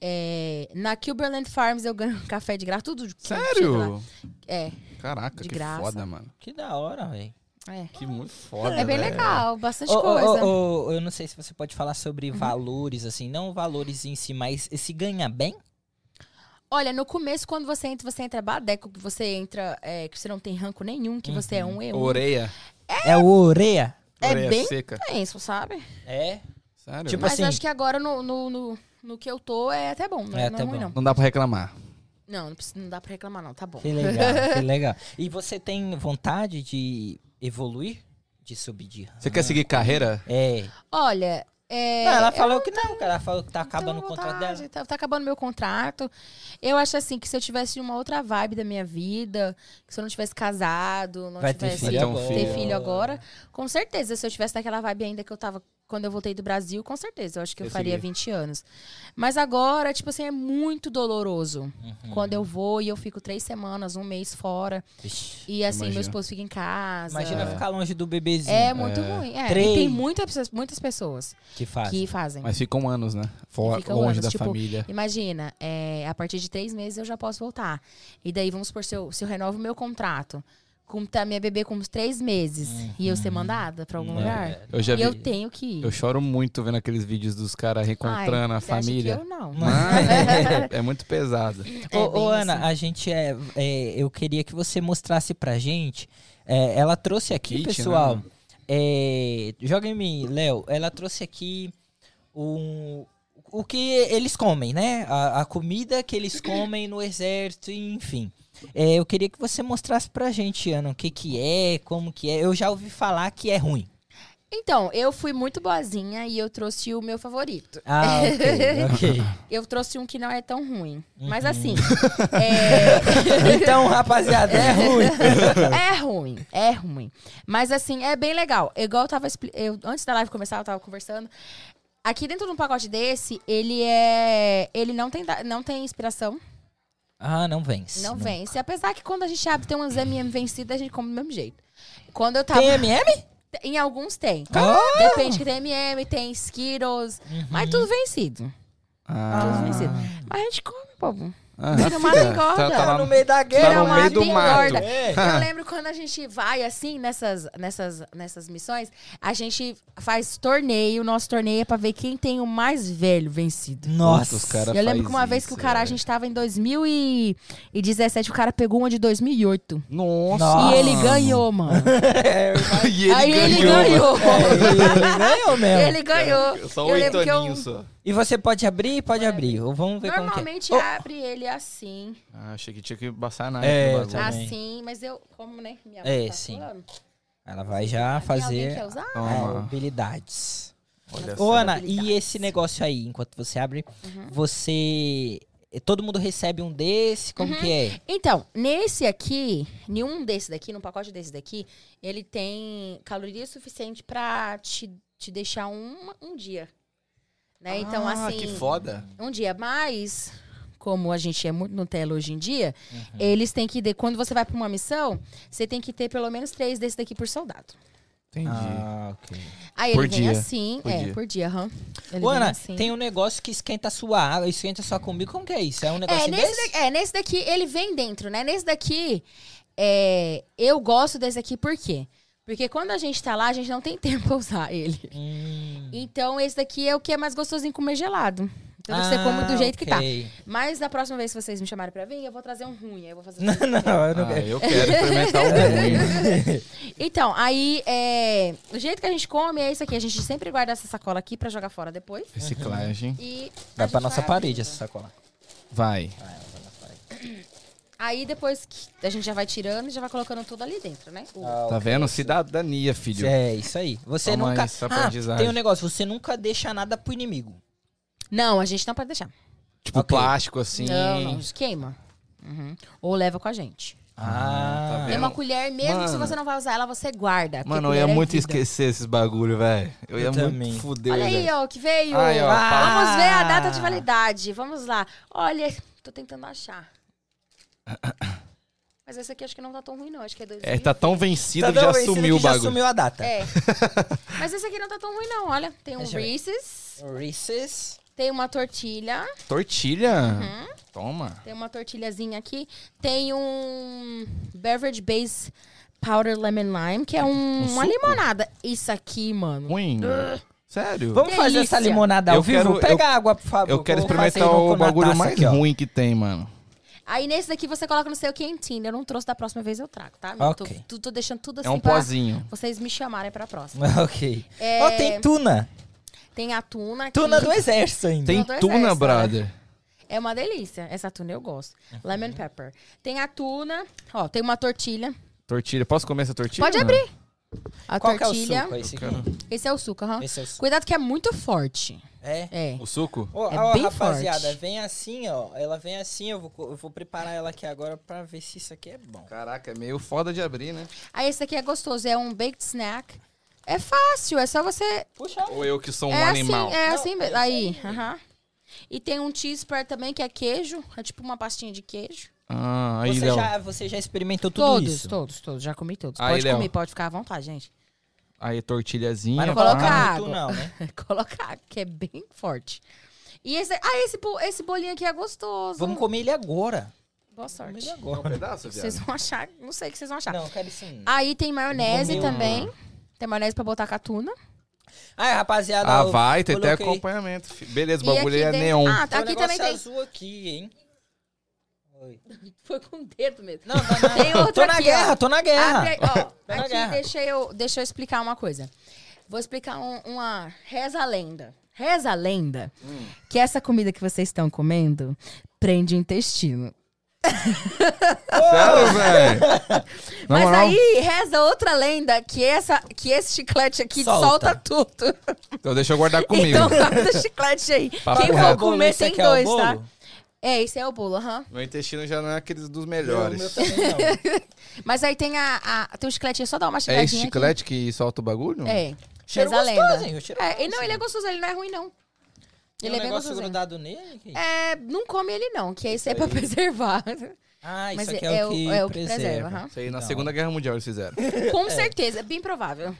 É, na Kilberland Farms eu ganho um café de graça, tudo. que chega lá.
Sério?
É,
Caraca,
De
que
graça.
foda, mano.
Que da hora, velho.
é.
Que muito foda, né?
É bem
velho.
legal, bastante
Ô, ô,
coisa. Uhum.
ô, ô, eu não sei se você pode falar sobre valores, assim, não valores em si, mas se ganha bem?
Olha, no começo, quando você entra, você entra badeco, que você entra, é, que você não tem ranco nenhum, que você
Uhum.
é um e um.
Orelha.
É o Oreia?
É
Orelha
bem-
seca.
Tenso, sabe?
É.
Sério?
Tipo
velho?
Mas
assim-
acho que agora no, no, no, no que eu tô é até bom, não
É
é, não
até
é ruim,
bom.
não.
Não dá pra reclamar.
Não, não, precisa- não dá pra reclamar, não, tá bom.
Que legal, que legal. E você tem vontade de evoluir? De subir de
Você quer seguir carreira?
É.
Olha, é,
Não, ela
eu
falou que não, cara. Ela falou que tá
não tenho
acabando o contrato
vontade,
dela.
Tá, tá acabando meu contrato. Eu acho assim que se eu tivesse uma outra vibe da minha vida, que se eu não tivesse casado, não
Vai ter
tivesse
filho agora.
ter filho agora, com certeza, se eu tivesse naquela vibe ainda que eu tava quando eu voltei do Brasil, com certeza, eu acho que eu
Eu
faria
segui.
20 anos. Mas agora, tipo assim, é muito doloroso.
Uhum.
Quando eu vou e eu fico três semanas, um mês fora.
Vixe.
E assim, meu
Imagino.
esposo fica em casa.
Imagina
É.
ficar longe do bebezinho
É muito ruim. É.
Três.
E tem muitas, muitas pessoas
que faz.
que fazem.
Mas ficam anos, né? Fora,
Ficam
longe
anos,
da
tipo,
família.
Imagina, é, a partir de três meses eu já posso voltar. E daí, vamos supor, se eu, se eu renovo meu contrato, com tá minha bebê com uns três meses, e eu ser mandada pra algum lugar,
Eu já vi.
eu
Uhum. É. Eu,
tenho que ir.
choro muito vendo aqueles vídeos dos caras reencontrando
Ai,
a
você acha
família.
que eu não.
Mano,
<laughs>
é, é muito pesado.
É
ô, ô,
bem
Ana, a gente é, é, Eu queria que você mostrasse pra gente. é, ela trouxe aqui,
Kit,
pessoal.
né?
é, joga em mim, Léo. Ela trouxe aqui um. O que eles comem, né? A, a comida que eles comem no exército, enfim. É, eu queria que você mostrasse pra gente, Ana, o que que é, como que é. Eu já ouvi falar que é ruim.
Então, eu fui muito boazinha e eu trouxe o meu favorito. <laughs>
Ah, ok,
Eu trouxe um que não é tão ruim. Mas
<laughs>
Uhum.
assim, é, <laughs>
ok. Então, rapaziada, é ruim.
é ruim, é ruim. Mas assim, é bem legal. Igual eu tava expli- eu, antes da live começar, eu tava conversando. Aqui dentro de um pacote desse, ele é. Ele não tem, da- não tem inspiração,
Ah, não vence.
não vence. Apesar que quando a gente abre tem umas MM vencidas, a gente come do mesmo jeito. Quando eu tava.
Tem MM?
Em alguns tem.
Ah! Uhum.
Depende que tem MM, tem Skittles. Mas tudo vencido. Tudo vencido. Mas a gente come, povo.
Ah,
Fica uma
filha,
engorda.
tá lá
no meio da
Tá
guerra,
no
é uma
meio do mato.
engorda.
É.
Ah.
Eu lembro quando a gente vai assim nessas, nessas, nessas missões, a gente faz torneio, o nosso torneio é pra ver quem tem o mais velho vencido.
Nossa,
Os
<laughs>
cara
eu lembro
faz
que uma vez que
isso, é.
o cara, a
velho.
gente tava em 2017, o cara pegou uma de 2008.
Nossa.
Nossa.
E ele ganhou, mano.
Ah. <laughs> E ele
Aí ele
ganhou. É.
É,
ganhou.
<laughs>
ele ganhou mesmo.
Ele ganhou.
Só
Eu
oito
lembro que eu-
aninhos só.
E você pode abrir? Pode abrir. Ou Vamos ver como que é.
Normalmente abre ele assim,
Ah, achei que tinha que passar nada.
É,
no bagulho.
tá. Também.
assim, mas eu, como, né? Minha
É,
mãe tá
sim.
falando.
Ela vai já
Tem alguém que é
fazer
quer usar?
ah,
Toma.
habilidades.
Olha
Ô,
só.
Ana, e esse negócio aí, enquanto você abre,
Uhum.
você. Todo mundo recebe um desse? Como que é?
Então, nesse aqui, nenhum desse daqui, num pacote desse daqui, ele tem caloria suficiente pra te, te deixar um, um dia. Né? Então,
Ah,
assim,
que foda.
um dia mais, como a gente é muito Nutella hoje em dia,
Uhum.
eles têm que. de- Quando você vai pra uma missão, você tem que ter pelo menos três desse daqui por soldado.
Entendi.
Ah, ok.
Aí
Por
ele vem
dia.
assim,
Por
é,
dia.
por dia, aham. Ele
Ô,
vem
Ana,
assim.
tem um negócio que esquenta a sua água, esquenta a sua comida. Como que é isso? É um negócio
É nesse,
desse?
daqui, é, nesse daqui ele vem dentro, né? Nesse daqui, é, eu gosto desse aqui por quê? Porque quando a gente tá lá, a gente não tem <laughs> tempo pra usar ele.
Hum.
Então, esse daqui é o que é mais gostosinho comer gelado. Então, você
Ah,
come do jeito que tá. Mas da próxima vez que vocês me chamarem pra vir, eu vou trazer um ruim. aí eu vou
<laughs>
fazer
Não, não, eu não
Ah,
quero.
eu quero experimentar
<laughs>
o ruim.
Então, aí, é, o jeito que a gente come é isso aqui. A gente sempre guarda essa sacola aqui pra jogar fora depois.
Reciclagem.
E a
Vai
gente
pra nossa parede assim.
abrindo.
essa sacola.
Vai.
Aí depois que a gente já vai tirando e já vai colocando tudo ali dentro, né? O-
Ah.
Tá vendo? Cidadania, filho.
É, isso aí. Você
Toma
nunca.
essa
Ah,
aprendizagem.
tem um negócio, você nunca deixa nada pro inimigo.
Não, a gente não pode deixar.
Tipo
Ok.
plástico, assim.
Não, não, a gente queima. Uhum. Ou leva com a gente.
Ah, tá
Ah,
vendo?
É uma colher, mesmo que se
Mano.
você não vai usar ela, você guarda. porque
Mano, eu ia
colher é
muito
vida.
esquecer esses bagulho, velho. Eu ia
Eu também.
muito fuder,
Olha aí,
velho.
ó, que veio.
Aí, ó,
Ah.
fala-
Vamos ver a data de validade. Vamos lá. Olha, tô tentando achar. Mas esse aqui acho que não tá tão ruim, não. Acho que é 2000.
É, tá tão vencido
Tá
que já
dando vencido
sumiu o
que já
bagulho.
sumiu a data.
É. Mas esse aqui não tá tão ruim, não. Olha, tem um
Deixa eu ver.
Reese's,
Reese's.
tem uma tortilha,
Tortilha?
Uhum.
Toma.
tem uma tortilhazinha aqui, tem um Beverage Base Powder Lemon Lime, que é um-
suco?
uma limonada. Isso aqui, mano.
Um-
Ruim. Sério?
Vamos fazer essa
Delícia.
limonada
Eu
ao vivo?
quero-
Pega
eu-
água, por favor.
Eu quero
Vou fazer
experimentar
no-
o
na
bagulho
taça
mais
aqui, ó.
ruim que tem, mano.
Aí nesse daqui você coloca no seu quentinho. Eu não trouxe da próxima vez, eu trago, tá? amigo? Tô-
Ok.
Tô, tô deixando tudo assim
É um
pra
pozinho.
vocês me chamarem pra próxima.
<laughs> ok.
É,
Ó, tem tuna.
Tem a tuna aqui.
Tuna do exército ainda.
Tem
Não, dois
tuna,
extra.
brother.
É uma delícia. Essa tuna eu gosto.
Uhum.
Lemon pepper. Tem a tuna. Ó, tem uma tortilha.
Tortilha. Posso comer essa tortilha?
Pode abrir. A
Qual que é o
tortilha.
suco? Esse aqui?
Esse é o suco, aham.
Esse é o suco.
Cuidado que é muito forte.
É.
É.
O suco?
Ó,
É
ó,
bem
rapaziada,
forte.
vem assim, ó. Ela vem assim, eu vou, co- eu vou preparar ela aqui agora pra ver se isso aqui é bom.
Caraca, é meio foda de abrir, né?
Aí esse aqui é gostoso. É um baked snack. É fácil. É só você...
Puxa.
Ou eu que sou um
é
animal.
assim. É
Não,
assim
é isso
mesmo. Aí, aham. E tem um cheese spread também, que é queijo. É tipo uma pastinha de queijo.
Ah, aí,
Você
Léo.
já, é. você já experimentou tudo
todos,
isso?
todos, todos. Já comi todos.
Aí,
pode
Léo.
comer, pode ficar à vontade, gente. <laughs>
Aí, tortilhazinha. Ah.
Mas não
Coloca
coloca muito
água.
não, né?
Colocar, que é bem forte. E esse... Ah, esse, bo- esse bolinho aqui é gostoso.
Vamos comer ele agora.
Boa
Vamos
sorte.
comer ele agora.
pedaço,
Vocês vão achar... Não sei o que vocês vão achar.
Não, eu quero sim.
Aí tem maionese
Eu vou comer
também. Tem maionese pra botar com a tuna.
Ah, rapaziada,
Ah,
ó,
vai, tem até
coloquei.
acompanhamento. fi. Beleza, o
E
bagulho aí é
aqui dentro-
neon.
Ah,
Tem um
aqui
negócio
também tem.
azul aqui, hein? Oi.
Foi com o dedo mesmo.
Não, tá na- <laughs>
Tem outro
tô na
aqui,
guerra,
ó.
tô na guerra.
Abre aí,
Ah. <laughs>
ó,
na
aqui
guerra.
deixa eu, deixa eu explicar uma coisa. Vou explicar um- uma reza a lenda. Reza a lenda que essa comida que vocês estão comendo prende o intestino.
Sério, velho? Na
tá. <laughs> Mas
moral,
aí reza outra lenda que, essa, que esse chiclete aqui
Solta.
solta, tudo.
Então deixa eu
<laughs>
guardar <laughs> comigo.
Então guarda o chiclete aí.
<laughs> Papo
Quem
reto.
for comer
Esse
tem
aqui é o
dois,
bolo?
tá? É, esse é o bolo, aham.
Meu intestino já não é aqueles dos
Meu,
melhores.
meu também não.
Mas aí tem a, a- tem o chicletinho, só dá uma
É
chicletinha
esse chiclete que solta o bagulho?
Aqui. É.
Cheiro
Cheiro a
gostoso,
lenda.
hein? O cheiro é
É, e não,
gostoso.
ele é gostoso, ele não é ruim, não.
Tem
ele
um
é bem
negócio
gostosinho.
grudado nele? que-
É, não come ele não, que esse é pra preservar.
<laughs> Ah, isso
Mas
aqui
é, o, é o que preserva. aham.
Isso aí na
Não.
Segunda Guerra Mundial eles fizeram.
É.
Com certeza, bem provável.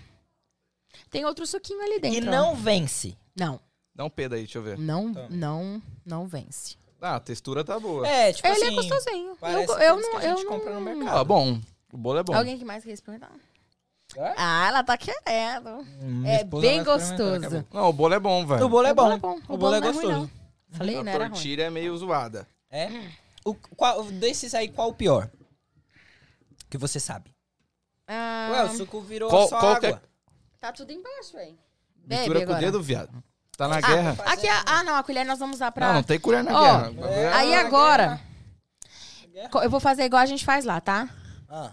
Tem outro suquinho ali dentro.
E
ó.
não vence.
Não,
Dá um pedo aí, deixa eu ver.
não,
Toma.
não, não vence.
Ah, a textura tá boa.
É, tipo
ele
assim...
é gostosinho.
parece
Eu, eu
aqueles
não,
que a gente
eu
compra no
não...
mercado.
Ah, bom. O bolo é bom.
Alguém que mais quer experimentar?
É?
Ah, ela tá querendo.
Hum, minha
É
esposa
bem
vai experimentar daqui a
gostoso.
Não, o bolo é bom, velho.
pouco. O bolo é
O bolo
bom.
é bom,
O bolo é
não ruim,
gostoso.
não. Falei, não
A
era ruim.
tortilha é meio zoada.
É?
Hum.
O, qual, desses aí, qual o pior? Que você sabe.
Ah,
Ué, o suco virou
Qual-
só
qual que é-
água.
Tá tudo embaixo, hein?
Mistura com o dedo, viado. Tá na guerra.
Ah, aqui, a- ah, não, a colher nós vamos usar pra...
Não, não tem colher na
Ó,
guerra. O bagulho é-
Aí
Ah,
agora,
guerra.
co- eu vou fazer igual a gente faz lá, tá?
Ah,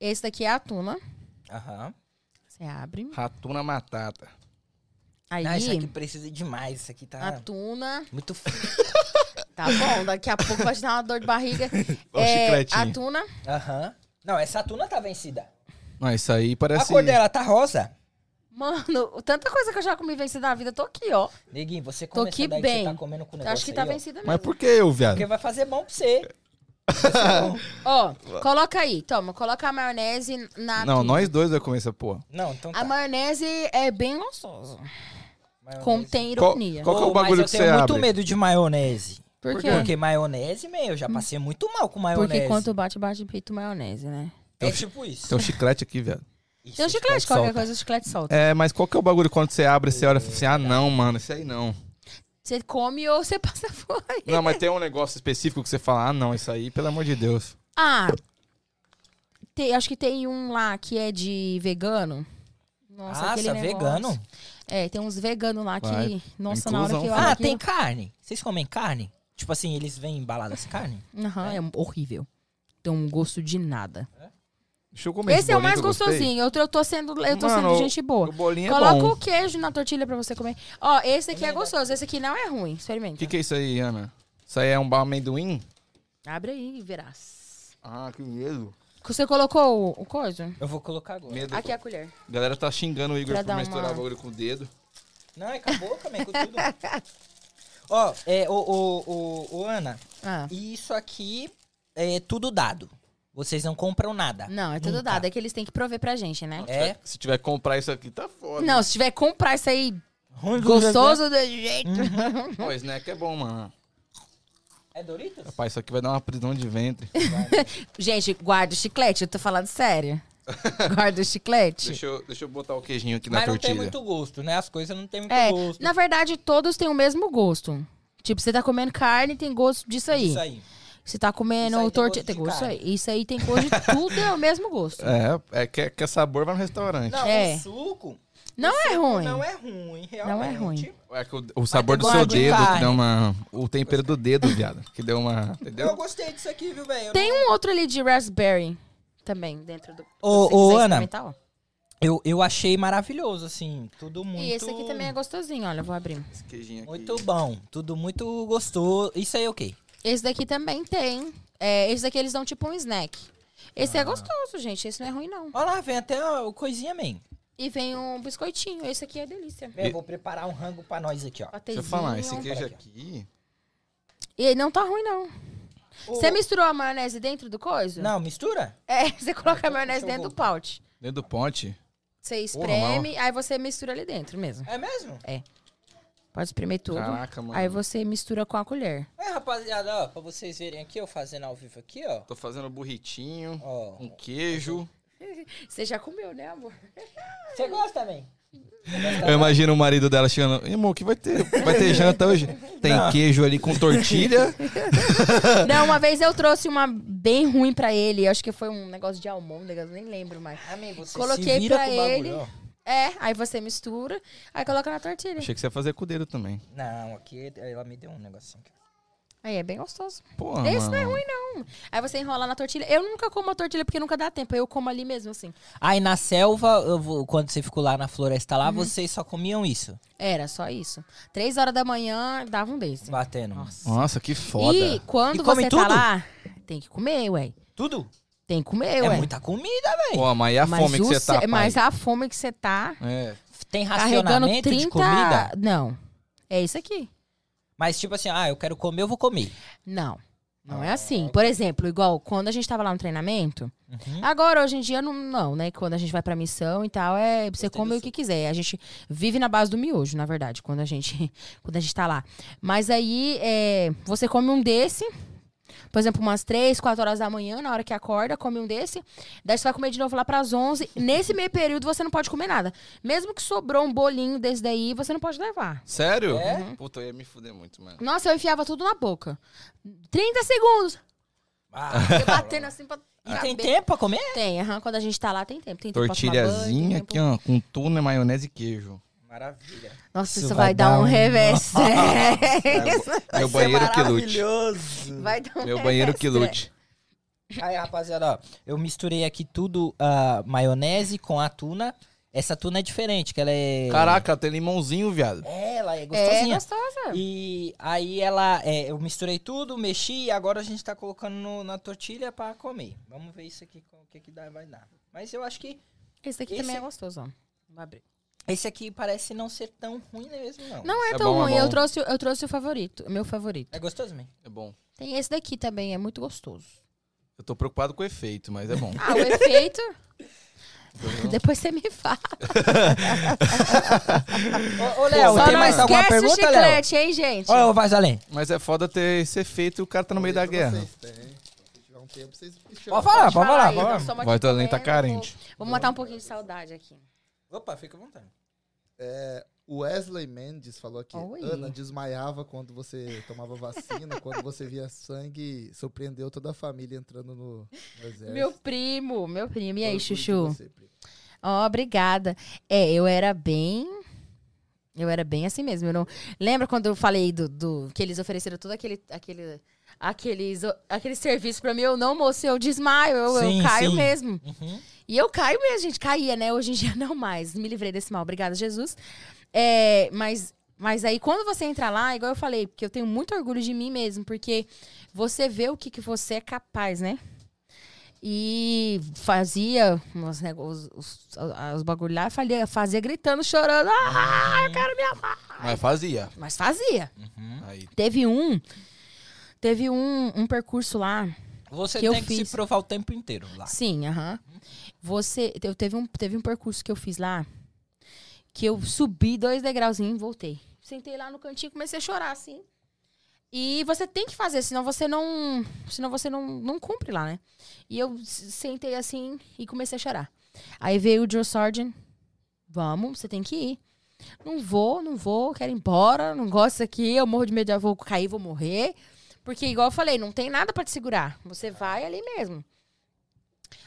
Esse daqui é a tuna.
Aham.
Você abre.
é Ratuna matata.
Aí,
Ah, isso aqui precisa demais. Isso aqui tá
a tuna...
muito... f-
Tá bom, daqui a pouco vai te dar uma dor
<laughs>
de barriga. É,
Ó o chicletinho.
a tuna...
Aham. Não, essa tuna tá vencida.
Não, isso aí
A
parece...
cor dela tá rosa.
Mano, tanta coisa que eu já comi vencida na vida, eu tô aqui, ó.
Neguinho, você
Tô
come
aqui
essa daí que
bem.
você tá comendo com o
Eu
negócio
acho que tá
aí, ó.
vencida mesmo.
Mas por que eu,
Porque
viado?
vai fazer bom pra você.
Ó, coloca aí, toma, coloca a maionese na
Não,
tuna.
nós dois vai comer essa porra.
Não, então tá.
A maionese é bem gostosa.
Maionese.
Contém
Qual-
ironia.
qual- que é o
Ô, mas
bagulho
eu
que
tenho
você
muito
abre?
medo de maionese.
Por quê?
Porque maionese, meu, eu já passei muito mal com maionese.
Porque quanto bate, bate peito maionese, né?
É tipo isso.
Tem um chiclete aqui, viado.
Isso,
Tem um
o
chiclete,
solta.
qualquer coisa, o chiclete solta.
É, mas qual que é o bagulho quando você abre, você olha e fala assim, ah, não, mano, isso aí não.
Você come ou você <laughs> passa fome.
Não, mas tem um negócio específico que você fala, ah, não, isso aí, pelo amor de Deus.
Ah, tem- acho que tem um lá que é de vegano. Nossa,
Nossa,
aquele negócio.
Ah, vegano.
É, tem uns veganos lá que...
Vai.
Nossa, na hora que eu
Inclusão.
olho
Ah,
aquilo-
tem carne. Vocês comem carne? Tipo assim, eles vêm embaladas carne?
Aham, é. horrível. Tem um gosto de nada.
Deixa eu comer
Esse é o
bolinho
mais
que eu gostei.
gostosinho. Eu tô, eu tô sendo, eu tô
Mano,
sendo gente boa.
O bolinho é
Coloca
bom.
o queijo na tortilha pra você comer. Ó, esse aqui é gostoso. Esse aqui não é ruim.
O
Experimenta.
que, que é isso aí, Ana? Isso aí é um bar amendoim?
Abre aí e verás.
Ah, que medo.
Você colocou o, o coisa?
Eu vou colocar agora.
Medo.
Aqui a colher.
é A galera tá xingando o Igor
Pra
por
dar
misturar
uma-
o bagulho com o dedo.
Não, acabou também é com tudo. <laughs> Ó, é, o, o, o, o Ana,
Ah.
isso aqui é tudo dado. Vocês não compram nada.
Não, é tudo
Nunca.
dado. É que eles têm que prover pra gente, né?
É
Se tiver que comprar isso aqui, tá foda.
Não, se tiver que comprar isso aí
ruim
gostoso do jeito. <laughs>
Pô, snack é bom, mano.
É Doritos?
Rapaz, isso aqui vai dar uma prisão de ventre.
<laughs> Gente, guarda o chiclete. Eu tô
<laughs>
falando sério. Guarda o chiclete.
deixa, eu, deixa eu botar o queijinho aqui na
Mas não tem
é tortilha.
muito gosto, né? As coisas não tem muito
É,
gosto.
na verdade, todos têm o mesmo gosto. Tipo, você tá comendo carne, tem gosto disso aí.
Isso aí.
Você tá
Isso aí
comendo
tem
tortilha,
gosto
tem
de
gosto
carne.
aí. Isso aí tem gosto
<laughs>
de tudo, é o mesmo gosto.
É, é quer, quer sabor, vai no restaurante.
Não,
É.
o suco
Não é ruim.
não é ruim, realmente.
é ruim.
É que o, o sabor do
tem
seu
gosto de
dedo que
carne.
deu uma. O tempero do dedo, viado. Que deu uma.
Eu
Entendeu?
gostei disso aqui, viu, velho? Eu
Tem um outro ali de raspberry também dentro do.
Ô,
se você
ô,
quiser
Ana.
experimentar, ó.
não- Eu, eu achei maravilhoso, assim. Tudo muito.
E esse aqui também é gostosinho, olha, eu vou abrir.
Esse queijinho aqui.
Muito bom. Tudo muito gostoso. Isso aí é o quê?
Esse daqui também tem. É, esse daqui eles dão tipo um snack. Esse
Ah.
é gostoso, gente. Esse não é ruim, não.
Olha lá, vem até o coisinha, man.
E vem um biscoitinho. Esse aqui é delícia.
Vem, eu vou preparar um rango pra nós aqui, é ó.
Deixa eu
Patezinho.
falar, esse queijo
Olha
aqui.
E não tá ruim, não. Você misturou a maionese dentro do coisa?
Não, mistura?
É, <laughs> você coloca a
Deixa
maionese
eu
dentro do
voltar.
paute.
Dentro do ponte.
Você
Porra,
espreme, aí você mistura ali dentro mesmo.
É mesmo?
Pode espremer tudo.
Caraca, mano.
Aí você mistura com a colher.
É, rapaziada, ó, pra vocês verem aqui, eu fazendo ao vivo aqui, ó.
Tô fazendo burritinho.
Ó.
Com queijo.
Você já comeu, né, amor?
Você gosta, man?
Eu imagino o marido dela chegando. "Ih, Amor, que vai ter? Vai ter janta hoje? Tem queijo ali com tortilha.
<laughs> Não, uma vez eu trouxe uma bem ruim pra ele. Acho que foi um negócio de almôndegas, nem lembro mais.
Amém, você
Coloquei
se vira
pra
com o bagulho,
ele.
ó.
É, aí você mistura, aí coloca na tortilha.
Achei que você ia fazer com o dedo também.
Não, aqui ela me deu um negocinho aqui.
Aí é bem gostoso.
Porra,
Esse não é
mano.
ruim, não. Aí você enrola na tortilha. Eu nunca como a tortilha porque nunca dá tempo. Eu como ali mesmo, assim.
Aí na selva, eu vou- quando você ficou lá na floresta
Uhum.
lá, vocês só comiam isso?
Era só isso. Três horas da manhã, dava um desse.
Batendo.
Nossa, que foda.
E quando
E come
você tá
tudo?
lá, tem que comer, ué.
Tudo?
Tem que comer,
é
ué.
muita comida, velho.
Pô, mas e a fome que
o
você tá,
ce-
pai?
mas a fome que você tá
É.
Tem
carregando
racionamento
30...
de comida?
Não. É isso aqui.
Mas tipo assim, ah, eu quero comer, eu vou comer.
Não. Não é assim. Por exemplo, igual quando a gente tava lá no treinamento.
Uhum.
Agora, hoje em dia, não, não, né? Quando a gente vai pra missão e tal, é você
Gostei
come
do
o que quiser. A gente vive na base do miojo, na verdade, quando a gente, <laughs> quando a gente tá lá. Mas aí, é, você come um desse, por exemplo, umas três, quatro horas da manhã, na hora que acorda, come um desse. Daí você vai comer de novo lá pras 11. Nesse meio período, você não pode comer nada. Mesmo que sobrou um bolinho desse daí, você não pode levar.
Sério? Uhum.
É?
Puta, eu ia me fuder muito, mano.
Nossa, eu enfiava tudo na boca. 30 segundos.
<laughs>
Ah,
Fiquei batendo assim pra.
e tem
caber.
tempo pra comer?
Tem, aham. Quando a gente tá lá, tem tempo. Tem tempo pra tomar
Tortilhazinha
banho, tem
aqui,
tempo-
ó, com tuna, maionese e queijo.
Maravilha.
Nossa,
Isso
isso, vai, dar um revés.
Meu banheiro que lute.
maravilhoso.
vai dar um
Meu banheiro que lute.
Aí, rapaziada, ó, eu misturei aqui tudo a maionese com a tuna. Essa tuna é diferente, que ela é...
Caraca, tem limãozinho, viado.
É, ela é
É
gostosinha.
gostosa.
E aí ela, é, eu misturei tudo, mexi e agora a gente tá colocando no- na tortilha pra comer. Vamos ver isso aqui, o que que dá, vai dar. Mas eu acho que
Esse aqui
Esse-
também é gostoso, ó. Vou abrir.
esse aqui parece não ser tão ruim mesmo, não.
Não é,
É
tão
bom, é
ruim.
bom.
eu, trouxe, eu trouxe o favorito. Meu favorito.
É gostoso, man?
É bom.
Tem esse daqui também, é muito gostoso.
Eu tô preocupado com o efeito, mas é bom.
Ah, o efeito. Depois você me fala.
Ô, ô Léo,
Só
É, tem
não
mais alguma
esquece o
pergunta, Léo?
chiclete, hein, gente?
Ô, vai além.
Mas é foda ter esse efeito e o cara tá no meio da guerra.
Vocês têm. Se tiver um tempo, vocês
Pode falar, pode
Fala
falar, pode
aí, nós
falar.
estamos aqui
Vai, tô além, tá
comendo,
carente.
Vou, vou matar um pouquinho de saudade aqui.
Opa, fica à vontade.
O Wesley Mendes falou aqui,
Oi.
Ana desmaiava quando você tomava vacina, quando você via sangue, surpreendeu toda a família entrando no, no exército.
Meu primo, meu primo. E
Orgulho
aí,
um de
Chuchu?
você, primo.
Ó, obrigada. É, eu era bem. Eu era bem assim mesmo. Eu não... Lembra quando eu falei do, do- que eles ofereceram todo aquele. aquele aqueles, aquele serviço pra mim? Eu não, moço, eu desmaio, eu, eu
Sim,
caio
sim.
mesmo.
Uhum.
E eu caio mesmo, gente. Caía, né? Hoje em dia <laughs> não mais. Me livrei desse mal. Obrigada, Jesus. É, mas, mas aí, quando você entra lá, igual eu falei, porque eu tenho muito orgulho de mim mesmo, porque você vê o que, que você é capaz, né? E fazia uns negócios, os, os bagulho lá, fazia, fazia gritando, chorando. Ah, eu quero minha mãe.
Mas fazia.
Mas fazia.
uhum.
Aí.
Teve um. Teve um, um percurso lá
Você
Que eu
tem que
fiz.
se provar o tempo inteiro lá.
Sim, aham. Você. Eu teve um, teve um percurso que eu fiz lá que eu subi dois degrauzinhos e voltei. Sentei lá no cantinho, comecei a chorar, assim. E você tem que fazer, senão você não. Senão você não, não cumpre lá, né? E eu s- sentei assim e comecei a chorar. Aí veio o Joe Sargent. Vamos, você tem que ir. Não vou, não vou, quero ir embora, não gosto disso aqui, eu morro de medo, eu vou cair, vou morrer. Porque, igual eu falei, não tem nada pra te segurar. Você vai ali mesmo.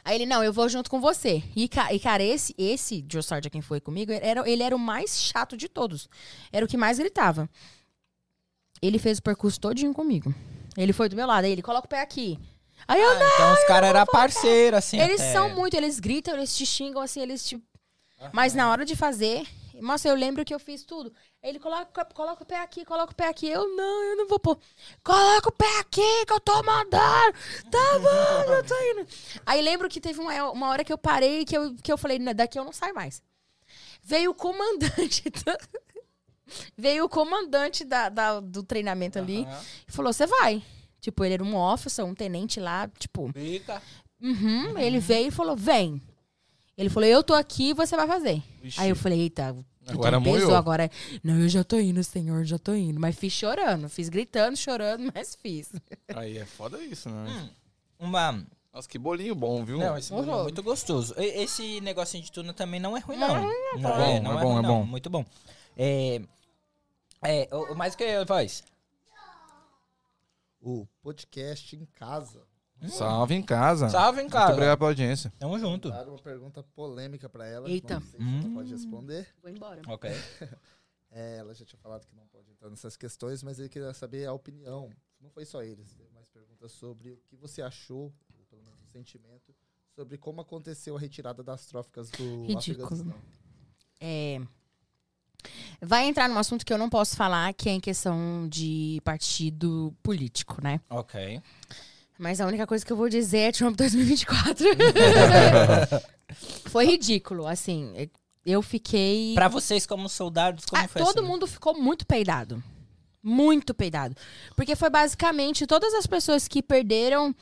Aí ele, não, eu vou junto com você. E, ca- e, cara, esse, esse Joe Sargent, quem foi comigo, ele era, ele era o mais chato de todos. Era o que mais gritava. Ele fez o percurso todinho comigo. Ele foi do meu lado, aí ele coloca o pé aqui. Aí eu,
Ah, então os caras eram parceiros, assim.
eles
até.
são muito, eles gritam, eles te xingam, assim, eles te. Mas na hora de fazer, nossa, eu lembro que eu fiz tudo. Ele coloca, coloca o pé aqui, coloca o pé aqui. Eu não, eu não vou pôr. Coloca o pé aqui que eu tô mandando. Tá bom, eu tô indo. Aí lembro que teve uma, uma hora que eu parei que eu, que eu falei, "Não, daqui eu não saio mais. Veio o comandante. <laughs> da- Veio o comandante da, da- do treinamento ali
Aham.
e falou: você vai. Tipo, ele era um officer, um tenente lá, tipo.
Eita.
Uhum, ele veio e falou, vem. Ele falou, eu tô aqui, você vai fazer. Aí eu falei, eita,
Agora
agora
moiou.
pesou agora. Não, eu já tô indo, senhor, já tô indo. Mas fiz chorando, fiz gritando, chorando, <laughs> mas fiz.
Aí é foda isso, né?
Uma.
Nossa, que bolinho bom, viu?
Não, esse bolinho é
Horror.
muito gostoso. E- Esse negocinho de tuna também não é ruim, não. Não
cara. Bom,
é, não
é
é
bom,
ruim,
é
não.
bom.
Muito bom. É. É, o, o mais que eu voz.
O podcast em casa.
hum. Salve em casa.
Salve, hein,
Muito
cara.
obrigado pela audiência.
Tamo junto.
Mandaram uma pergunta polêmica pra ela.
Eita.
Não sei se ela
Hum.
pode responder.
Vou embora.
Ok.
É, ela já tinha falado que não pode entrar nessas questões, mas ele queria saber a opinião. Não foi só eles. Teve mais perguntas sobre o que você achou, ou pelo menos o sentimento, sobre como aconteceu a retirada das tróficas do
Ridículo.
Afeganistão.
Vai entrar num assunto que eu não posso falar, que é em questão de partido político, né?
Ok.
Mas a única coisa que eu vou dizer é Trump <laughs> 2024. Foi ridículo, assim. Eu fiquei.
Pra vocês, como soldados, como
Ah,
foi assim?
todo
essa-
mundo ficou muito peidado. Muito peidado. Porque foi basicamente todas as pessoas que perderam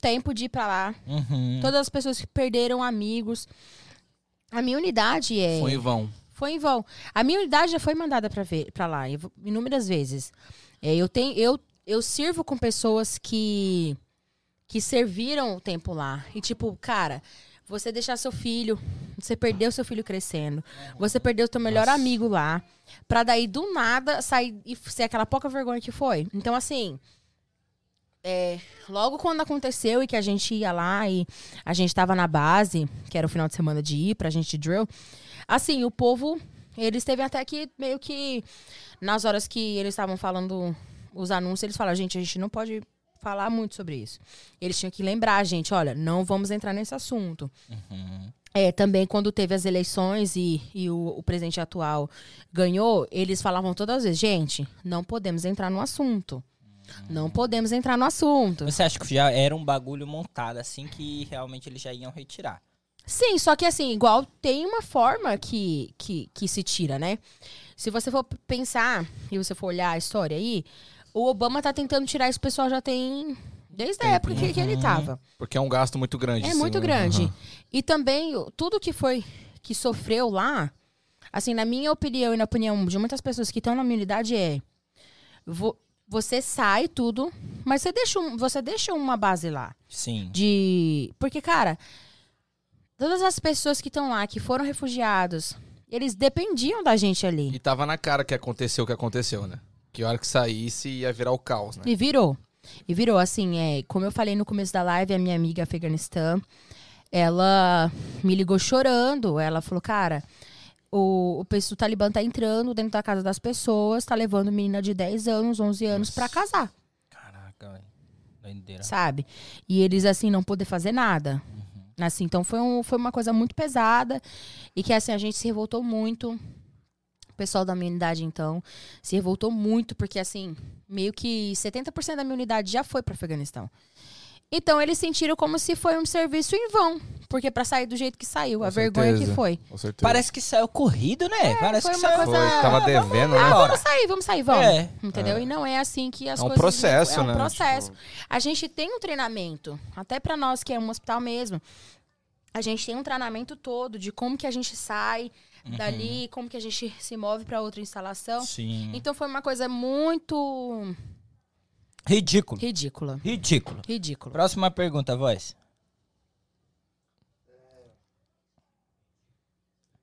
tempo de ir pra lá,
Uhum.
todas as pessoas que perderam amigos. A minha unidade é.
Foi em vão.
Foi em vão. A minha unidade já foi mandada pra ver para lá inv- inúmeras vezes. É, eu tenho eu eu sirvo com pessoas que que serviram o tempo lá e tipo, cara, você deixar seu filho, você perdeu seu filho crescendo, você perdeu seu melhor amigo lá, pra daí do nada sair e f- ser aquela pouca vergonha que foi. Então assim, é, logo quando aconteceu e que a gente ia lá e a gente tava na base, que era o final de semana de ir pra gente drill, assim, o povo, eles teve até que meio que nas horas que eles estavam falando os anúncios, eles falaram, gente, a gente não pode falar muito sobre isso. Eles tinham que lembrar a gente, olha, não vamos entrar nesse assunto. É, também quando teve as eleições e, e o, o presidente atual ganhou, eles falavam todas as vezes, gente, não podemos entrar no assunto. Não podemos entrar no assunto.
Você acha que já era um bagulho montado, assim, que realmente eles já iam retirar?
Sim, só que assim, igual tem uma forma que, que, que se tira, né? Se você for pensar e você for olhar a história aí, o Obama tá tentando tirar esse pessoal já tem. Desde a época que, que ele tava.
Porque é um gasto muito grande.
É
sim.
muito grande.
Uhum.
E também, o- tudo que foi. que sofreu lá, assim, na minha opinião e na opinião de muitas pessoas que estão na minha unidade, é. vo- você sai tudo, mas você deixa, um- você deixa uma base lá.
Sim.
De. Porque, cara, todas as pessoas que estão lá, que foram refugiados, eles dependiam da gente ali.
E tava na cara que aconteceu o que aconteceu, né? Que a hora que saísse ia virar o caos, né?
E virou. E virou, assim, é, como eu falei no começo da live, a minha amiga Afeganistã, ela me ligou chorando. Ela falou, cara, o, o pessoal o Talibã tá entrando dentro da casa das pessoas, tá levando menina de 10 anos, 11 anos pra casar,
Caraca,
É.
velho. Doideira.
sabe? E eles, assim, não poder fazer nada.
Uhum.
Assim, então foi, um, foi uma coisa muito pesada e que assim a gente se revoltou muito. O pessoal da minha unidade então se revoltou muito porque assim, meio que 70% da minha unidade já foi para Afeganistão. Então eles sentiram como se foi um serviço em vão, porque pra sair do jeito que saiu,
Com
a vergonha
certeza.
que foi.
Com certeza.
Parece que saiu corrido, né? Parece
É, foi
que
uma
saiu.
coisa-
Foi, tava devendo,
Ah,
né?
Bora.
vamos sair, vamos sair, vamos.
É.
Entendeu? E não é assim que as
É um
coisas...
processo,
É um
né?
processo. A gente tem um treinamento, até pra nós que é um hospital mesmo. A gente tem um treinamento todo de como que a gente sai
Uhum.
dali, como que a gente se move pra outra instalação.
Sim.
Então foi uma coisa muito
Ridículo.
ridícula.
Ridículo.
Ridícula.
Próxima pergunta, voz.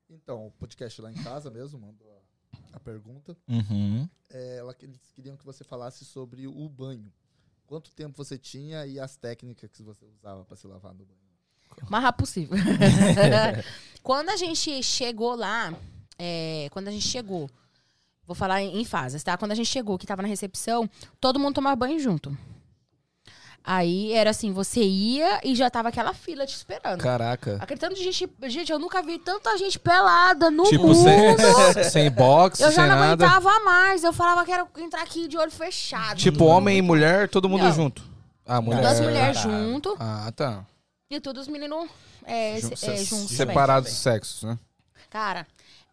Então, o podcast lá em casa mesmo mandou a- a pergunta.
Uhum.
É, ela, eles queriam que você falasse sobre o banho. Quanto tempo você tinha e as técnicas que você usava para se lavar no banho?
mais rápido
<laughs>
possível. quando a gente chegou lá, é, quando a gente chegou, vou falar em, em fases, tá? Quando a gente chegou, que tava na recepção, todo mundo tomava banho junto. Aí era assim, você ia e já tava aquela fila te esperando.
Caraca.
Aquele tanto de gente. Gente, eu nunca vi tanta gente pelada no
Tipo,
mundo. <laughs>
sem, sem box,
Eu já
sem
não
nada.
aguentava mais. Eu falava que era entrar aqui de olho fechado.
Tipo, homem e mulher, todo mundo
Não.
junto. Ah, mulher.
Duas mulheres
tá.
junto
Ah, tá.
e todos os meninos é,
Jun-
se- é,
se-
juntos. também.
separados os sexos, né?
Cara,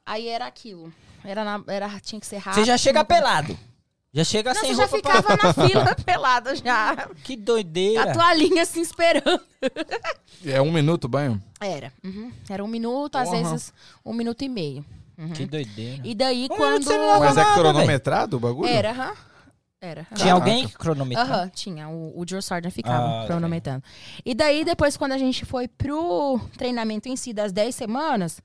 aí era aquilo. Era, na- era tinha que ser rápido.
Você já chega
Não-
pelado. Já chega
Não,
sem
você já
roupa. pra-
ficava
<laughs>
na fila pelada já.
Que doideira.
A toalhinha assim esperando.
É um minuto o banho?
Era. uhum. Era um minuto, às
Porra.
vezes um minuto e meio.
Que doideira.
E
Um
daí
minuto
quando.
você não lava
Mas é
nada,
cronometrado o bagulho?
Era, aham. Era. aham.
Tinha alguém que cronometrava?
Aham, tinha. O, o Joe Sargent ficava
Ah,
cronometrando. E daí, depois, quando a gente foi pro treinamento em si das 10 semanas,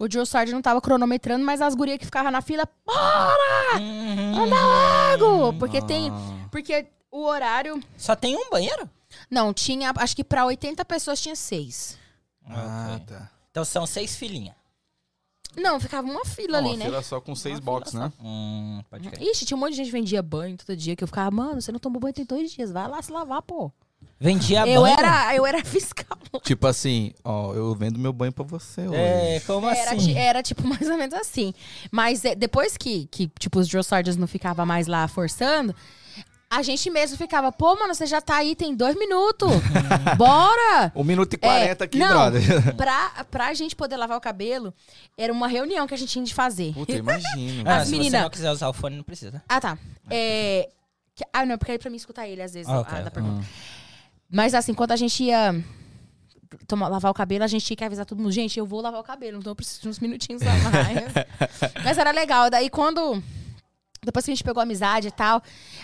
o Joe Sargent não tava cronometrando, mas as gurias que ficavam na fila, para,
Uhum.
anda logo! Porque tem.
Ah,
Porque o horário.
Só tem um banheiro?
Não, tinha. Acho que pra 80 pessoas tinha seis.
ah,
Ok.
tá.
Então são seis filhinhas.
Não, ficava uma fila
Uma
ali, né?
fila só com seis box, né?
Hum, pode crer.
Ixi, tinha um monte de gente que vendia banho todo dia, que eu ficava, mano, você não tomou banho tem dois dias, vai lá se lavar, pô.
Vendia
eu
banho?
era, eu era <laughs> fiscal.
Tipo assim, ó, eu vendo meu banho pra você hoje.
É, como
Era,
assim?
ti- era, tipo, <laughs> mais ou menos assim. Mas é, depois que, que, tipo, os Drossardians não ficava mais lá forçando, a gente mesmo ficava, pô, mano, você já tá aí, tem dois minutos. Bora!
Um minuto e quarenta aqui,
não.
brother.
Pra, pra gente poder lavar o cabelo, era uma reunião que a gente tinha de fazer.
Puta, imagino.
Ah,
As
se
menina-
você não quiser usar o fone, não precisa.
Ah, tá. É. que- ah, não, porque era pra mim escutar ele às vezes.
Ah,
Ah,
ok.
da pergunta. Mas assim, quando a gente ia tomar, lavar o cabelo, a gente tinha que avisar todo mundo: gente, eu vou lavar o cabelo, então eu preciso de uns minutinhos a mais.
<laughs>
Mas era legal. Daí quando. Depois que a gente pegou amizade e tal,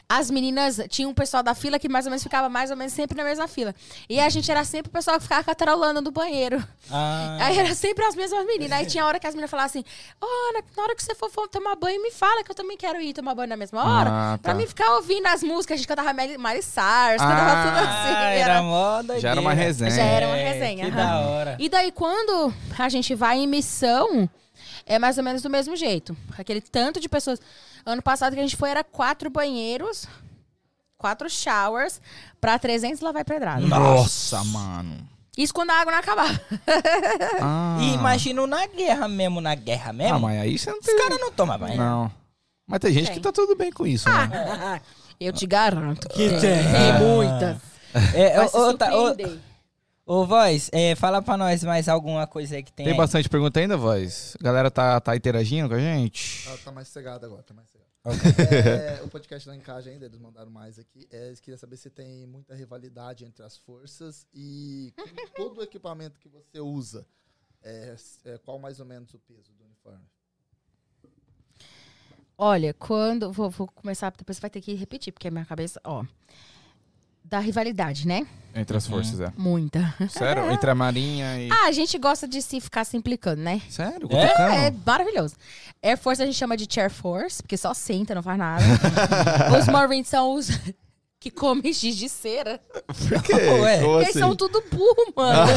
as meninas. Tinha um pessoal da fila que mais ou menos ficava mais ou menos sempre na mesma fila. E a gente era sempre o pessoal que ficava catarolando no banheiro.
Ah,
Aí era sempre as mesmas meninas. Aí tinha hora que as meninas falavam assim: Ô, Ana, na hora que você for, for tomar banho, me fala que eu também quero ir tomar banho na mesma hora.
Ah,
Pra
tá.
mim ficar ouvindo as músicas, a gente cantava Mari Miley Cyrus,
Ah,
cantava <laughs> tudo assim.
ah,
era-
era moda.
Já era uma resenha.
Já era uma
Que
resenha, aham.
da hora.
E daí, quando a gente vai em missão, é mais ou menos do mesmo jeito. Aquele tanto de pessoas. Ano passado que a gente foi, era quatro banheiros, quatro showers, pra 300 lá vai pedrada.
Nossa, mano.
Isso quando a água não acabava.
Ah,
E imagino na guerra mesmo, na guerra mesmo.
ah, mas aí você não tem.
Os caras não tomam banho.
Não. Mas tem gente
Tem. Ah,
que tá tudo bem com isso, né?
Eu te garanto que, tem.
Ah.
Tem muitas.
É,
Vai se
ô, ô, tá, ô,
surpreender.
ô, voz, é, fala pra nós mais alguma coisa aí que tem.
Tem
aí.
bastante pergunta ainda, voz? A galera tá, tá interagindo com a gente?
Tá, tá mais cegado agora, tá mais cegado.
Ok.
É, o podcast lá em casa ainda, eles mandaram mais aqui. É, eles queriam saber se tem muita rivalidade entre as forças e com todo o equipamento que você usa. é, é, qual mais ou menos o peso do uniforme?
Olha, quando. Vou, vou começar, depois vai ter que repetir, porque a minha cabeça. Ó. Da rivalidade, né?
Entre as forças, é.
Muita.
Sério? Entre a Marinha e.
<laughs> Ah, a gente gosta de se ficar se implicando, né?
Sério?
É?
Cutucando?
É maravilhoso. Air Force a gente chama de Chair Force, porque só senta, não faz <laughs> nada. os Marines são os <laughs> que comem giz de cera.
Por quê?
<laughs> Ué,
Como
Eles são tudo burro, <laughs> mano.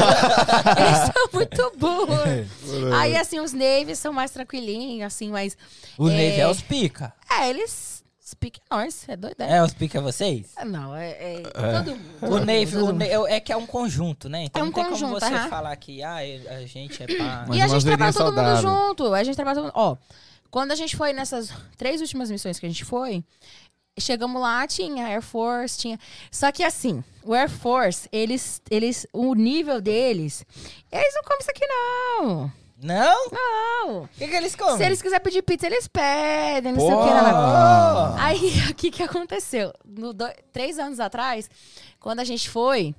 Eles são muito burros. Aí, assim, os Navies são mais tranquilinhos, assim, mas.
O
É.
Neve é os pica.
É, eles. Speak noise, é doideira.
É, os pica é vocês?
Não, é, é todo mundo.
O
todo
Neve,
mundo,
o
todo mundo.
Neve- é que é um conjunto, né? Então
É um
não tem como
conjunto,
você
aham.
falar que ah, eu- a gente é pá.
Mas
E a
uma
gente
zoeirinha
trabalha todo mundo
saudável.
junto. A gente trabalha todo mundo. Ó, quando a gente foi nessas três últimas missões que a gente foi, Chegamos lá, tinha Air Force, tinha. Só que assim, o Air Force, eles. eles o nível deles. Eles não comem isso aqui, não.
Não?
Não.
O que, que eles comem?
Se eles quiserem pedir pizza, eles pedem, não sei o
Pô.
que. Não, não.
Ah.
Aí, <laughs> o que que aconteceu? No do- Três anos atrás, quando a gente foi,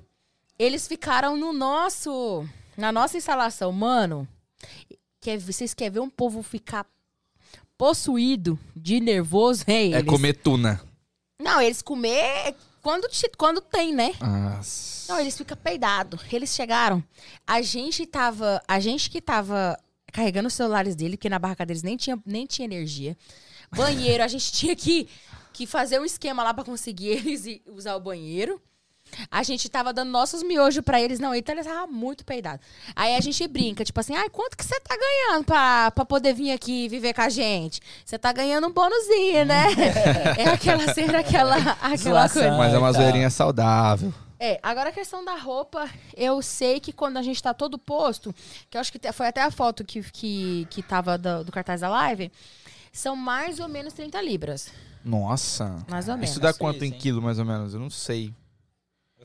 eles ficaram no nosso... Na nossa instalação. Mano, quer, vocês querem ver um povo ficar possuído de nervoso? Hein,
É
eles-
comer tuna.
Não, eles comer quando, te- quando tem, né?
Nossa.
Não, eles ficam peidados. Eles chegaram. A gente tava. A gente que tava carregando os celulares dele, porque na barraca deles nem tinha, nem tinha energia. Banheiro, a gente <laughs> tinha que, que fazer um esquema lá pra conseguir eles ir usar o banheiro. A gente tava dando nossos miojos pra eles, não. Então eles estavam muito peidados. Aí a gente brinca, tipo assim, ai, quanto que você tá ganhando pra, pra poder vir aqui viver com a gente? Você tá ganhando um bônusinho, né? é aquela cena, aquela, aquela
Zoação.
coisa.
Mas é uma
Ai, tá.
zoeirinha saudável.
É, agora a questão da roupa, eu sei que quando a gente tá todo posto, que eu acho que te- foi até a foto que, que, que tava do, do cartaz da live, são mais ou menos 30 libras.
Nossa.
Mais ou menos.
Isso dá
Ah, isso,
quanto em
hein?
quilo, mais ou menos? Eu não sei.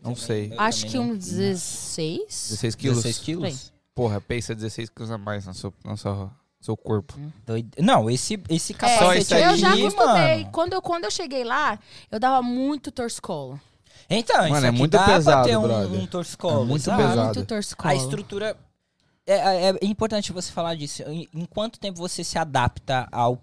Não sei.
Eu
Acho
também né?
que
não-
uns 16.
16 quilos?
16 quilos?
Porra, pensa 16 quilos a mais no seu, no seu, seu corpo.
Doido. Não, esse, esse
É,
capacete
esse
aí,
eu já acostumei.
mano.
Quando eu, quando eu cheguei lá, eu dava muito torcicolo.
Então,
Mano,
isso
é
aqui
muito
dá pra
pesado,
ter um,
brother.
um torcicolo.
É muito
exato.
pesado.
Muito torcicolo.
A estrutura... É, é importante você falar disso. Em, em quanto tempo você se adapta ao,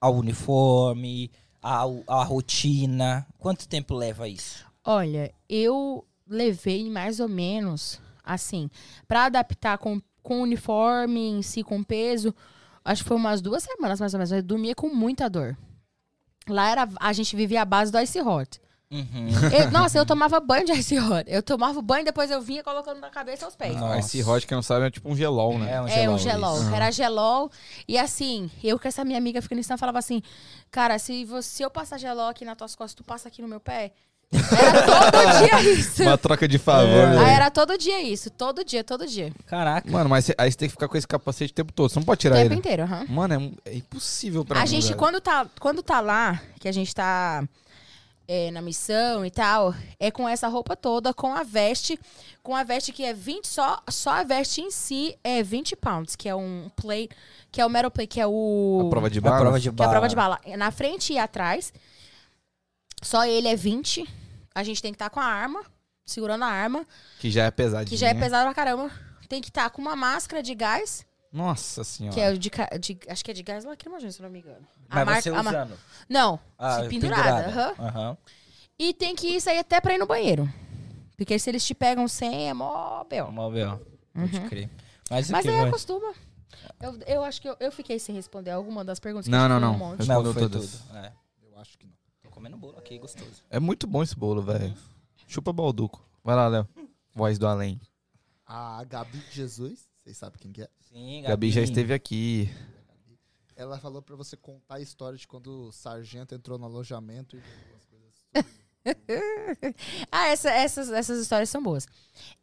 ao uniforme, ao, à rotina? Quanto tempo leva isso?
Olha, eu levei mais ou menos, assim, pra adaptar com, com o uniforme em si, com o peso, acho que foi umas duas semanas mais ou menos. Eu dormia com muita dor. Lá era, a gente vivia a base do Ice Hot.
Uhum.
<laughs>
<laughs>
Eu- nossa, eu tomava banho de Ice Hot. Eu tomava banho, depois eu vinha colocando na cabeça aos pés.
Nossa.
Ah, Esse Rod, que não sabe, é tipo um gelol, né?
um
É, um
isso.
gelol. Era gelol. E assim, eu com essa minha amiga ficando eu falava assim, cara, se, você, se eu passar gelol aqui nas tuas costas, tu passa aqui no meu pé? Era todo dia
<laughs>
isso.
Uma troca de favor. velho.
É. Aí era todo dia isso, todo dia, todo dia.
Caraca.
Mano, mas cê- aí você tem que ficar com esse capacete o tempo todo. Você não pode
O
tirar
tempo
ele.
inteiro, aham.
Mano, é, um- é impossível pra
A
mim.
gente,
velho.
quando tá, quando tá lá, que a gente tá é, na missão e tal, é com essa roupa toda, com a veste, com a veste que é 20, só, só a veste em si é 20 pounds, que é um play, que é o metal play, que é o...
A prova de
A
bala.
prova de
Que é a
bala.
prova de bala. É Na frente e atrás. Só ele é 20. A gente tem que estar com a arma, segurando a arma,
Que já é pesadinho.
que já é pesado pra caramba. Tem que estar com uma máscara de gás,
Nossa senhora.
Ah.
que é o de, ca- de- Acho que é de gás lacrimogêneo, se eu não me engano.
Mas
mar-
você
a ma-
usando.
Não,
Ah,
se pendurada. aham.
Aham.
E tem que sair até pra ir no banheiro. Porque se eles te pegam sem, é mó bel.
Uma B.O. Pode crer. Mas, o
Uhum. Mas
que
aí é
vai?
acostuma. Eu, eu acho que eu, eu fiquei sem responder alguma das perguntas. que
Não, não,
eu fiz um
não.
monte.
Não,
Respondeu
foi
todas.
tudo. É.
Eu acho que não.
Tô comendo bolo aqui, gostoso.
É muito bom esse bolo, velho. Chupa balduco. Vai lá, Léo. Voz do além.
A Gabi de Jesus, vocês sabem quem que é?
Sim,
Gabi já esteve aqui.
Ela falou pra você contar a história de quando o sargento entrou no alojamento e algumas coisas.
Ah, essa- essas, essas histórias são boas.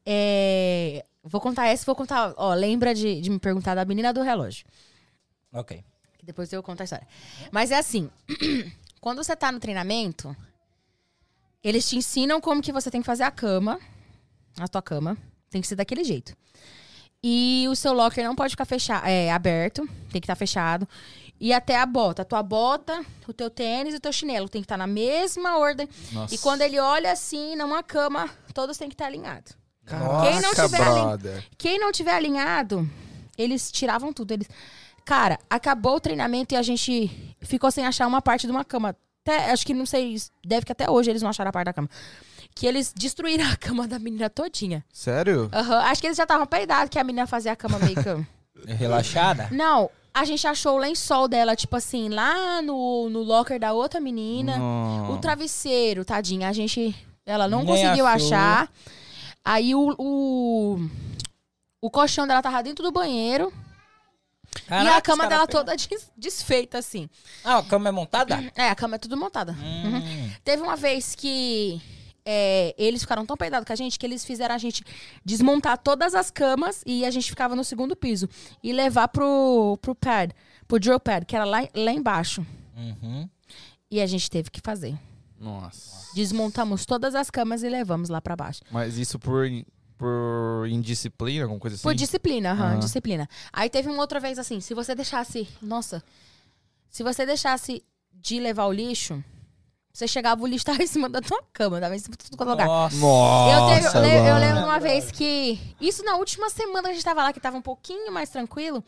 É, vou contar essa, vou contar. Ó, lembra de, de me perguntar da menina do relógio.
Ok.
Que depois eu conto a história. Mas é assim: <clears throat> quando você tá no treinamento, eles te ensinam como que você tem que fazer a cama, a tua cama. Tem que ser daquele jeito. E o seu locker não pode ficar fecha é, aberto, tem que estar fechado. E até a bota. A tua bota, o teu tênis e o teu chinelo tem que estar na mesma ordem.
Nossa.
E quando ele olha assim, numa cama, todos têm que tá estar alinhados.
Caraca,
Quem não tiver além-
brother.
Quem não tiver alinhado, eles tiravam tudo. Eles... Cara, acabou o treinamento e a gente ficou sem achar uma parte de uma cama. Até, acho que não sei, deve que até hoje eles não acharam a parte da cama. Que eles destruíram a cama da menina todinha.
Sério?
Aham, Acho que eles já estavam peidados que a menina fazia a cama meio que...
Relaxada?
<laughs> Não, a gente achou o lençol dela, tipo assim, lá no, no locker da outra menina.
Não.
O travesseiro, tadinha, a gente. Ela não
Nem
conseguiu
achou.
achar. Aí o, o. o colchão dela tava dentro do banheiro. e
Caraca,
a cama
os cara
dela
pegam-
toda des- desfeita, assim.
Ah, a cama é montada?
É, a cama é tudo montada.
Hum.
Teve uma vez que. é, eles ficaram tão peidados com a gente que eles fizeram a gente desmontar todas as camas e a gente ficava no segundo piso e levar pro, pro pad, pro drill pad, que era lá, lá embaixo.
Uhum.
E a gente teve que fazer.
Nossa.
Desmontamos todas as camas e levamos lá pra baixo.
Mas isso por, por indisciplina, alguma coisa assim?
Por disciplina, aham,
Ah.
disciplina. Aí teve uma outra vez assim, se você deixasse, nossa, se você deixasse de levar o lixo, você chegava o lixo tava em cima da tua cama, tava em cima de tudo quanto é lugar.
Nossa.
Eu,
Nossa,
teve- eu le- eu
mano.
lembro uma vez que. Isso na última semana que a gente tava lá, que tava um pouquinho mais tranquilo.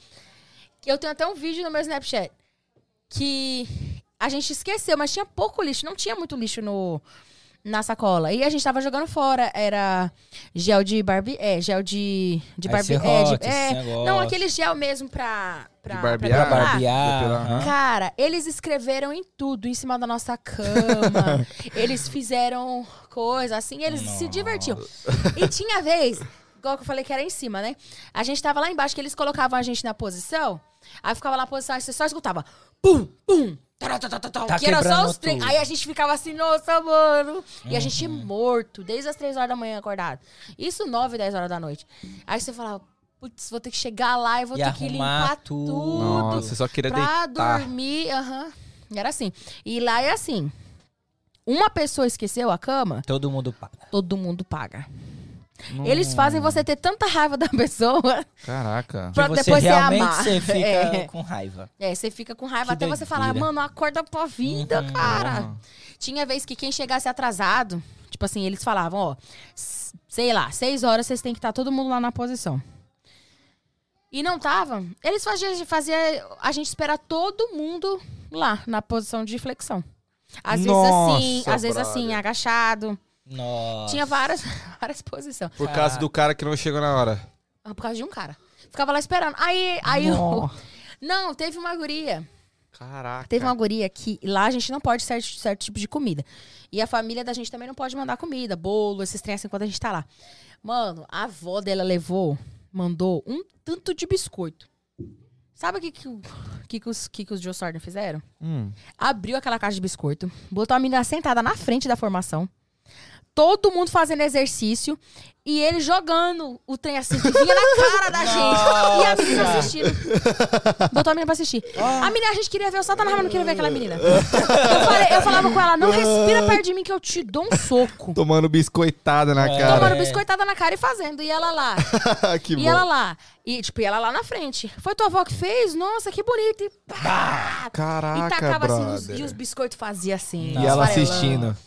Que eu tenho até um vídeo no meu Snapchat. Que a gente esqueceu, mas tinha pouco lixo. Não tinha muito lixo no, na sacola. E a gente tava jogando fora. Era gel de barbe. É, gel de. De
Aí
barbe.
você
É, de-
rota esse
é,
negócio.
não, aquele gel mesmo pra. pra
De
pra
barbear?
depilar.
Barbear.
Depilar.
aham.
Cara, eles escreveram em tudo, em cima da
<laughs>
nossa cama. eles fizeram coisa assim, eles se divertiam. E tinha vez, igual que eu falei que era em cima, né? A gente tava lá embaixo, que eles colocavam a gente na posição, aí ficava lá na posição, aí você só escutava pum, pum. tará, tá, tá, tá, tá,
Tá
que era só
quebrando
os trem.
tudo. Uhum.
Aí a gente ficava assim, nossa, mano. E a gente morto, desde as três horas da manhã acordado. Isso 9, 10 horas da noite. Aí você falava, putz, vou ter que chegar lá e vou
E
ter que
arrumar
limpar
tudo.
tudo
Nossa, você só queria
pra
deitar.
dormir, aham. Era assim. E lá é assim. Uma pessoa esqueceu a cama,
Todo mundo paga.
todo mundo paga. Eles fazem você ter tanta raiva da <laughs> pessoa
Hum, Caraca.
pra
que você
depois você
realmente
amar.
você fica
<laughs> É.
com raiva.
É, você fica com raiva
Que
até você falar,
doideira.
mano, acorda pra vida,
Uhum.
cara. Tinha vez que quem chegasse atrasado, tipo assim, eles falavam, ó, s- sei lá, seis horas vocês têm que estar todo mundo lá na posição. E não tava. Eles faziam, faziam a gente esperar todo mundo lá na posição de flexão. Às
Nossa,
vezes assim, às vezes assim,
brother.
agachado.
Nossa.
Tinha várias, <laughs> várias posições.
Por causa do cara que não chegou na hora.
Ah, Por causa de um cara. Ficava lá esperando. Aí, aí o...
Nossa.
Não, teve uma guria.
Caraca.
Teve uma guria que lá a gente não pode certo, certo tipo de comida. E a família da gente também não pode mandar comida, bolo, esses trem assim, quando a gente tá lá. Mano, a avó dela levou, mandou um tanto de biscoito. Sabe o que, que, o- que, que os, que, que os Joe Sarden fizeram?
Hum.
Abriu aquela caixa de biscoito, botou a menina sentada na frente da formação, todo mundo fazendo exercício, e ele jogando o trem assim, que vinha na cara da gente. e a menina assistindo. Botou a menina pra assistir. A menina, a gente queria ver o Satanás, mas não queria ver aquela menina. Eu, falei- eu falava com ela, não respira perto de mim que eu te dou um soco.
Tomando biscoitada na cara.
Tomando biscoitada na cara e fazendo. E ela lá.
<laughs> que
E ela lá. E, tipo, e ela lá na frente. Foi tua avó que fez? Nossa, que bonito. E pá! e
Caraca,
tacava assim, os-
brother.
e os biscoitos fazia assim.
E ela
esfarelando.
assistindo.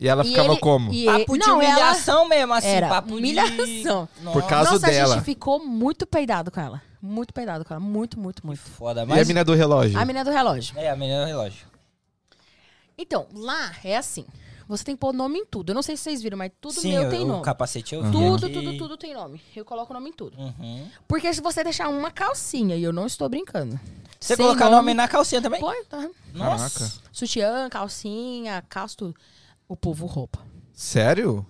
E ela
E
ficava
ele-
como?
e ele-
Papo de
não, ela-
humilhação mesmo, assim.
era
papo
humilhação.
de...
Por causa
Nossa, a
dela.
gente ficou muito peidado com ela. Muito peidado com ela. Muito, muito, muito.
Foda,
E é a
mas...
mina do relógio?
A menina do relógio.
É, a menina do relógio.
Então, lá é assim. Você tem que pôr nome em tudo. Eu não sei se vocês viram, mas tudo
Sim,
meu
o-
tem
o
nome.
capacete
Uhum.
eu vi
Tudo,
aqui.
tudo, tudo tem nome. Eu coloco o nome em tudo.
Uhum.
Porque se você deixar uma calcinha, e eu não estou brincando.
Você
sem
colocar o nome na calcinha também?
Põe, tá.
Nossa. <laughs>
Sutiã, calcinha, calça, tudo. O povo rouba.
Sério?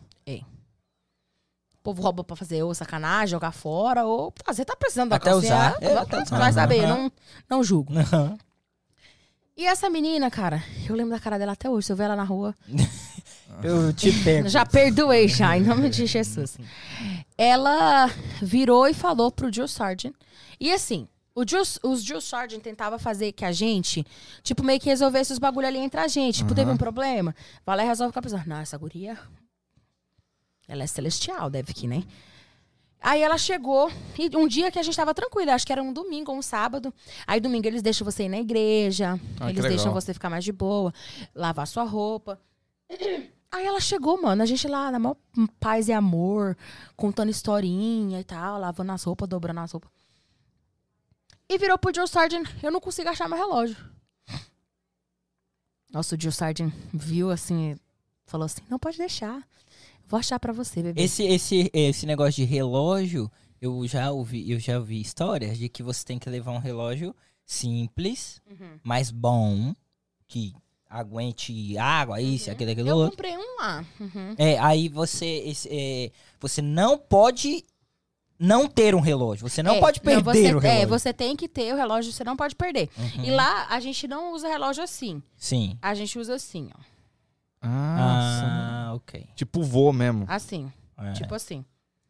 O povo rouba pra fazer ou sacanagem, jogar fora, ou ah, você tá precisando da
Até
calcinha.
usar.
ah,
É,
vai-
até usar.
vai saber,
Aham.
não, não julgo.
Aham.
E essa menina, cara, eu lembro da cara dela até hoje. Se eu ver ela na rua,
Eu te pego.
já perdoei já, em nome de Jesus. Ela virou e falou pro Jill Sargent. E assim, o Jill, os Jill Sargent tentava fazer que a gente, tipo, meio que resolvesse os bagulho ali entre a gente. Tipo, teve um problema, vai lá e resolve com a pessoa. Não, essa guria, ela é celestial, deve que, né? Aí ela chegou, e um dia que a gente tava tranquila, acho que era um domingo ou um sábado. Aí domingo eles deixam você ir na igreja,
Ah, que
eles
legal.
deixam você ficar mais de boa, lavar sua roupa. <clears throat> Aí ela chegou, mano, a gente lá na maior paz e amor, contando historinha e tal, lavando as roupas, dobrando as roupas. E virou pro Joe Sargent, eu não consigo achar meu relógio. Nossa, o Joe Sargent viu assim, falou assim, não pode deixar. Vou achar pra você, bebê.
Esse, esse, esse negócio de relógio, eu já ouvi, eu já ouvi histórias de que você tem que levar um relógio simples,
Uhum.
mas bom, que aguente água, isso, aquele, aquele
Uhum. Eu
outro.
comprei um lá. Uhum.
É, aí você, esse, é, você não pode não ter um relógio. Você não
É,
pode perder
você,
o relógio. Uhum.
É, você tem que ter o relógio, você não pode perder. E lá, a gente não usa relógio assim.
Sim.
A gente usa assim, ó.
Nossa.
Ah, ok.
Tipo vô mesmo.
Assim,
É.
tipo assim.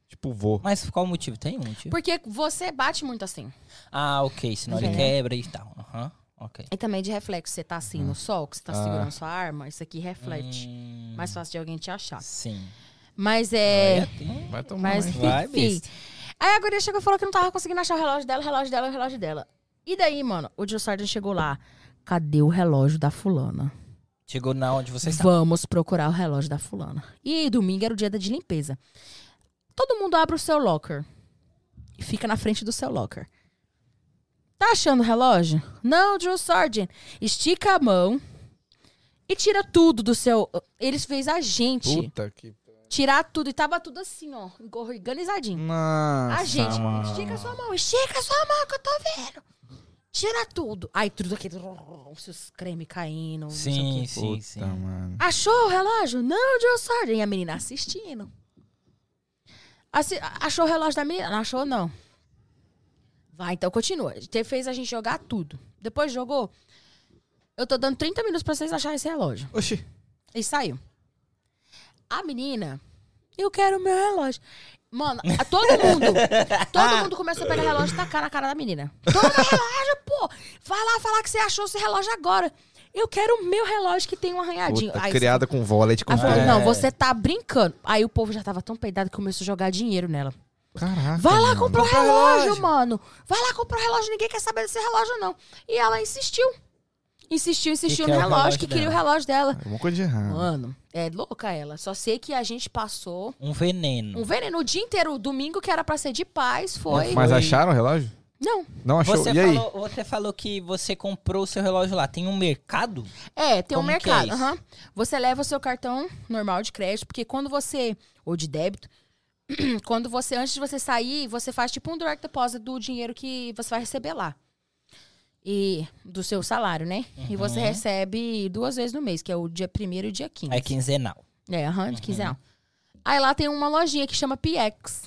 Tipo vô.
Mas qual o motivo? Tem um motivo?
Porque você bate muito assim.
Ah, ok. Senão ele
É.
quebra e tal. Aham. Ok.
E também de reflexo, você tá assim no sol, que você tá
Ah.
segurando sua arma, isso aqui reflete.
Hum, Ah,
Mais fácil de alguém te achar.
Sim.
Mas tá. é.
Aí tem-
Vai tomar.
Mas
hein?
Vai,
enfim.
besta.
Aí a guria chegou e falou que não tava conseguindo achar o relógio dela, o relógio dela, o relógio dela. E daí, mano, o Jill Sargent chegou lá. Cadê o relógio da fulana?
Chegou na onde você está.
Vamos procurar o relógio da fulana. E aí, domingo era o dia da de limpeza. Todo mundo abre o seu locker. E fica na frente do seu locker. Tá achando o relógio? Não, Jill Sargent. Estica a mão e tira tudo do seu. Eles fez a gente
Puta que.
tirar tudo. E tava tudo assim, ó, organizadinho.
Nossa.
A gente,
mano.
estica sua mão, estica sua mão que eu tô vendo. Tira tudo. Aí tudo aquele. Seus cremes caindo. não sei o
Sim,
quê.
sim, sim.
Puta, mano.
Achou o relógio? Não, Joe Sargent. E a menina assistindo. Assi- achou o relógio da menina? Não achou, não. Vai, então continua. Te fez a gente jogar tudo. Depois jogou. Eu tô dando 30 minutos pra vocês acharem esse relógio.
Oxi.
E saiu. A menina, eu quero meu relógio. Ah. Mano, a- todo mundo, <laughs> todo mundo começou a pegar relógio e tacar na cara da menina. Toma relógio, pô! Vai lá falar que você achou esse relógio agora. Eu quero o meu relógio que tem um arranhadinho.
Puta,
Aí,
criada com vôlei de
Aí falou,
computador.
não, você tá brincando. Aí o povo já tava tão peidado que começou a jogar dinheiro nela.
Caraca.
Vai lá
mano.
comprar o relógio, mano. Vai lá comprar o relógio, ninguém quer saber desse relógio, não. E ela insistiu. Insistiu, insistiu
Que
no
que é o
relógio,
relógio
que queria o
dela?
relógio dela.
Alguma É coisa de errado.
Mano, é louca ela. Só sei que a gente passou
Um veneno.
um veneno o dia inteiro, o domingo que era pra ser de paz, foi.
Mas
Foi.
acharam o relógio?
Não.
Não achou?
Você
e aí?
falou, você falou que você comprou o seu relógio lá. Tem um mercado?
É, tem um
Como que é
mercado.
isso?
aham. Você leva o seu cartão normal de crédito, porque quando você. Ou de débito. <clears throat> Quando você, antes de você sair, você faz tipo um direct deposit do dinheiro que você vai receber lá. E do seu salário, né? E você
Uhum.
recebe duas vezes no mês, que é o dia 1 e o dia 15.
É quinzenal.
É, aham,
Uhum.
de quinzenal. Aí lá tem uma lojinha que chama PX.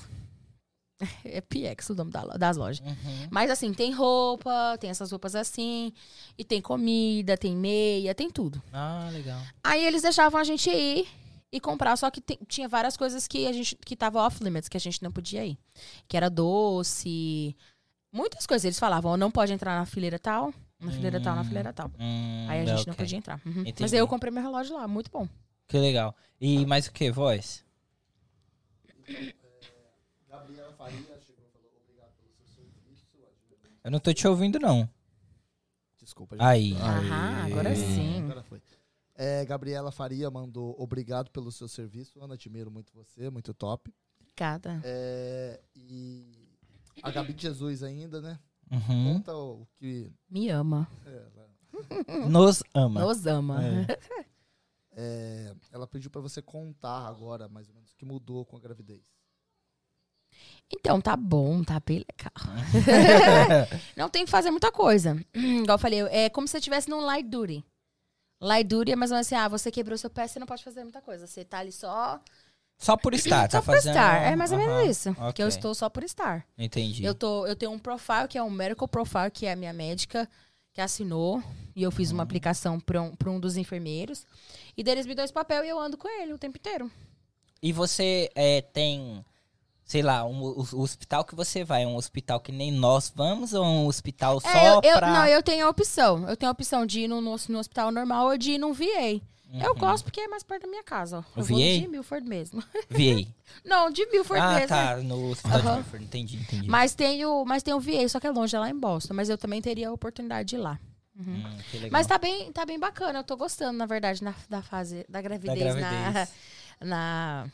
<laughs> É PX o nome da lo- das lojas.
Uhum.
Mas assim, tem roupa, tem essas roupas assim, e tem comida, tem meia, tem tudo.
Ah, legal.
Aí eles deixavam a gente ir e comprar, só que tem- tinha várias coisas que a gente que tava off limits, que a gente não podia ir. Que era doce, muitas coisas. Eles falavam, "Ó, não pode entrar na fileira tal, na fileira tal, na
Hum.
fileira tal.
Hum,
Aí a gente não
ok.
podia entrar. Uhum. Mas
Entendi.
aí eu comprei meu relógio lá, muito bom.
Que legal. E mais o que, voz?
É, Gabriela Faria chegou e falou obrigado pelo seu serviço.
Eu não tô te ouvindo, não.
Desculpa, gente.
Aí.
Aham, agora sim.
Agora foi. É, Gabriela Faria mandou obrigado pelo seu serviço. Ana, admiro muito você, muito top.
Obrigada.
É, e a Gabi de Jesus ainda, né?
Uhum.
Conta o que
Me ama.
ela,
Uhum.
Nos ama.
Nos ama.
É.
é, ela pediu pra você contar agora, mais ou menos, o que mudou com a gravidez.
<laughs> Então, tá bom, tá bem
<laughs>
legal. não tem que fazer muita coisa. <clears throat> Igual eu falei, é como se você estivesse num light duty. Light duty é mais ou menos assim, ah, você quebrou seu pé, você não pode fazer muita coisa. Você tá ali só...
Só por estar,
só
tá
por
fazendo...
estar. É mais ou menos
Aham,
isso.
ok.
Que eu estou só por estar.
Entendi.
Eu, tô, eu tenho um profile, que é um medical profile, que é a minha médica, que assinou. E eu fiz
Uhum.
uma aplicação pra um, pra um dos enfermeiros. E daí eles me dão esse papel e eu ando com ele o tempo inteiro.
E você é, tem, sei lá, um, o, o hospital que você vai, é um hospital que nem nós vamos ou um hospital só
É, eu, eu-
pra...
Não, eu tenho a opção. Eu tenho a opção de ir no, no, no hospital normal ou de ir num VA. Eu <laughs>
Uhum.
gosto porque é mais perto da minha casa. Ó.
O
Eu vou no
VA?
de Milford mesmo. <laughs>
VA.
Não, de Milford
ah,
mesmo.
tá, no hospital de
né? Aham.
Milford, entendi, entendi.
Mas tem, o, mas tem o VA, só que é longe, é lá em Boston. Mas eu também teria a oportunidade de ir lá.
Hum, que legal.
Mas tá bem, tá bem bacana. Eu tô gostando, na verdade, na- da fase
Da
da gravidez,
gravidez.
Na, na-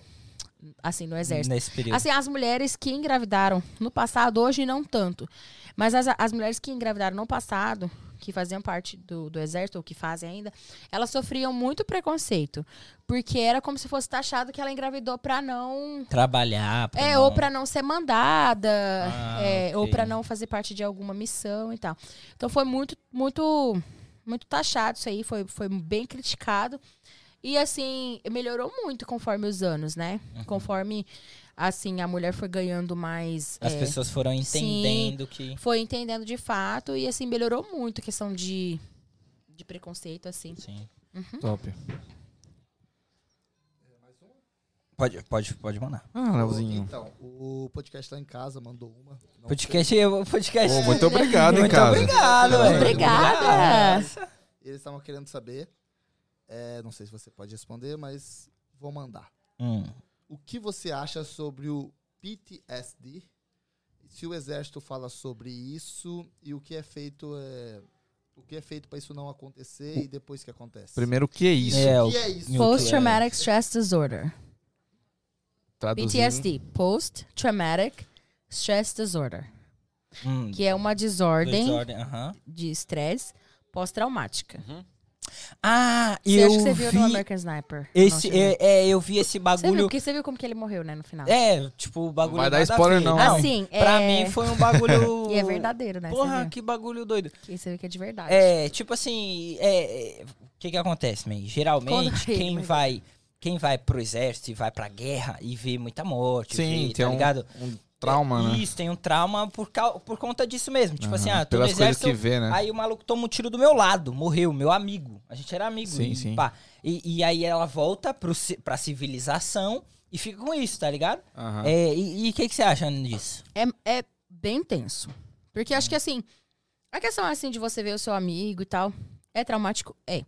Assim, no exército.
Nesse período.
Assim, as mulheres que engravidaram no passado, hoje não tanto. Mas as, as mulheres que engravidaram no passado, que faziam parte do, do exército, ou que fazem ainda, elas sofriam muito preconceito. Porque era como se fosse taxado que ela engravidou pra não.
Trabalhar.
É,
não-
ou pra não ser mandada,
Tá Ah,
é, ou
ok.
pra não fazer parte de alguma missão e tal. Então foi muito, muito, muito taxado isso aí, foi, foi bem criticado. E assim, melhorou muito conforme os anos, né?
Uhum.
Conforme assim, a mulher foi ganhando mais.
As
é,
pessoas foram
Sim.
entendendo que...
Foi entendendo de fato e assim, melhorou muito a questão de, de preconceito, assim.
Sim.
Top.
Pode, pode, pode mandar.
Ah, Leozinho.
Então, o podcast lá em casa mandou uma. Não
Podcast, eu- podcast.
Pô, muito obrigado, hein,
Muito
cara.
obrigado, velho.
Obrigada.
Eles estavam querendo saber. é, não sei se você pode responder, mas vou mandar.
Hum.
O que você acha sobre o PTSD? Se o exército fala sobre isso e o que é feito é, o que é feito para isso não acontecer e depois que acontece?
Primeiro, o que é isso?
É,
O
o-
que é isso?
Meu
Post-traumatic stress disorder.
Traduzindo.
PTSD. Post-traumatic stress disorder.
hum,
Que é uma desordem
desordem, aham.
de estresse pós-traumática.
Ah,
Você
eu
acha que você viu
vi
no American Sniper?
esse,
Não, você viu.
é, é, eu vi esse
Você viu,
bagulho.
porque você viu como que ele morreu, né, no final.
É, tipo, o bagulho.
vai dar
nada a
spoiler,
ver.
não.
Assim,
pra
é-
mim foi um bagulho.
<laughs> E é verdadeiro, né? você
Porra,
viu?
que bagulho doido.
Que você vê que é de verdade.
É, tipo assim, é, é, o que que acontece, man? Geralmente,
Conta pra ele,
quem
mas-
vai quem vai pro exército e vai pra guerra e vê muita morte,
Sim,
vê,
tem
tá
um-
ligado?
Um trauma, né?
Isso, tem um trauma por, cau- por conta disso mesmo. Tipo assim,
Aham,
ah, tô no
Pelas coisas
exército,
que vê, né?
aí o maluco toma um tiro do meu lado, morreu, meu amigo. A gente era amigo.
Sim,
e,
sim.
pá. E, e aí ela volta pro, ci- pra civilização e fica com isso, tá ligado?
Aham.
É, e o que, que você acha disso?
É, é bem tenso. Porque acho que assim, a questão assim de você ver o seu amigo e tal, é traumático? É.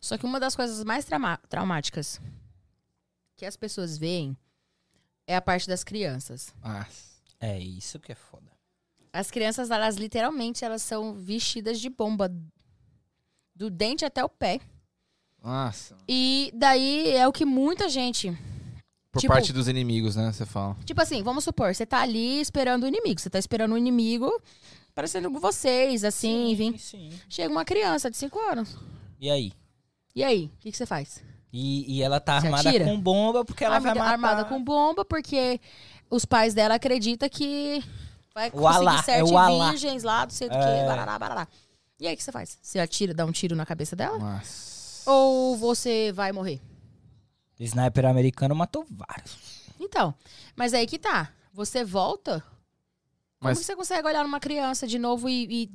Só que uma das coisas mais trauma- traumáticas que as pessoas veem é a parte das crianças.
Ah,
É isso que é foda.
As crianças, elas literalmente, elas são vestidas de bomba. Do dente até o pé.
Nossa.
E daí é o que muita gente
Por
Tipo-
parte dos inimigos, né? Você fala.
Tipo assim, vamos supor, você tá ali esperando o inimigo. Você tá esperando o inimigo parecendo com vocês, assim, enfim.
sim.
Chega uma criança de 5 anos.
E aí?
E aí, o que, que você faz?
E, e ela tá
Você
armada
atira?
com bomba porque ela vai
Armada-
matar.
Armada com bomba, porque os pais dela acreditam que vai conseguir
Alá, é
sete
o Alá. É.
virgens lá, não sei do que, barará, barará. E aí, o que você faz? Você atira, dá um tiro na cabeça dela?
Nossa.
Ou você vai morrer?
Sniper americano matou vários.
Então, mas aí que tá. Você volta. Como
Mas-
que você consegue olhar numa criança de novo e. e,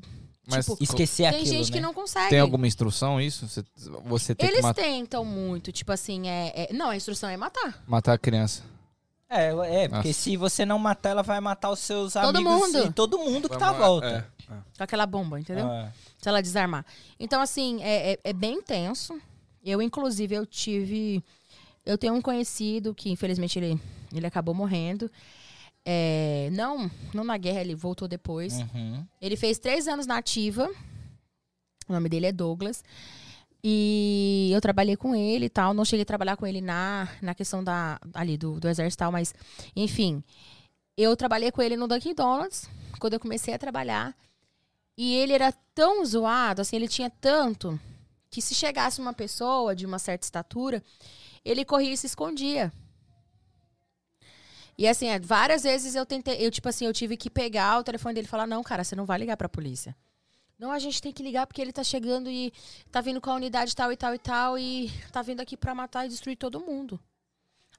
Mas
tipo,
Esquecer
tem
aquilo,
gente que
né?
não consegue.
tem alguma instrução isso? Você, você tem que
Eles
ma-
tentam muito, tipo assim, é, é- Não, a instrução é matar.
matar a criança.
É, é porque
Nossa.
se você não matar, ela vai matar os seus
Todo
amigos
mundo.
e todo mundo que tá à
Vamos lá,
volta.
Com aquela bomba, entendeu?
Ah,
Se ela desarmar. Então, assim, é, é- é bem tenso. Eu, inclusive, eu tive. Eu tenho um conhecido que, infelizmente, ele, ele acabou morrendo. É, não, não na guerra, ele voltou depois.
uhum.
Ele fez três anos na ativa. O nome dele é Douglas. E eu trabalhei com ele e tal. Não cheguei a trabalhar com ele na, na questão da, ali do, do exército e tal, mas, enfim. Eu trabalhei com ele no Dunkin' Donuts, quando eu comecei a trabalhar. E ele era tão zoado, assim, ele tinha tanto, que se chegasse uma pessoa de uma certa estatura, ele corria e se escondia. E assim, é, várias vezes eu tentei, eu tipo assim, eu tive que pegar o telefone dele e falar: "Não, cara, você não vai ligar pra polícia". Não, a gente tem que ligar porque ele tá chegando e tá vindo com a unidade tal e tal e tal e tá vindo aqui pra matar e destruir todo mundo.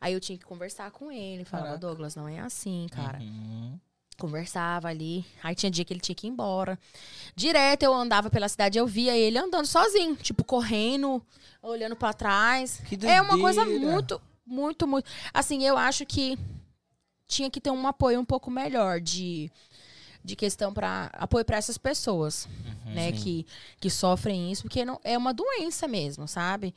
Aí eu tinha que conversar com ele, falava:
Caraca.
"Douglas, não é assim, cara".
Uhum.
Conversava ali. Aí tinha dia que ele tinha que ir embora. Direto eu andava pela cidade, eu via ele andando sozinho, tipo correndo, olhando pra trás.
Que
É uma coisa
doideira.
muito, muito, muito. Assim, eu acho que tinha que ter um apoio um pouco melhor de, de questão para apoio para essas pessoas,
Uhum.
né, que, que sofrem isso, porque não, é uma doença mesmo, sabe?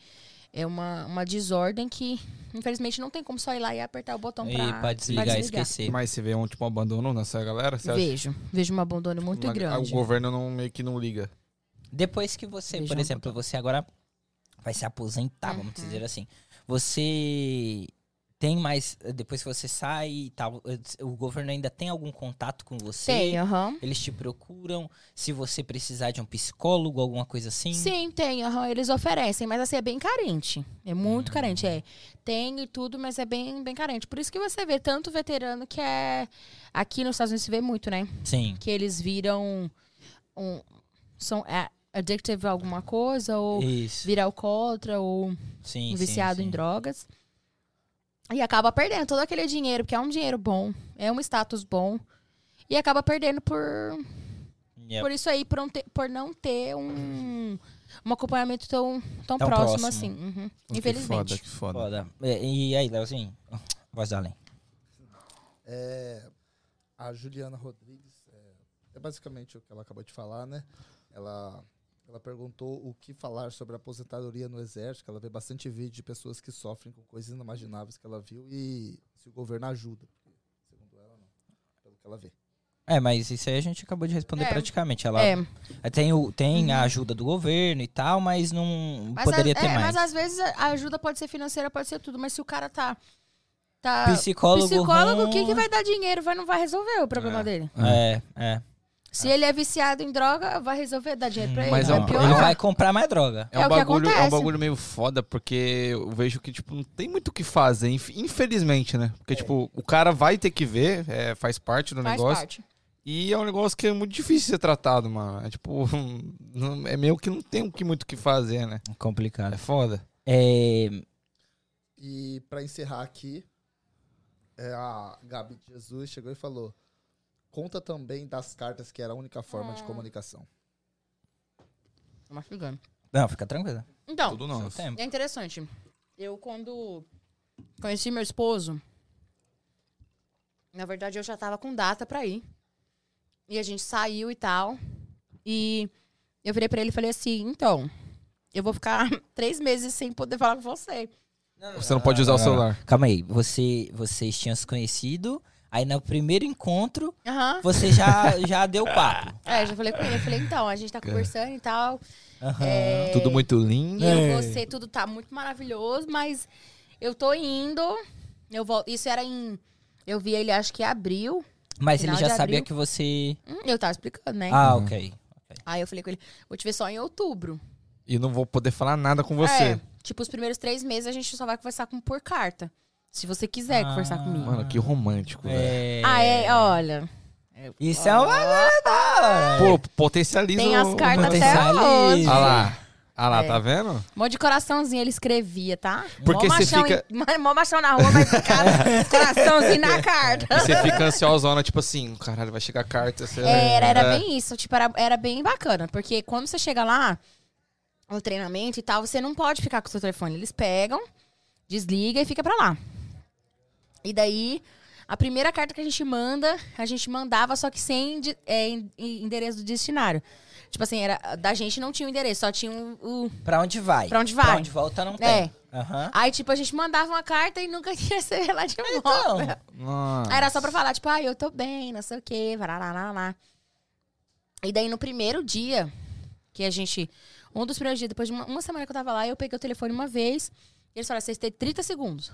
É uma, uma desordem que, infelizmente, não tem como só ir lá e apertar o botão
E
Então pra,
pra desligar,
pra
esquecer.
Mas você vê um tipo um abandono nessa galera? Você acha
Vejo, vejo um abandono muito
Uma- ah,
grande.
O governo não, meio que não liga.
Depois que você,
Beijo
por
no
exemplo, você agora vai se aposentar, vamos
Uhum.
dizer assim. Você tem mais. Depois que você sai e tal, o governo ainda tem algum contato com você?
Tem, aham.
Eles te procuram se você precisar de um psicólogo, alguma coisa assim?
Sim, tem, aham, eles oferecem, mas assim, é bem carente. É muito
Hum.
carente, é. Tem e tudo, mas é bem, bem carente. Por isso que você vê tanto veterano que é. Aqui nos Estados Unidos se vê muito, né?
Sim.
Que eles viram. Um, são é, addictive a alguma coisa, ou
Isso.
vira alcoólatra, ou
Sim,
Tipo, viciado
sim,
em
sim.
drogas. E acaba perdendo todo aquele dinheiro, porque é um dinheiro bom, é um status bom. E acaba perdendo por
Yep.
Por isso aí, por não ter, por não ter um, um acompanhamento tão, tão,
Tão
próximo,
próximo. Hum,
assim. Uhum.
Que
Infelizmente.
foda, que foda.
Foda. E, e aí, Leozinho? Voz além.
a Juliana Rodrigues, é, é basicamente o que ela acabou de falar, né? Ela, ela perguntou o que falar sobre a aposentadoria no Exército, que ela vê bastante vídeo de pessoas que sofrem com coisas inimagináveis que ela viu e se o governo ajuda. Segundo ela, não. Pelo que ela vê.
É, mas isso aí a gente acabou de responder
É.
praticamente. Ela
É. Uhum.
é, tem, o, tem a ajuda do governo e tal, mas não
Mas,
poderia
às-
ter
é,
mais.
mas às vezes a ajuda pode ser financeira, pode ser tudo, mas se o cara tá. tá
Psicólogo.
psicólogo,
ruim-
quem que vai dar dinheiro? Vai, não vai resolver o problema dele.
É, é.
Se ele é viciado em droga, vai resolver dar dinheiro
Hum,
pra ele.
Mas é
vai
um-
piorar.
Ele vai comprar mais droga.
É o que
bagulho, é um
acontece.
bagulho meio foda, porque eu vejo que, tipo, não tem muito o que fazer, inf- infelizmente, né? Porque, tipo, o cara vai ter que ver, é, faz parte do
Faz
negócio.
parte.
E é um negócio que é muito difícil de ser tratado, mano. É tipo, <laughs> não- é meio que não tem o que muito o que fazer, né? É
Complicado.
foda.
É,
E para encerrar aqui, é, a Gabi de Jesus chegou e falou: conta também das cartas, que era a única forma de comunicação.
Tô mastigando.
não, fica tranquila.
Então,
Tudo
Seu
não.
tempo.
é interessante. Eu, quando conheci meu esposo, na verdade eu já tava com data pra ir. E a gente saiu e tal. E eu virei pra ele e falei assim: então, eu vou ficar <laughs> três meses sem poder falar com você.
Você não pode usar o
não,
celular.
Calma aí, você, vocês tinham se conhecido, aí no primeiro encontro
Aham.
você
<laughs>
já, já deu papo.
É, já falei com ele. Eu falei: então, a gente tá conversando e tal. É,
Tudo muito lindo.
E eu vou ser, tudo tá muito maravilhoso, mas eu tô indo. Eu volto. Isso era em. Eu vi ele, acho que em abril.
Mas
Final
ele já
de
sabia
abril.
que você.
Hum, eu tava explicando, né?
Ah, ok.
Aí eu falei com ele, vou te ver só em outubro.
E não vou poder falar nada com você.
É, tipo, os primeiros três meses a gente só vai conversar com por carta. Se você quiser
Ah.
conversar comigo.
Mano, que romântico, velho.
É,
Ah, é, Ah. olha.
Isso é uma merda!
Pô, potencializa
Tem as
o-
cartas até
Potencializa.
hoje.
Olha lá. Olha lá, tá vendo?
Um monte de coraçãozinho ele escrevia, tá?
Porque
mó
você
machão,
fica-
em- <laughs> mó machão na rua, mas
<laughs>
ficava coraçãozinho na carta.
E você fica ansiosona, tipo assim, caralho, vai chegar carta. Você...
Era, era
É.
bem isso. Tipo, era, era bem bacana. Porque quando você chega lá, no treinamento e tal, você não pode ficar com o seu telefone. Eles pegam, desliga e fica pra lá. E daí, a primeira carta que a gente manda, a gente mandava, só que sem de- é, en- en- endereço do destinário. Tipo assim, era, da gente não tinha o endereço, só tinha o. o-
Pra onde vai?
Pra onde vai? É.
Pra onde volta não tem. Aham.
Aí, tipo, a gente mandava uma carta e nunca <laughs> ia receber lá de volta. <laughs>
Então,
Nossa.
Aí era só pra falar, tipo, ah, eu tô bem, não sei o quê, varararará. E daí no primeiro dia, que a gente. Um dos primeiros dias, depois de uma, uma semana que eu tava lá, eu peguei o telefone uma vez. E eles falaram, vocês têm 30 segundos.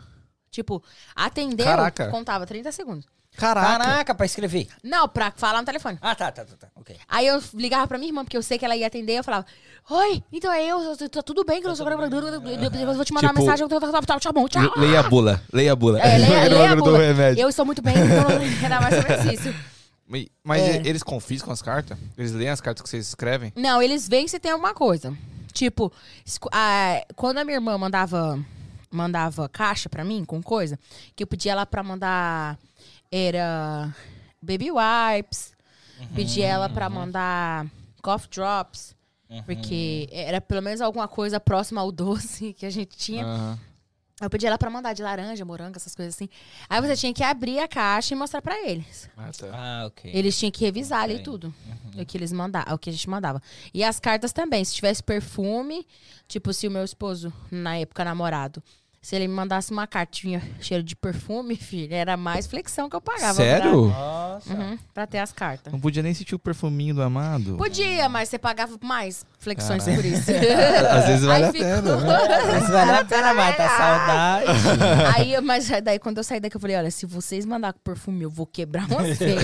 Tipo, atendeu,
Caraca.
contava 30 segundos.
Caraca.
caraca, pra escrever.
Não, pra falar no telefone.
Ah, tá, tá, tá, tá. Ok.
Aí eu ligava pra minha irmã, porque eu sei que ela ia atender, eu falava, Oi, então é eu, tá tudo bem, que eu sou eu vou te mandar
Tipo,
uma mensagem, eu vou tchau, tchau,
<laughs>
tchau.
Le- Leia a bula, leia a bula. <laughs>
É, leia-
Era o
leia a
bagulho
bula.
do remédio.
Eu estou muito bem, então <laughs> era mais ou menos isso.
Mas- Mas
É.
e- eles confiscam as cartas? Eles leem as cartas que vocês escrevem?
Não, eles veem se tem alguma coisa. Tipo, esco- ah, quando a minha irmã mandava mandava caixa pra mim com coisa, que eu pedia ela pra mandar era baby wipes, pedia ela pra mandar cough drops, porque era pelo menos alguma coisa próxima ao <laughs> doce que a gente tinha.
Aham.
Eu pedi ela pra mandar de laranja, morango, essas coisas assim. Aí você tinha que abrir a caixa e mostrar pra eles.
Ah, tá.
Ah, ok.
Eles tinham que revisar ali
Ok.
tudo.
Uhum.
O que eles mandavam, o que a gente mandava. E as cartas também. Se tivesse perfume, tipo, se o meu esposo, na época namorado, se ele me mandasse uma carta tinha cheiro de perfume, <laughs> filho, era mais flexão que eu pagava.
Sério?
Nossa.
Pra, Uhum, pra ter as cartas.
Não podia nem sentir o perfuminho do amado.
Podia, mas você pagava mais flexões
Caraca. <laughs>
por isso.
Às vezes vale
é. Aí
a pena,
ficou.
né?
Mas vale
<laughs>
a pena matar a saudade.
Aí, eu- mas já- daí quando eu saí daqui, eu falei, olha, se vocês mandar com perfume, eu vou quebrar vocês.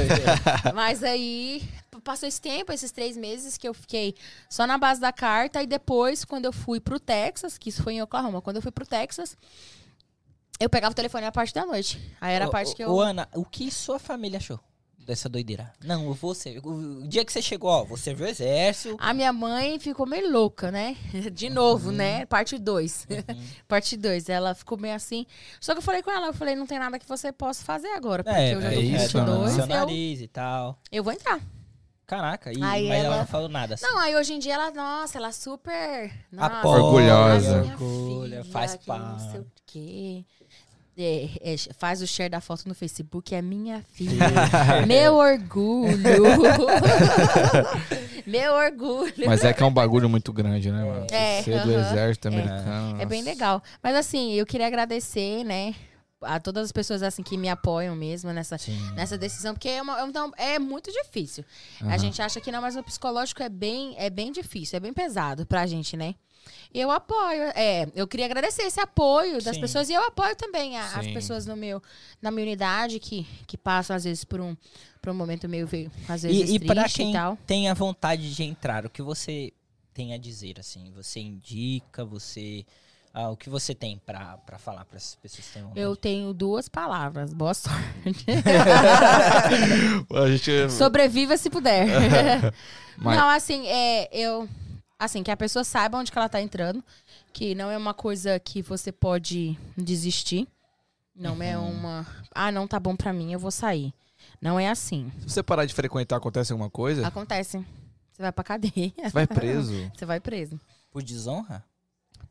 mas aí, p- passou esse tempo, esses três meses que eu fiquei só na base da carta. E depois, quando eu fui pro Texas, que isso foi em Oklahoma, quando eu fui pro Texas, eu pegava o telefone na parte da noite. Aí era a
Ô,
parte que
ô, ô,
eu...
Ana, o que sua família achou dessa doideira? Não, eu vou ser. O o dia que você chegou, ó, você serviu o exército.
A minha mãe ficou meio louca, né? <laughs> De novo, né? Parte 2. <laughs> Parte 2. Ela ficou meio assim. Só que eu falei com ela, eu falei, não tem
né,
nada que você possa fazer agora. Porque eu já
é
tô com
isso, né?
22,
seu
eu-
nariz e tal.
eu vou entrar.
Caraca, e,
Aí
mas ela...
ela
não falou nada. Assim.
Não, aí hoje em dia ela, nossa, ela é super. Nossa,
Apoia,
Orgulhosa.
minha
orgulha,
filha,
faz
que Não
pá.
sei o quê. É, é, faz o share da foto no Facebook, é minha filha.
<laughs> É.
<laughs> Meu orgulho. <laughs> Meu orgulho.
Mas é que é um bagulho muito grande, né, mano?
É,
Ser do
aham,
exército americano.
É bem
nossa.
legal. Mas assim, eu queria agradecer, né? A todas as pessoas assim que me apoiam mesmo nessa,
Sim.
nessa decisão, porque é, uma- é um tam- é muito difícil.
Aham.
A gente acha que não, mas no psicológico é bem, é bem difícil, é bem pesado pra gente, né? E eu apoio, é, eu queria agradecer esse apoio das
Sim.
pessoas e eu apoio também a- as
Sim.
pessoas no meu, na minha unidade que, que passam às vezes por um, por um momento meio, ve- às vezes
E, e pra
triste
quem
e tal.
tem a vontade de entrar, o que você tem a dizer, assim? Você indica, você... ah, o que você tem pra, pra falar pra essas pessoas que têm vontade?
Eu tenho duas palavras, boa sorte.
<laughs> A
Hum.
gente-
Sobreviva se
<laughs>
puder. <laughs>
Mas-
Não, assim, é, eu. Assim, que a pessoa saiba onde que ela tá entrando. Que não é uma coisa que você pode desistir. Não é
Uhum.
uma. Ah, não tá bom pra mim, eu vou sair. Não é assim.
Se você parar de frequentar, acontece alguma
É.
coisa,
Acontece. Você vai pra cadeia. <laughs>
você vai preso.
Você vai preso.
Por desonra?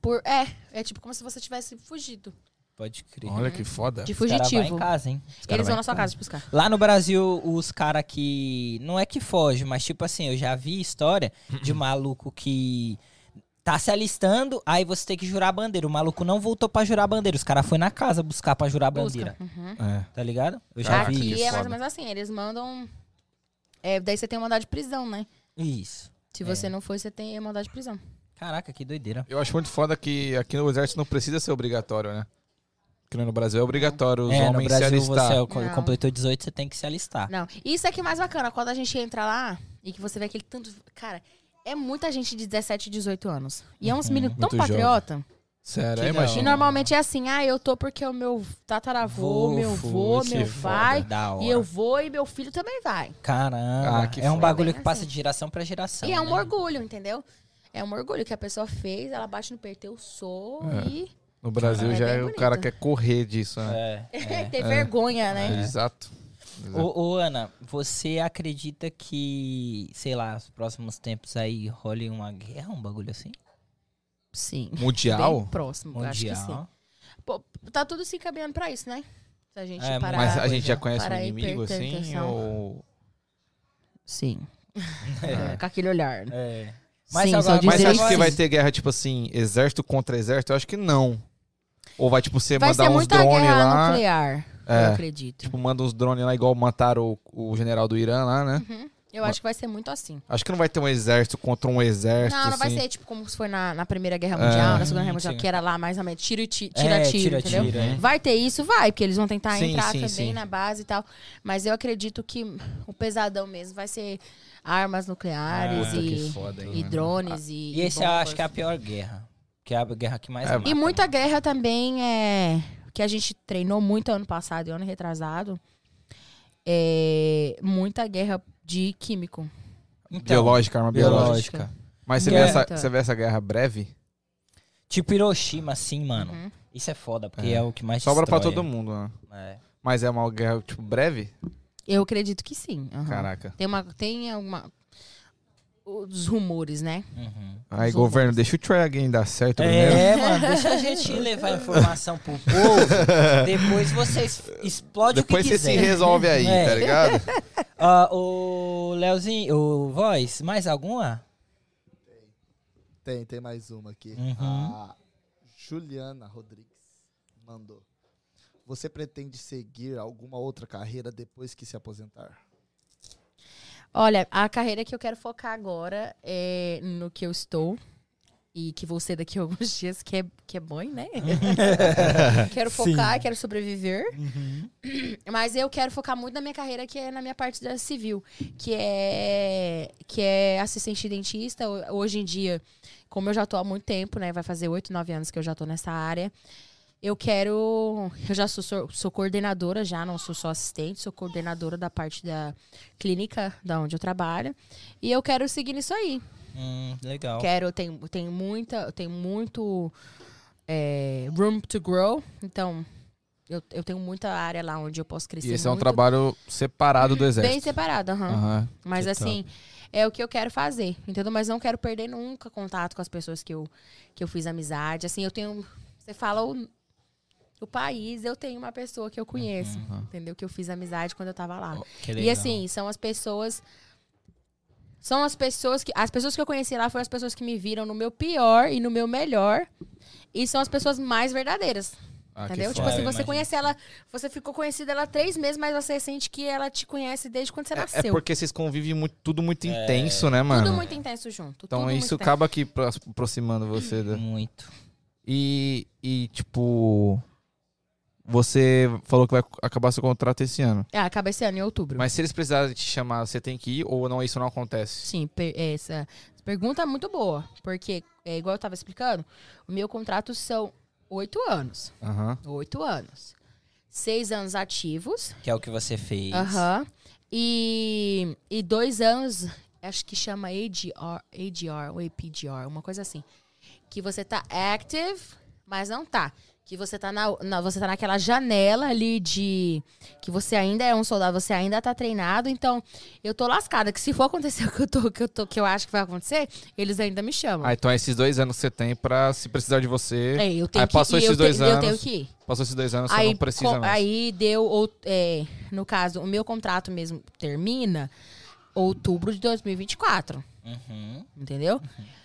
Por, é, é tipo como se você tivesse fugido.
Pode crer.
Olha que foda.
De
Os cara vai
fugitivo.
em casa, hein?
Eles vão
vai
na sua casa te buscar.
Lá no Brasil, os caras que. Não é que foge, mas tipo assim, eu já vi história de maluco que tá se alistando, aí você tem que jurar a bandeira. O maluco não voltou pra jurar a bandeira. Os caras foi na casa buscar pra jurar a bandeira.
Busca. Uhum.
É.
Tá ligado? Eu já
Caraca,
vi
Aqui
que
é mais
foda.
ou menos assim, eles mandam. É, daí você tem mandado de prisão, né?
isso.
Se
É.
você não for, você tem mandado de prisão.
Caraca, que doideira.
Eu acho muito foda que aqui no exército não precisa ser obrigatório, né? Porque no Brasil é obrigatório os
é, no
homens se
Brasil
alistar.
você é o- quando
Não.
completou 18, você tem que se alistar.
Não. Isso aqui é mais bacana, quando a gente entra lá e que você vê aquele tanto. Cara, é muita gente de 17, 18 anos. E é uns
Uhum.
meninos tão
Muito jovem. Então-
patriota.
Sério, aí
Que
imagina.
E
Não.
normalmente é assim, ah, eu tô porque o meu tataravô,
Vô,
Ah, meu
fô,
vô,
que
meu
foda.
pai.
Da hora.
E eu vou e meu filho também vai.
Caramba.
Ah, que
é um
foda.
bagulho que
Assim.
passa de geração pra geração.
e é um
né?
orgulho, entendeu? É um orgulho que a pessoa fez, ela bate no peito, eu sou
É.
e.
No Brasil
É
já
bem
é o
bonito.
cara quer correr disso, né?
É,
<laughs>
é.
<laughs> Tem vergonha, né?
Exato. Exato.
Ô, ô, Ana, você acredita que, sei lá, nos próximos tempos aí role uma guerra, um bagulho assim?
Sim.
Mundial?
Bem próximo, eu acho que sim. Pô, tá tudo se encaminhando pra isso, né? Se a gente
É,
parar.
Mas a
Coisa.
gente já conhece um
Para a
inimigo, assim?
hipertensão.
Ou...
Sim. <laughs> É, com aquele olhar.
É. Mas
Mas sim,
agora-
só
Mas
dizer
você acha que
sim.
vai ter guerra, tipo assim, exército contra exército? Eu acho que não. Ou vai, tipo, você
Vai
mandar
ser
uns
muita
drones
guerra
lá.
nuclear, eu
É.
acredito.
Tipo, manda uns drones lá, igual mataram o, o general do Irã lá, né?
Uhum. Eu acho que vai ser muito assim.
Acho que não vai ter um exército contra um exército.
Não, não vai
assim.
ser tipo como se foi na, na Primeira Guerra
É.
Mundial, na Segunda
Hum,
Guerra Mundial,
sim.
que era lá mais ou menos tiro e ti-
É,
tira, tiro,
tira,
entendeu?
tira, é.
Vai ter isso? Vai, porque eles vão tentar
Sim,
entrar
sim,
também
sim.
na base e tal. Mas eu acredito que o pesadão mesmo vai ser armas nucleares
Ah,
e,
foda, né?
e drones e.
E esse eu
bombas.
acho que é a pior guerra. Que é a guerra que mais
É,
mata.
E muita guerra também é que a gente treinou muito ano passado e ano retrasado. É muita guerra de químico.
Então,
Biológica, arma biológica.
biológica.
Mas você vê,
Guerra.
essa, você vê essa guerra breve?
Tipo Hiroshima, assim, mano.
Uhum.
Isso é foda, porque é,
É.
o que mais
Sobra pra
destrói,
todo mundo, né?
né?
Mas é uma guerra, tipo, breve?
Eu acredito que sim. aham.
Caraca.
Tem uma tem alguma os rumores, né?
É. Uhum.
Aí,
Os
governo, deixa o try game dar certo primeiro.
É, mano, deixa a gente levar informação pro povo. Depois vocês explodem
Depois
o
você
que
se
quiser.
resolve aí,
É.
tá
<laughs>
ligado?
Ah, o Leozinho, o Voz, mais alguma?
Tem, tem mais uma aqui.
Uhum.
A Juliana Rodrigues mandou. Você pretende seguir alguma outra carreira depois que se aposentar?
Olha, a carreira que eu quero focar agora é no que eu estou e que vou ser daqui a <laughs> alguns dias, que é, que é bom, né? quero focar, quero sobreviver. <clears throat> Mas eu quero focar muito na minha carreira, que é na minha parte da civil, que é, que é assistente dentista. Ho- Hoje em dia, como eu já tô há muito tempo, né? Vai fazer oito, nove anos que eu já tô nessa área. Eu quero. Eu já sou, sou, sou coordenadora, já não sou só assistente, sou coordenadora da parte da clínica da onde eu trabalho. E eu quero seguir nisso aí.
Hum, legal.
Quero, tem, tem muita, tem muito é, room to grow. Então, Eu, eu tenho muita área lá onde eu posso crescer.
E esse é um
muito.
trabalho separado do exército.
Bem separado, aham.
Aham.
Mas
Total.
assim, é o que eu quero fazer, entendeu? Mas não quero perder nunca contato com as pessoas que eu, que eu fiz amizade. Assim, eu tenho. Você fala o, o país, eu tenho uma pessoa que eu conheço, entendeu? Que eu fiz amizade quando eu tava lá.
É
Que
E
legal.
assim, são as pessoas. São as pessoas que. As pessoas que eu conheci lá foram as pessoas que me viram no meu pior e no meu melhor. E são as pessoas mais verdadeiras.
Ah, que
entendeu? Tipo
foda.
foda.
assim,
Eu
você
imagino.
conhece ela. Você ficou conhecida ela há três meses, mas você sente que ela te conhece desde quando você
É
nasceu.
porque vocês convivem muito, tudo muito intenso, né, mano?
Tudo muito intenso junto.
então
tudo
isso
muito intenso.
acaba aqui pro- aproximando você. da-
Muito.
E, e, tipo, você falou que vai acabar seu contrato esse ano.
É, acaba esse ano, em outubro.
Mas se eles precisarem te chamar, você tem que ir ou não, isso não acontece?
Sim, per- essa pergunta é muito boa. Porque, é, igual eu tava explicando, o meu contrato são oito anos.
Aham.
Oito anos. Seis anos ativos.
Que é o que você fez.
Aham. E, e dois anos, acho que chama ADR, ADR ou APGR, uma coisa assim. Que você tá active, mas não tá. Que você tá, na, na- você tá naquela janela ali de. Que você ainda é um soldado, você ainda tá treinado. Então, eu tô lascada. Que se for acontecer <laughs> o que eu, tô, que eu, tô, que eu acho que vai acontecer, eles ainda me chamam.
Ah, então é esses dois anos que você tem pra se precisar de você.
É, eu tenho
aí
que
passou
e eu
esses dois
tenho- Eu tenho
anos,
que ir.
Passou esses dois anos, você não precisa
co-
mais.
aí deu, out- é, no caso, o meu contrato mesmo termina outubro de 2024,
Uhum.
entendeu?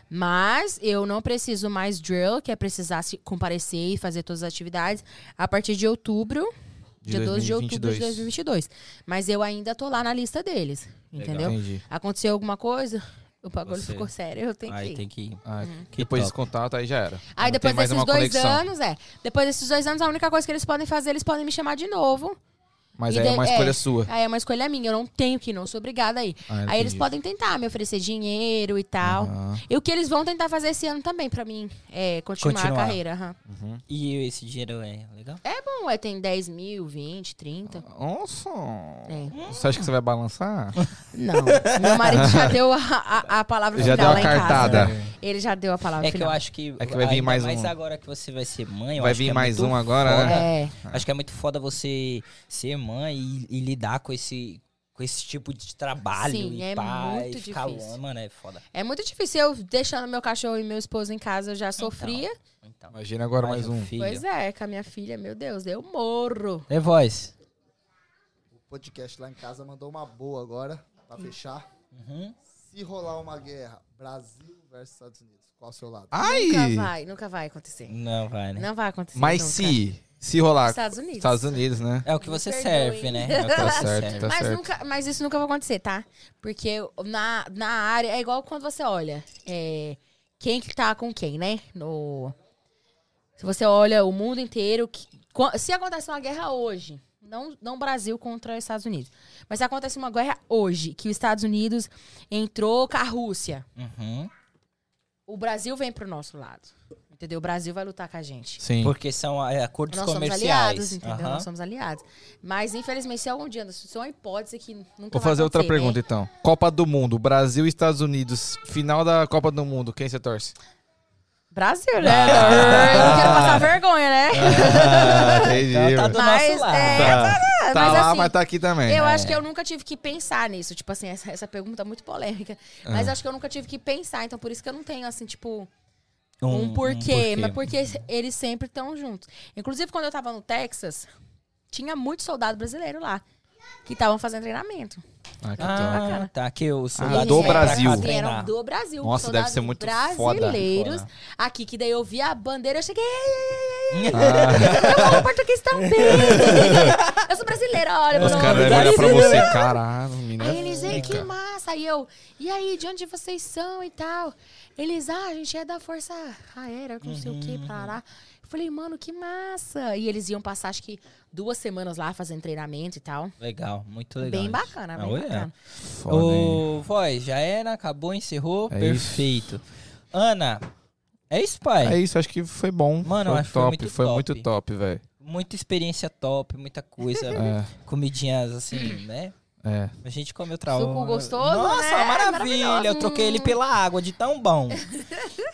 Mas eu não preciso mais drill, que é precisar se comparecer e fazer todas as atividades, a partir de outubro,
De
dia 12 de outubro de
2022.
2022. Mas eu ainda tô lá na lista deles,
Legal.
entendeu?
Entendi.
Aconteceu alguma coisa, o bagulho
Você-
ficou sério, eu tenho que
Aí
ir.
tem que ir.
Ah,
Que
Depois desse
top.
contato, aí já era.
Uhum. Aí
Não
depois
tem mais
desses
uma
dois
conexão.
anos, é. Depois desses dois anos, a única coisa que eles podem fazer, eles podem me chamar de novo.
Mas
E
aí é
de-
uma
é.
escolha sua.
Aí é uma escolha minha, eu não tenho que ir, não sou obrigada aí.
Ah,
Aí eles
entendi.
podem tentar me oferecer dinheiro e tal.
Aham.
E o que eles vão tentar fazer esse ano também, pra mim, é continuar,
Continuar.
a carreira. aham.
E esse dinheiro é legal?
Bom, é, tem 10 mil, 20, 30.
Nossa!
É.
Você acha que você vai balançar?
Não, <laughs> meu marido já deu a, a, a palavra
Já deu
final
a
lá em
cartada.
casa. Ele já deu a palavra
É que eu
final.
acho que.
É que vai vir
ainda
mais um.
agora que você vai ser mãe. eu
Vai
acho que
vir
é
mais
muito
um agora, né?
foda.
É,
Acho que é muito foda você ser mãe e, e lidar com esse, com esse tipo de trabalho.
Sim,
e
é
pá,
muito
e ficar
difícil.
longe, Mano, é foda.
é muito difícil eu deixando meu cachorro e meu esposo em casa, eu já sofria.
Então,
Imagina agora mais
o
um.
Filho.
pois é, com a minha filha, meu Deus, eu morro.
é. voz.
O podcast lá em casa mandou uma boa agora, pra fechar.
Uhum.
Se rolar uma guerra, Brasil versus Estados Unidos, qual o seu lado?
Nunca
Ai!
vai, nunca vai acontecer.
Não vai, né?
Não vai acontecer.
Mas
nunca.
se, se rolar
Estados Unidos.
Estados Unidos, né?
É o que você
Me
serve,
perdoem.
né?
É,
<laughs>
É o que
tá
você
certo,
serve.
tá
mas,
certo.
nunca, mas isso nunca vai acontecer, tá? Porque eu- na, na área, é igual quando você olha é, quem que tá com quem, né? No, se você olha o mundo inteiro, que- qua- se acontece uma guerra hoje, não, não Brasil contra os Estados Unidos, mas se acontece uma guerra hoje, que os Estados Unidos entrou com a Rússia,
Uhum.
o Brasil vem pro nosso lado, entendeu? O Brasil vai lutar com a gente.
Sim.
Porque são é, acordos
Nós somos
comerciais.
aliados, entendeu?
Aham.
Nós somos aliados. Mas, infelizmente, isso é um dia, isso é uma hipótese que nunca
Vou
vai
fazer outra
acontecer, né?
pergunta, então. Copa do Mundo, Brasil e Estados Unidos. Final da Copa do Mundo, quem você
<laughs>
torce?
Brasil,
<laughs>
né? Eu não quero passar vergonha, né?
Ah, entendi.
Então
mano.
tá do
Mas,
nosso lado.
é,
Tá,
mas
tá lá,
assim,
mas tá aqui também.
Eu acho que eu nunca tive que pensar nisso. Tipo assim, essa, essa pergunta é muito polêmica.
É.
Mas acho que eu nunca tive que pensar. Então, por isso que eu não tenho, assim, tipo, um, porquê. Mas porque eles sempre estão juntos. Inclusive, quando eu tava no Texas, tinha muito soldado brasileiro lá. Que estavam fazendo treinamento.
Ah, que top.
Ah, tá. Que o soldado
do
vai
é
pra cá
Brasil.
Eles
treinar.
eram do Brasil.
Nossa,
soldados
deve ser muito foda.
brasileiros.
Foda.
Aqui, que daí eu vi a bandeira, eu cheguei... é
Ah,
Eu falo português também. eu sou brasileira, olha.
os
meu
caras
nome.
devem olhar pra você, né? caralho, menina.
Aí eles, ei, que massa. Aí eu, e aí, de onde vocês são e tal? Eles, ah, a gente é da Força Aérea, não sei o que, parará. Eu falei, mano, que massa. E eles iam passar, acho que duas semanas lá fazendo treinamento e tal.
<laughs> Legal, muito legal.
Bem
isso.
bacana, bem
Ah, olha.
bacana.
Foda, hein?
Ô, voz, já era, acabou, encerrou.
É
perfeito. Ana, é isso, pai.
É isso, acho que foi bom.
Mano,
foi
acho que foi
top,
muito
foi
top.
muito top, velho.
Muita experiência top, muita coisa.
<laughs> É,
Comidinhas assim, né?
é.
A gente comeu trauma.
Suco gostoso,
Nossa,
né?
maravilha.
Maravilhoso.
Eu
<laughs>
troquei ele pela água de tão bom.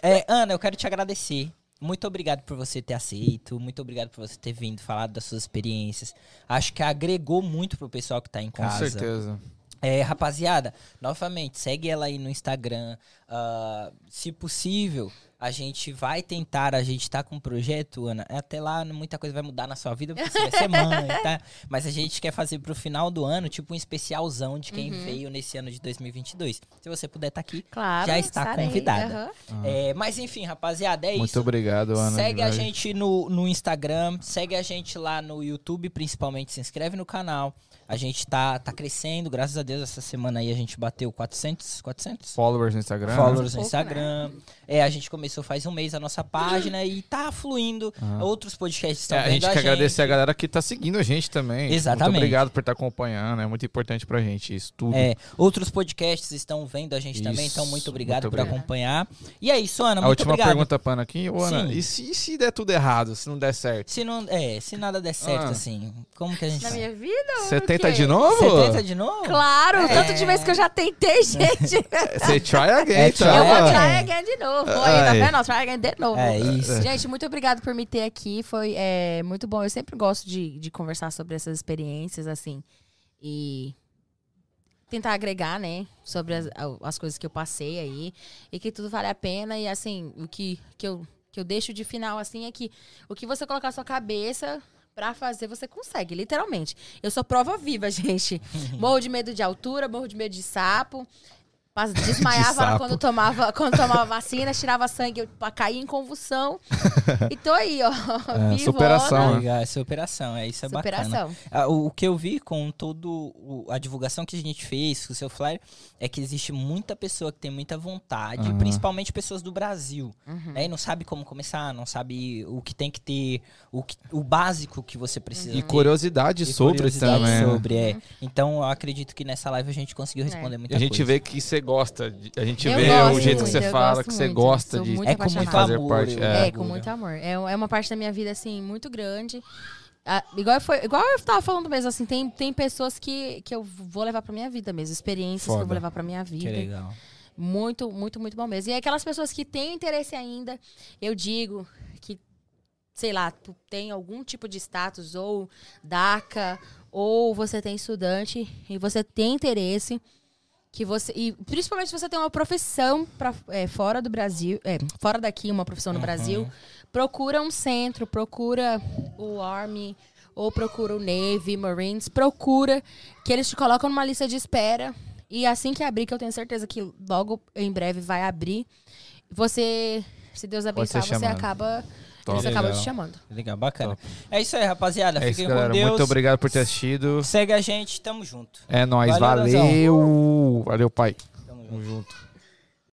é, Ana, eu quero te agradecer. muito obrigado por você ter aceito, muito obrigado por você ter vindo, falado das suas experiências. Acho que agregou muito pro pessoal que tá em
Com
casa.
certeza.
É, rapaziada, novamente, segue ela aí no Instagram. Ah, se possível, a gente vai tentar, a gente tá com um projeto, Ana. Até lá, não- muita coisa vai mudar na sua vida, porque você vai ser mãe, tá? Mas a gente quer fazer pro final do ano, tipo um especialzão de quem
Uhum.
veio nesse ano de 2022. Se você puder estar aqui.
Claro.
Já está
estarei.
convidada.
Aham.
Ah.
É, mas enfim, rapaziada, é
Muito
isso.
obrigado, Ana.
Segue
de
a
verdade.
gente no, no Instagram, segue a gente lá no YouTube, principalmente. Se inscreve no canal. A gente tá, tá crescendo, graças a Deus. Essa semana aí a gente bateu 400, 400
Followers no Instagram. né?
followers no
Pouco,
Instagram. É, a gente começou faz um mês a nossa página e tá fluindo.
Ah.
Outros podcasts estão
É,
vendo
a gente quer agradecer a galera que tá seguindo a gente também.
Exatamente.
Muito obrigado por estar acompanhando. É muito importante pra gente isso tudo.
É, outros podcasts estão vendo a gente também,
Isso,
então muito obrigado
muito
por
obrigado.
acompanhar. E é isso, Ana,
a
muito
última
obrigado.
pergunta, Pana, aqui. Ô, Ana,
Sim.
e se, e se der tudo errado? Se não der certo?
Se, não, é, se nada der certo,
Ah.
assim, como que a gente...
Na minha vida? ou no
Você tenta
quê?
de novo?
Você tenta de novo?
Claro,
É.
tanto de vez que eu já tentei, <laughs> gente.
Você try again,
<laughs> É,
tá?
try
Eu vou
Ah.
try again de novo. Vou aí, tá
Ai.
vendo? Ó, Try again de novo.
É isso.
Gente, muito obrigado por me ter aqui. Foi é, muito bom. Eu sempre gosto de, de conversar sobre essas experiências, assim. E tentar agregar, né? Sobre as, as coisas que eu passei aí. E que tudo vale a pena. E, assim, o que, que, eu, que eu deixo de final, assim, é que o que você colocar na sua cabeça pra fazer, você consegue, literalmente. Eu sou prova viva, <laughs> gente. Morro de medo de altura, morro de medo de sapo. Mas desmaiava
<laughs> De sapo.
quando tomava quando tomava vacina, tirava sangue, eu pa- caía em convulsão. E tô aí, ó.
<laughs> É, superação, né?
Legal, essa operação, é isso é bacana.
Superação.
Ah, O o que eu vi com todo o- a divulgação que a gente fez, com o seu flyer, é que existe muita pessoa que tem muita vontade,
Aham.
principalmente pessoas do Brasil,
Uhum.
né? E não sabe como começar, não sabe o que tem que ter, o, que- o básico que você precisa
Uhum.
E
ter.
curiosidade
E
sobre
curiosidade
também. né?
sobre, é. Então eu acredito que nessa live a gente
É.
conseguiu responder
E
muita
a gente
coisa.
vê que você gosta. de- A gente
Eu
vê
gosto
o jeito
muito,
que você
eu
fala,
gosto
que você
muito,
gosta
sou
de
muito
é com muito
apaixonada.
fazer
amor.
parte,
eu
é.
É,
acho.
com muito amor. É, um- é uma parte da minha vida, assim, muito grande. Ah, igual, foi, igual eu tava falando mesmo, assim, tem, tem pessoas que, que eu vou levar pra minha vida mesmo, experiências que eu
Foda.
vou levar pra minha
Que
vida.
legal.
Muito, muito, muito bom mesmo. E é aquelas pessoas que têm interesse ainda, eu digo que, sei lá, tu tem algum tipo de status ou DACA, ou você tem estudante e você tem interesse, que você e principalmente se você tem uma profissão pra, é, fora do Brasil, é, fora daqui, uma profissão no
Uhum.
Brasil, procura um centro, procura o Army, ou procura o Navy, Marines, procura que eles te colocam numa lista de espera. E assim que abrir, que eu tenho certeza que logo em breve vai abrir, você, se Deus
Pode ser
abençoar, você
chamado.
acaba,
Top.
eles acabam te
Legal.
chamando.
Legal, bacana. É isso aí, rapaziada.
É isso,
Fiquem
galera.
com Deus.
Muito obrigado por ter assistido.
Segue a gente, tamo junto.
É nóis.
Valeu, Leozão.
Valeu. Valeu, pai.
Tamo junto.
Tamo junto.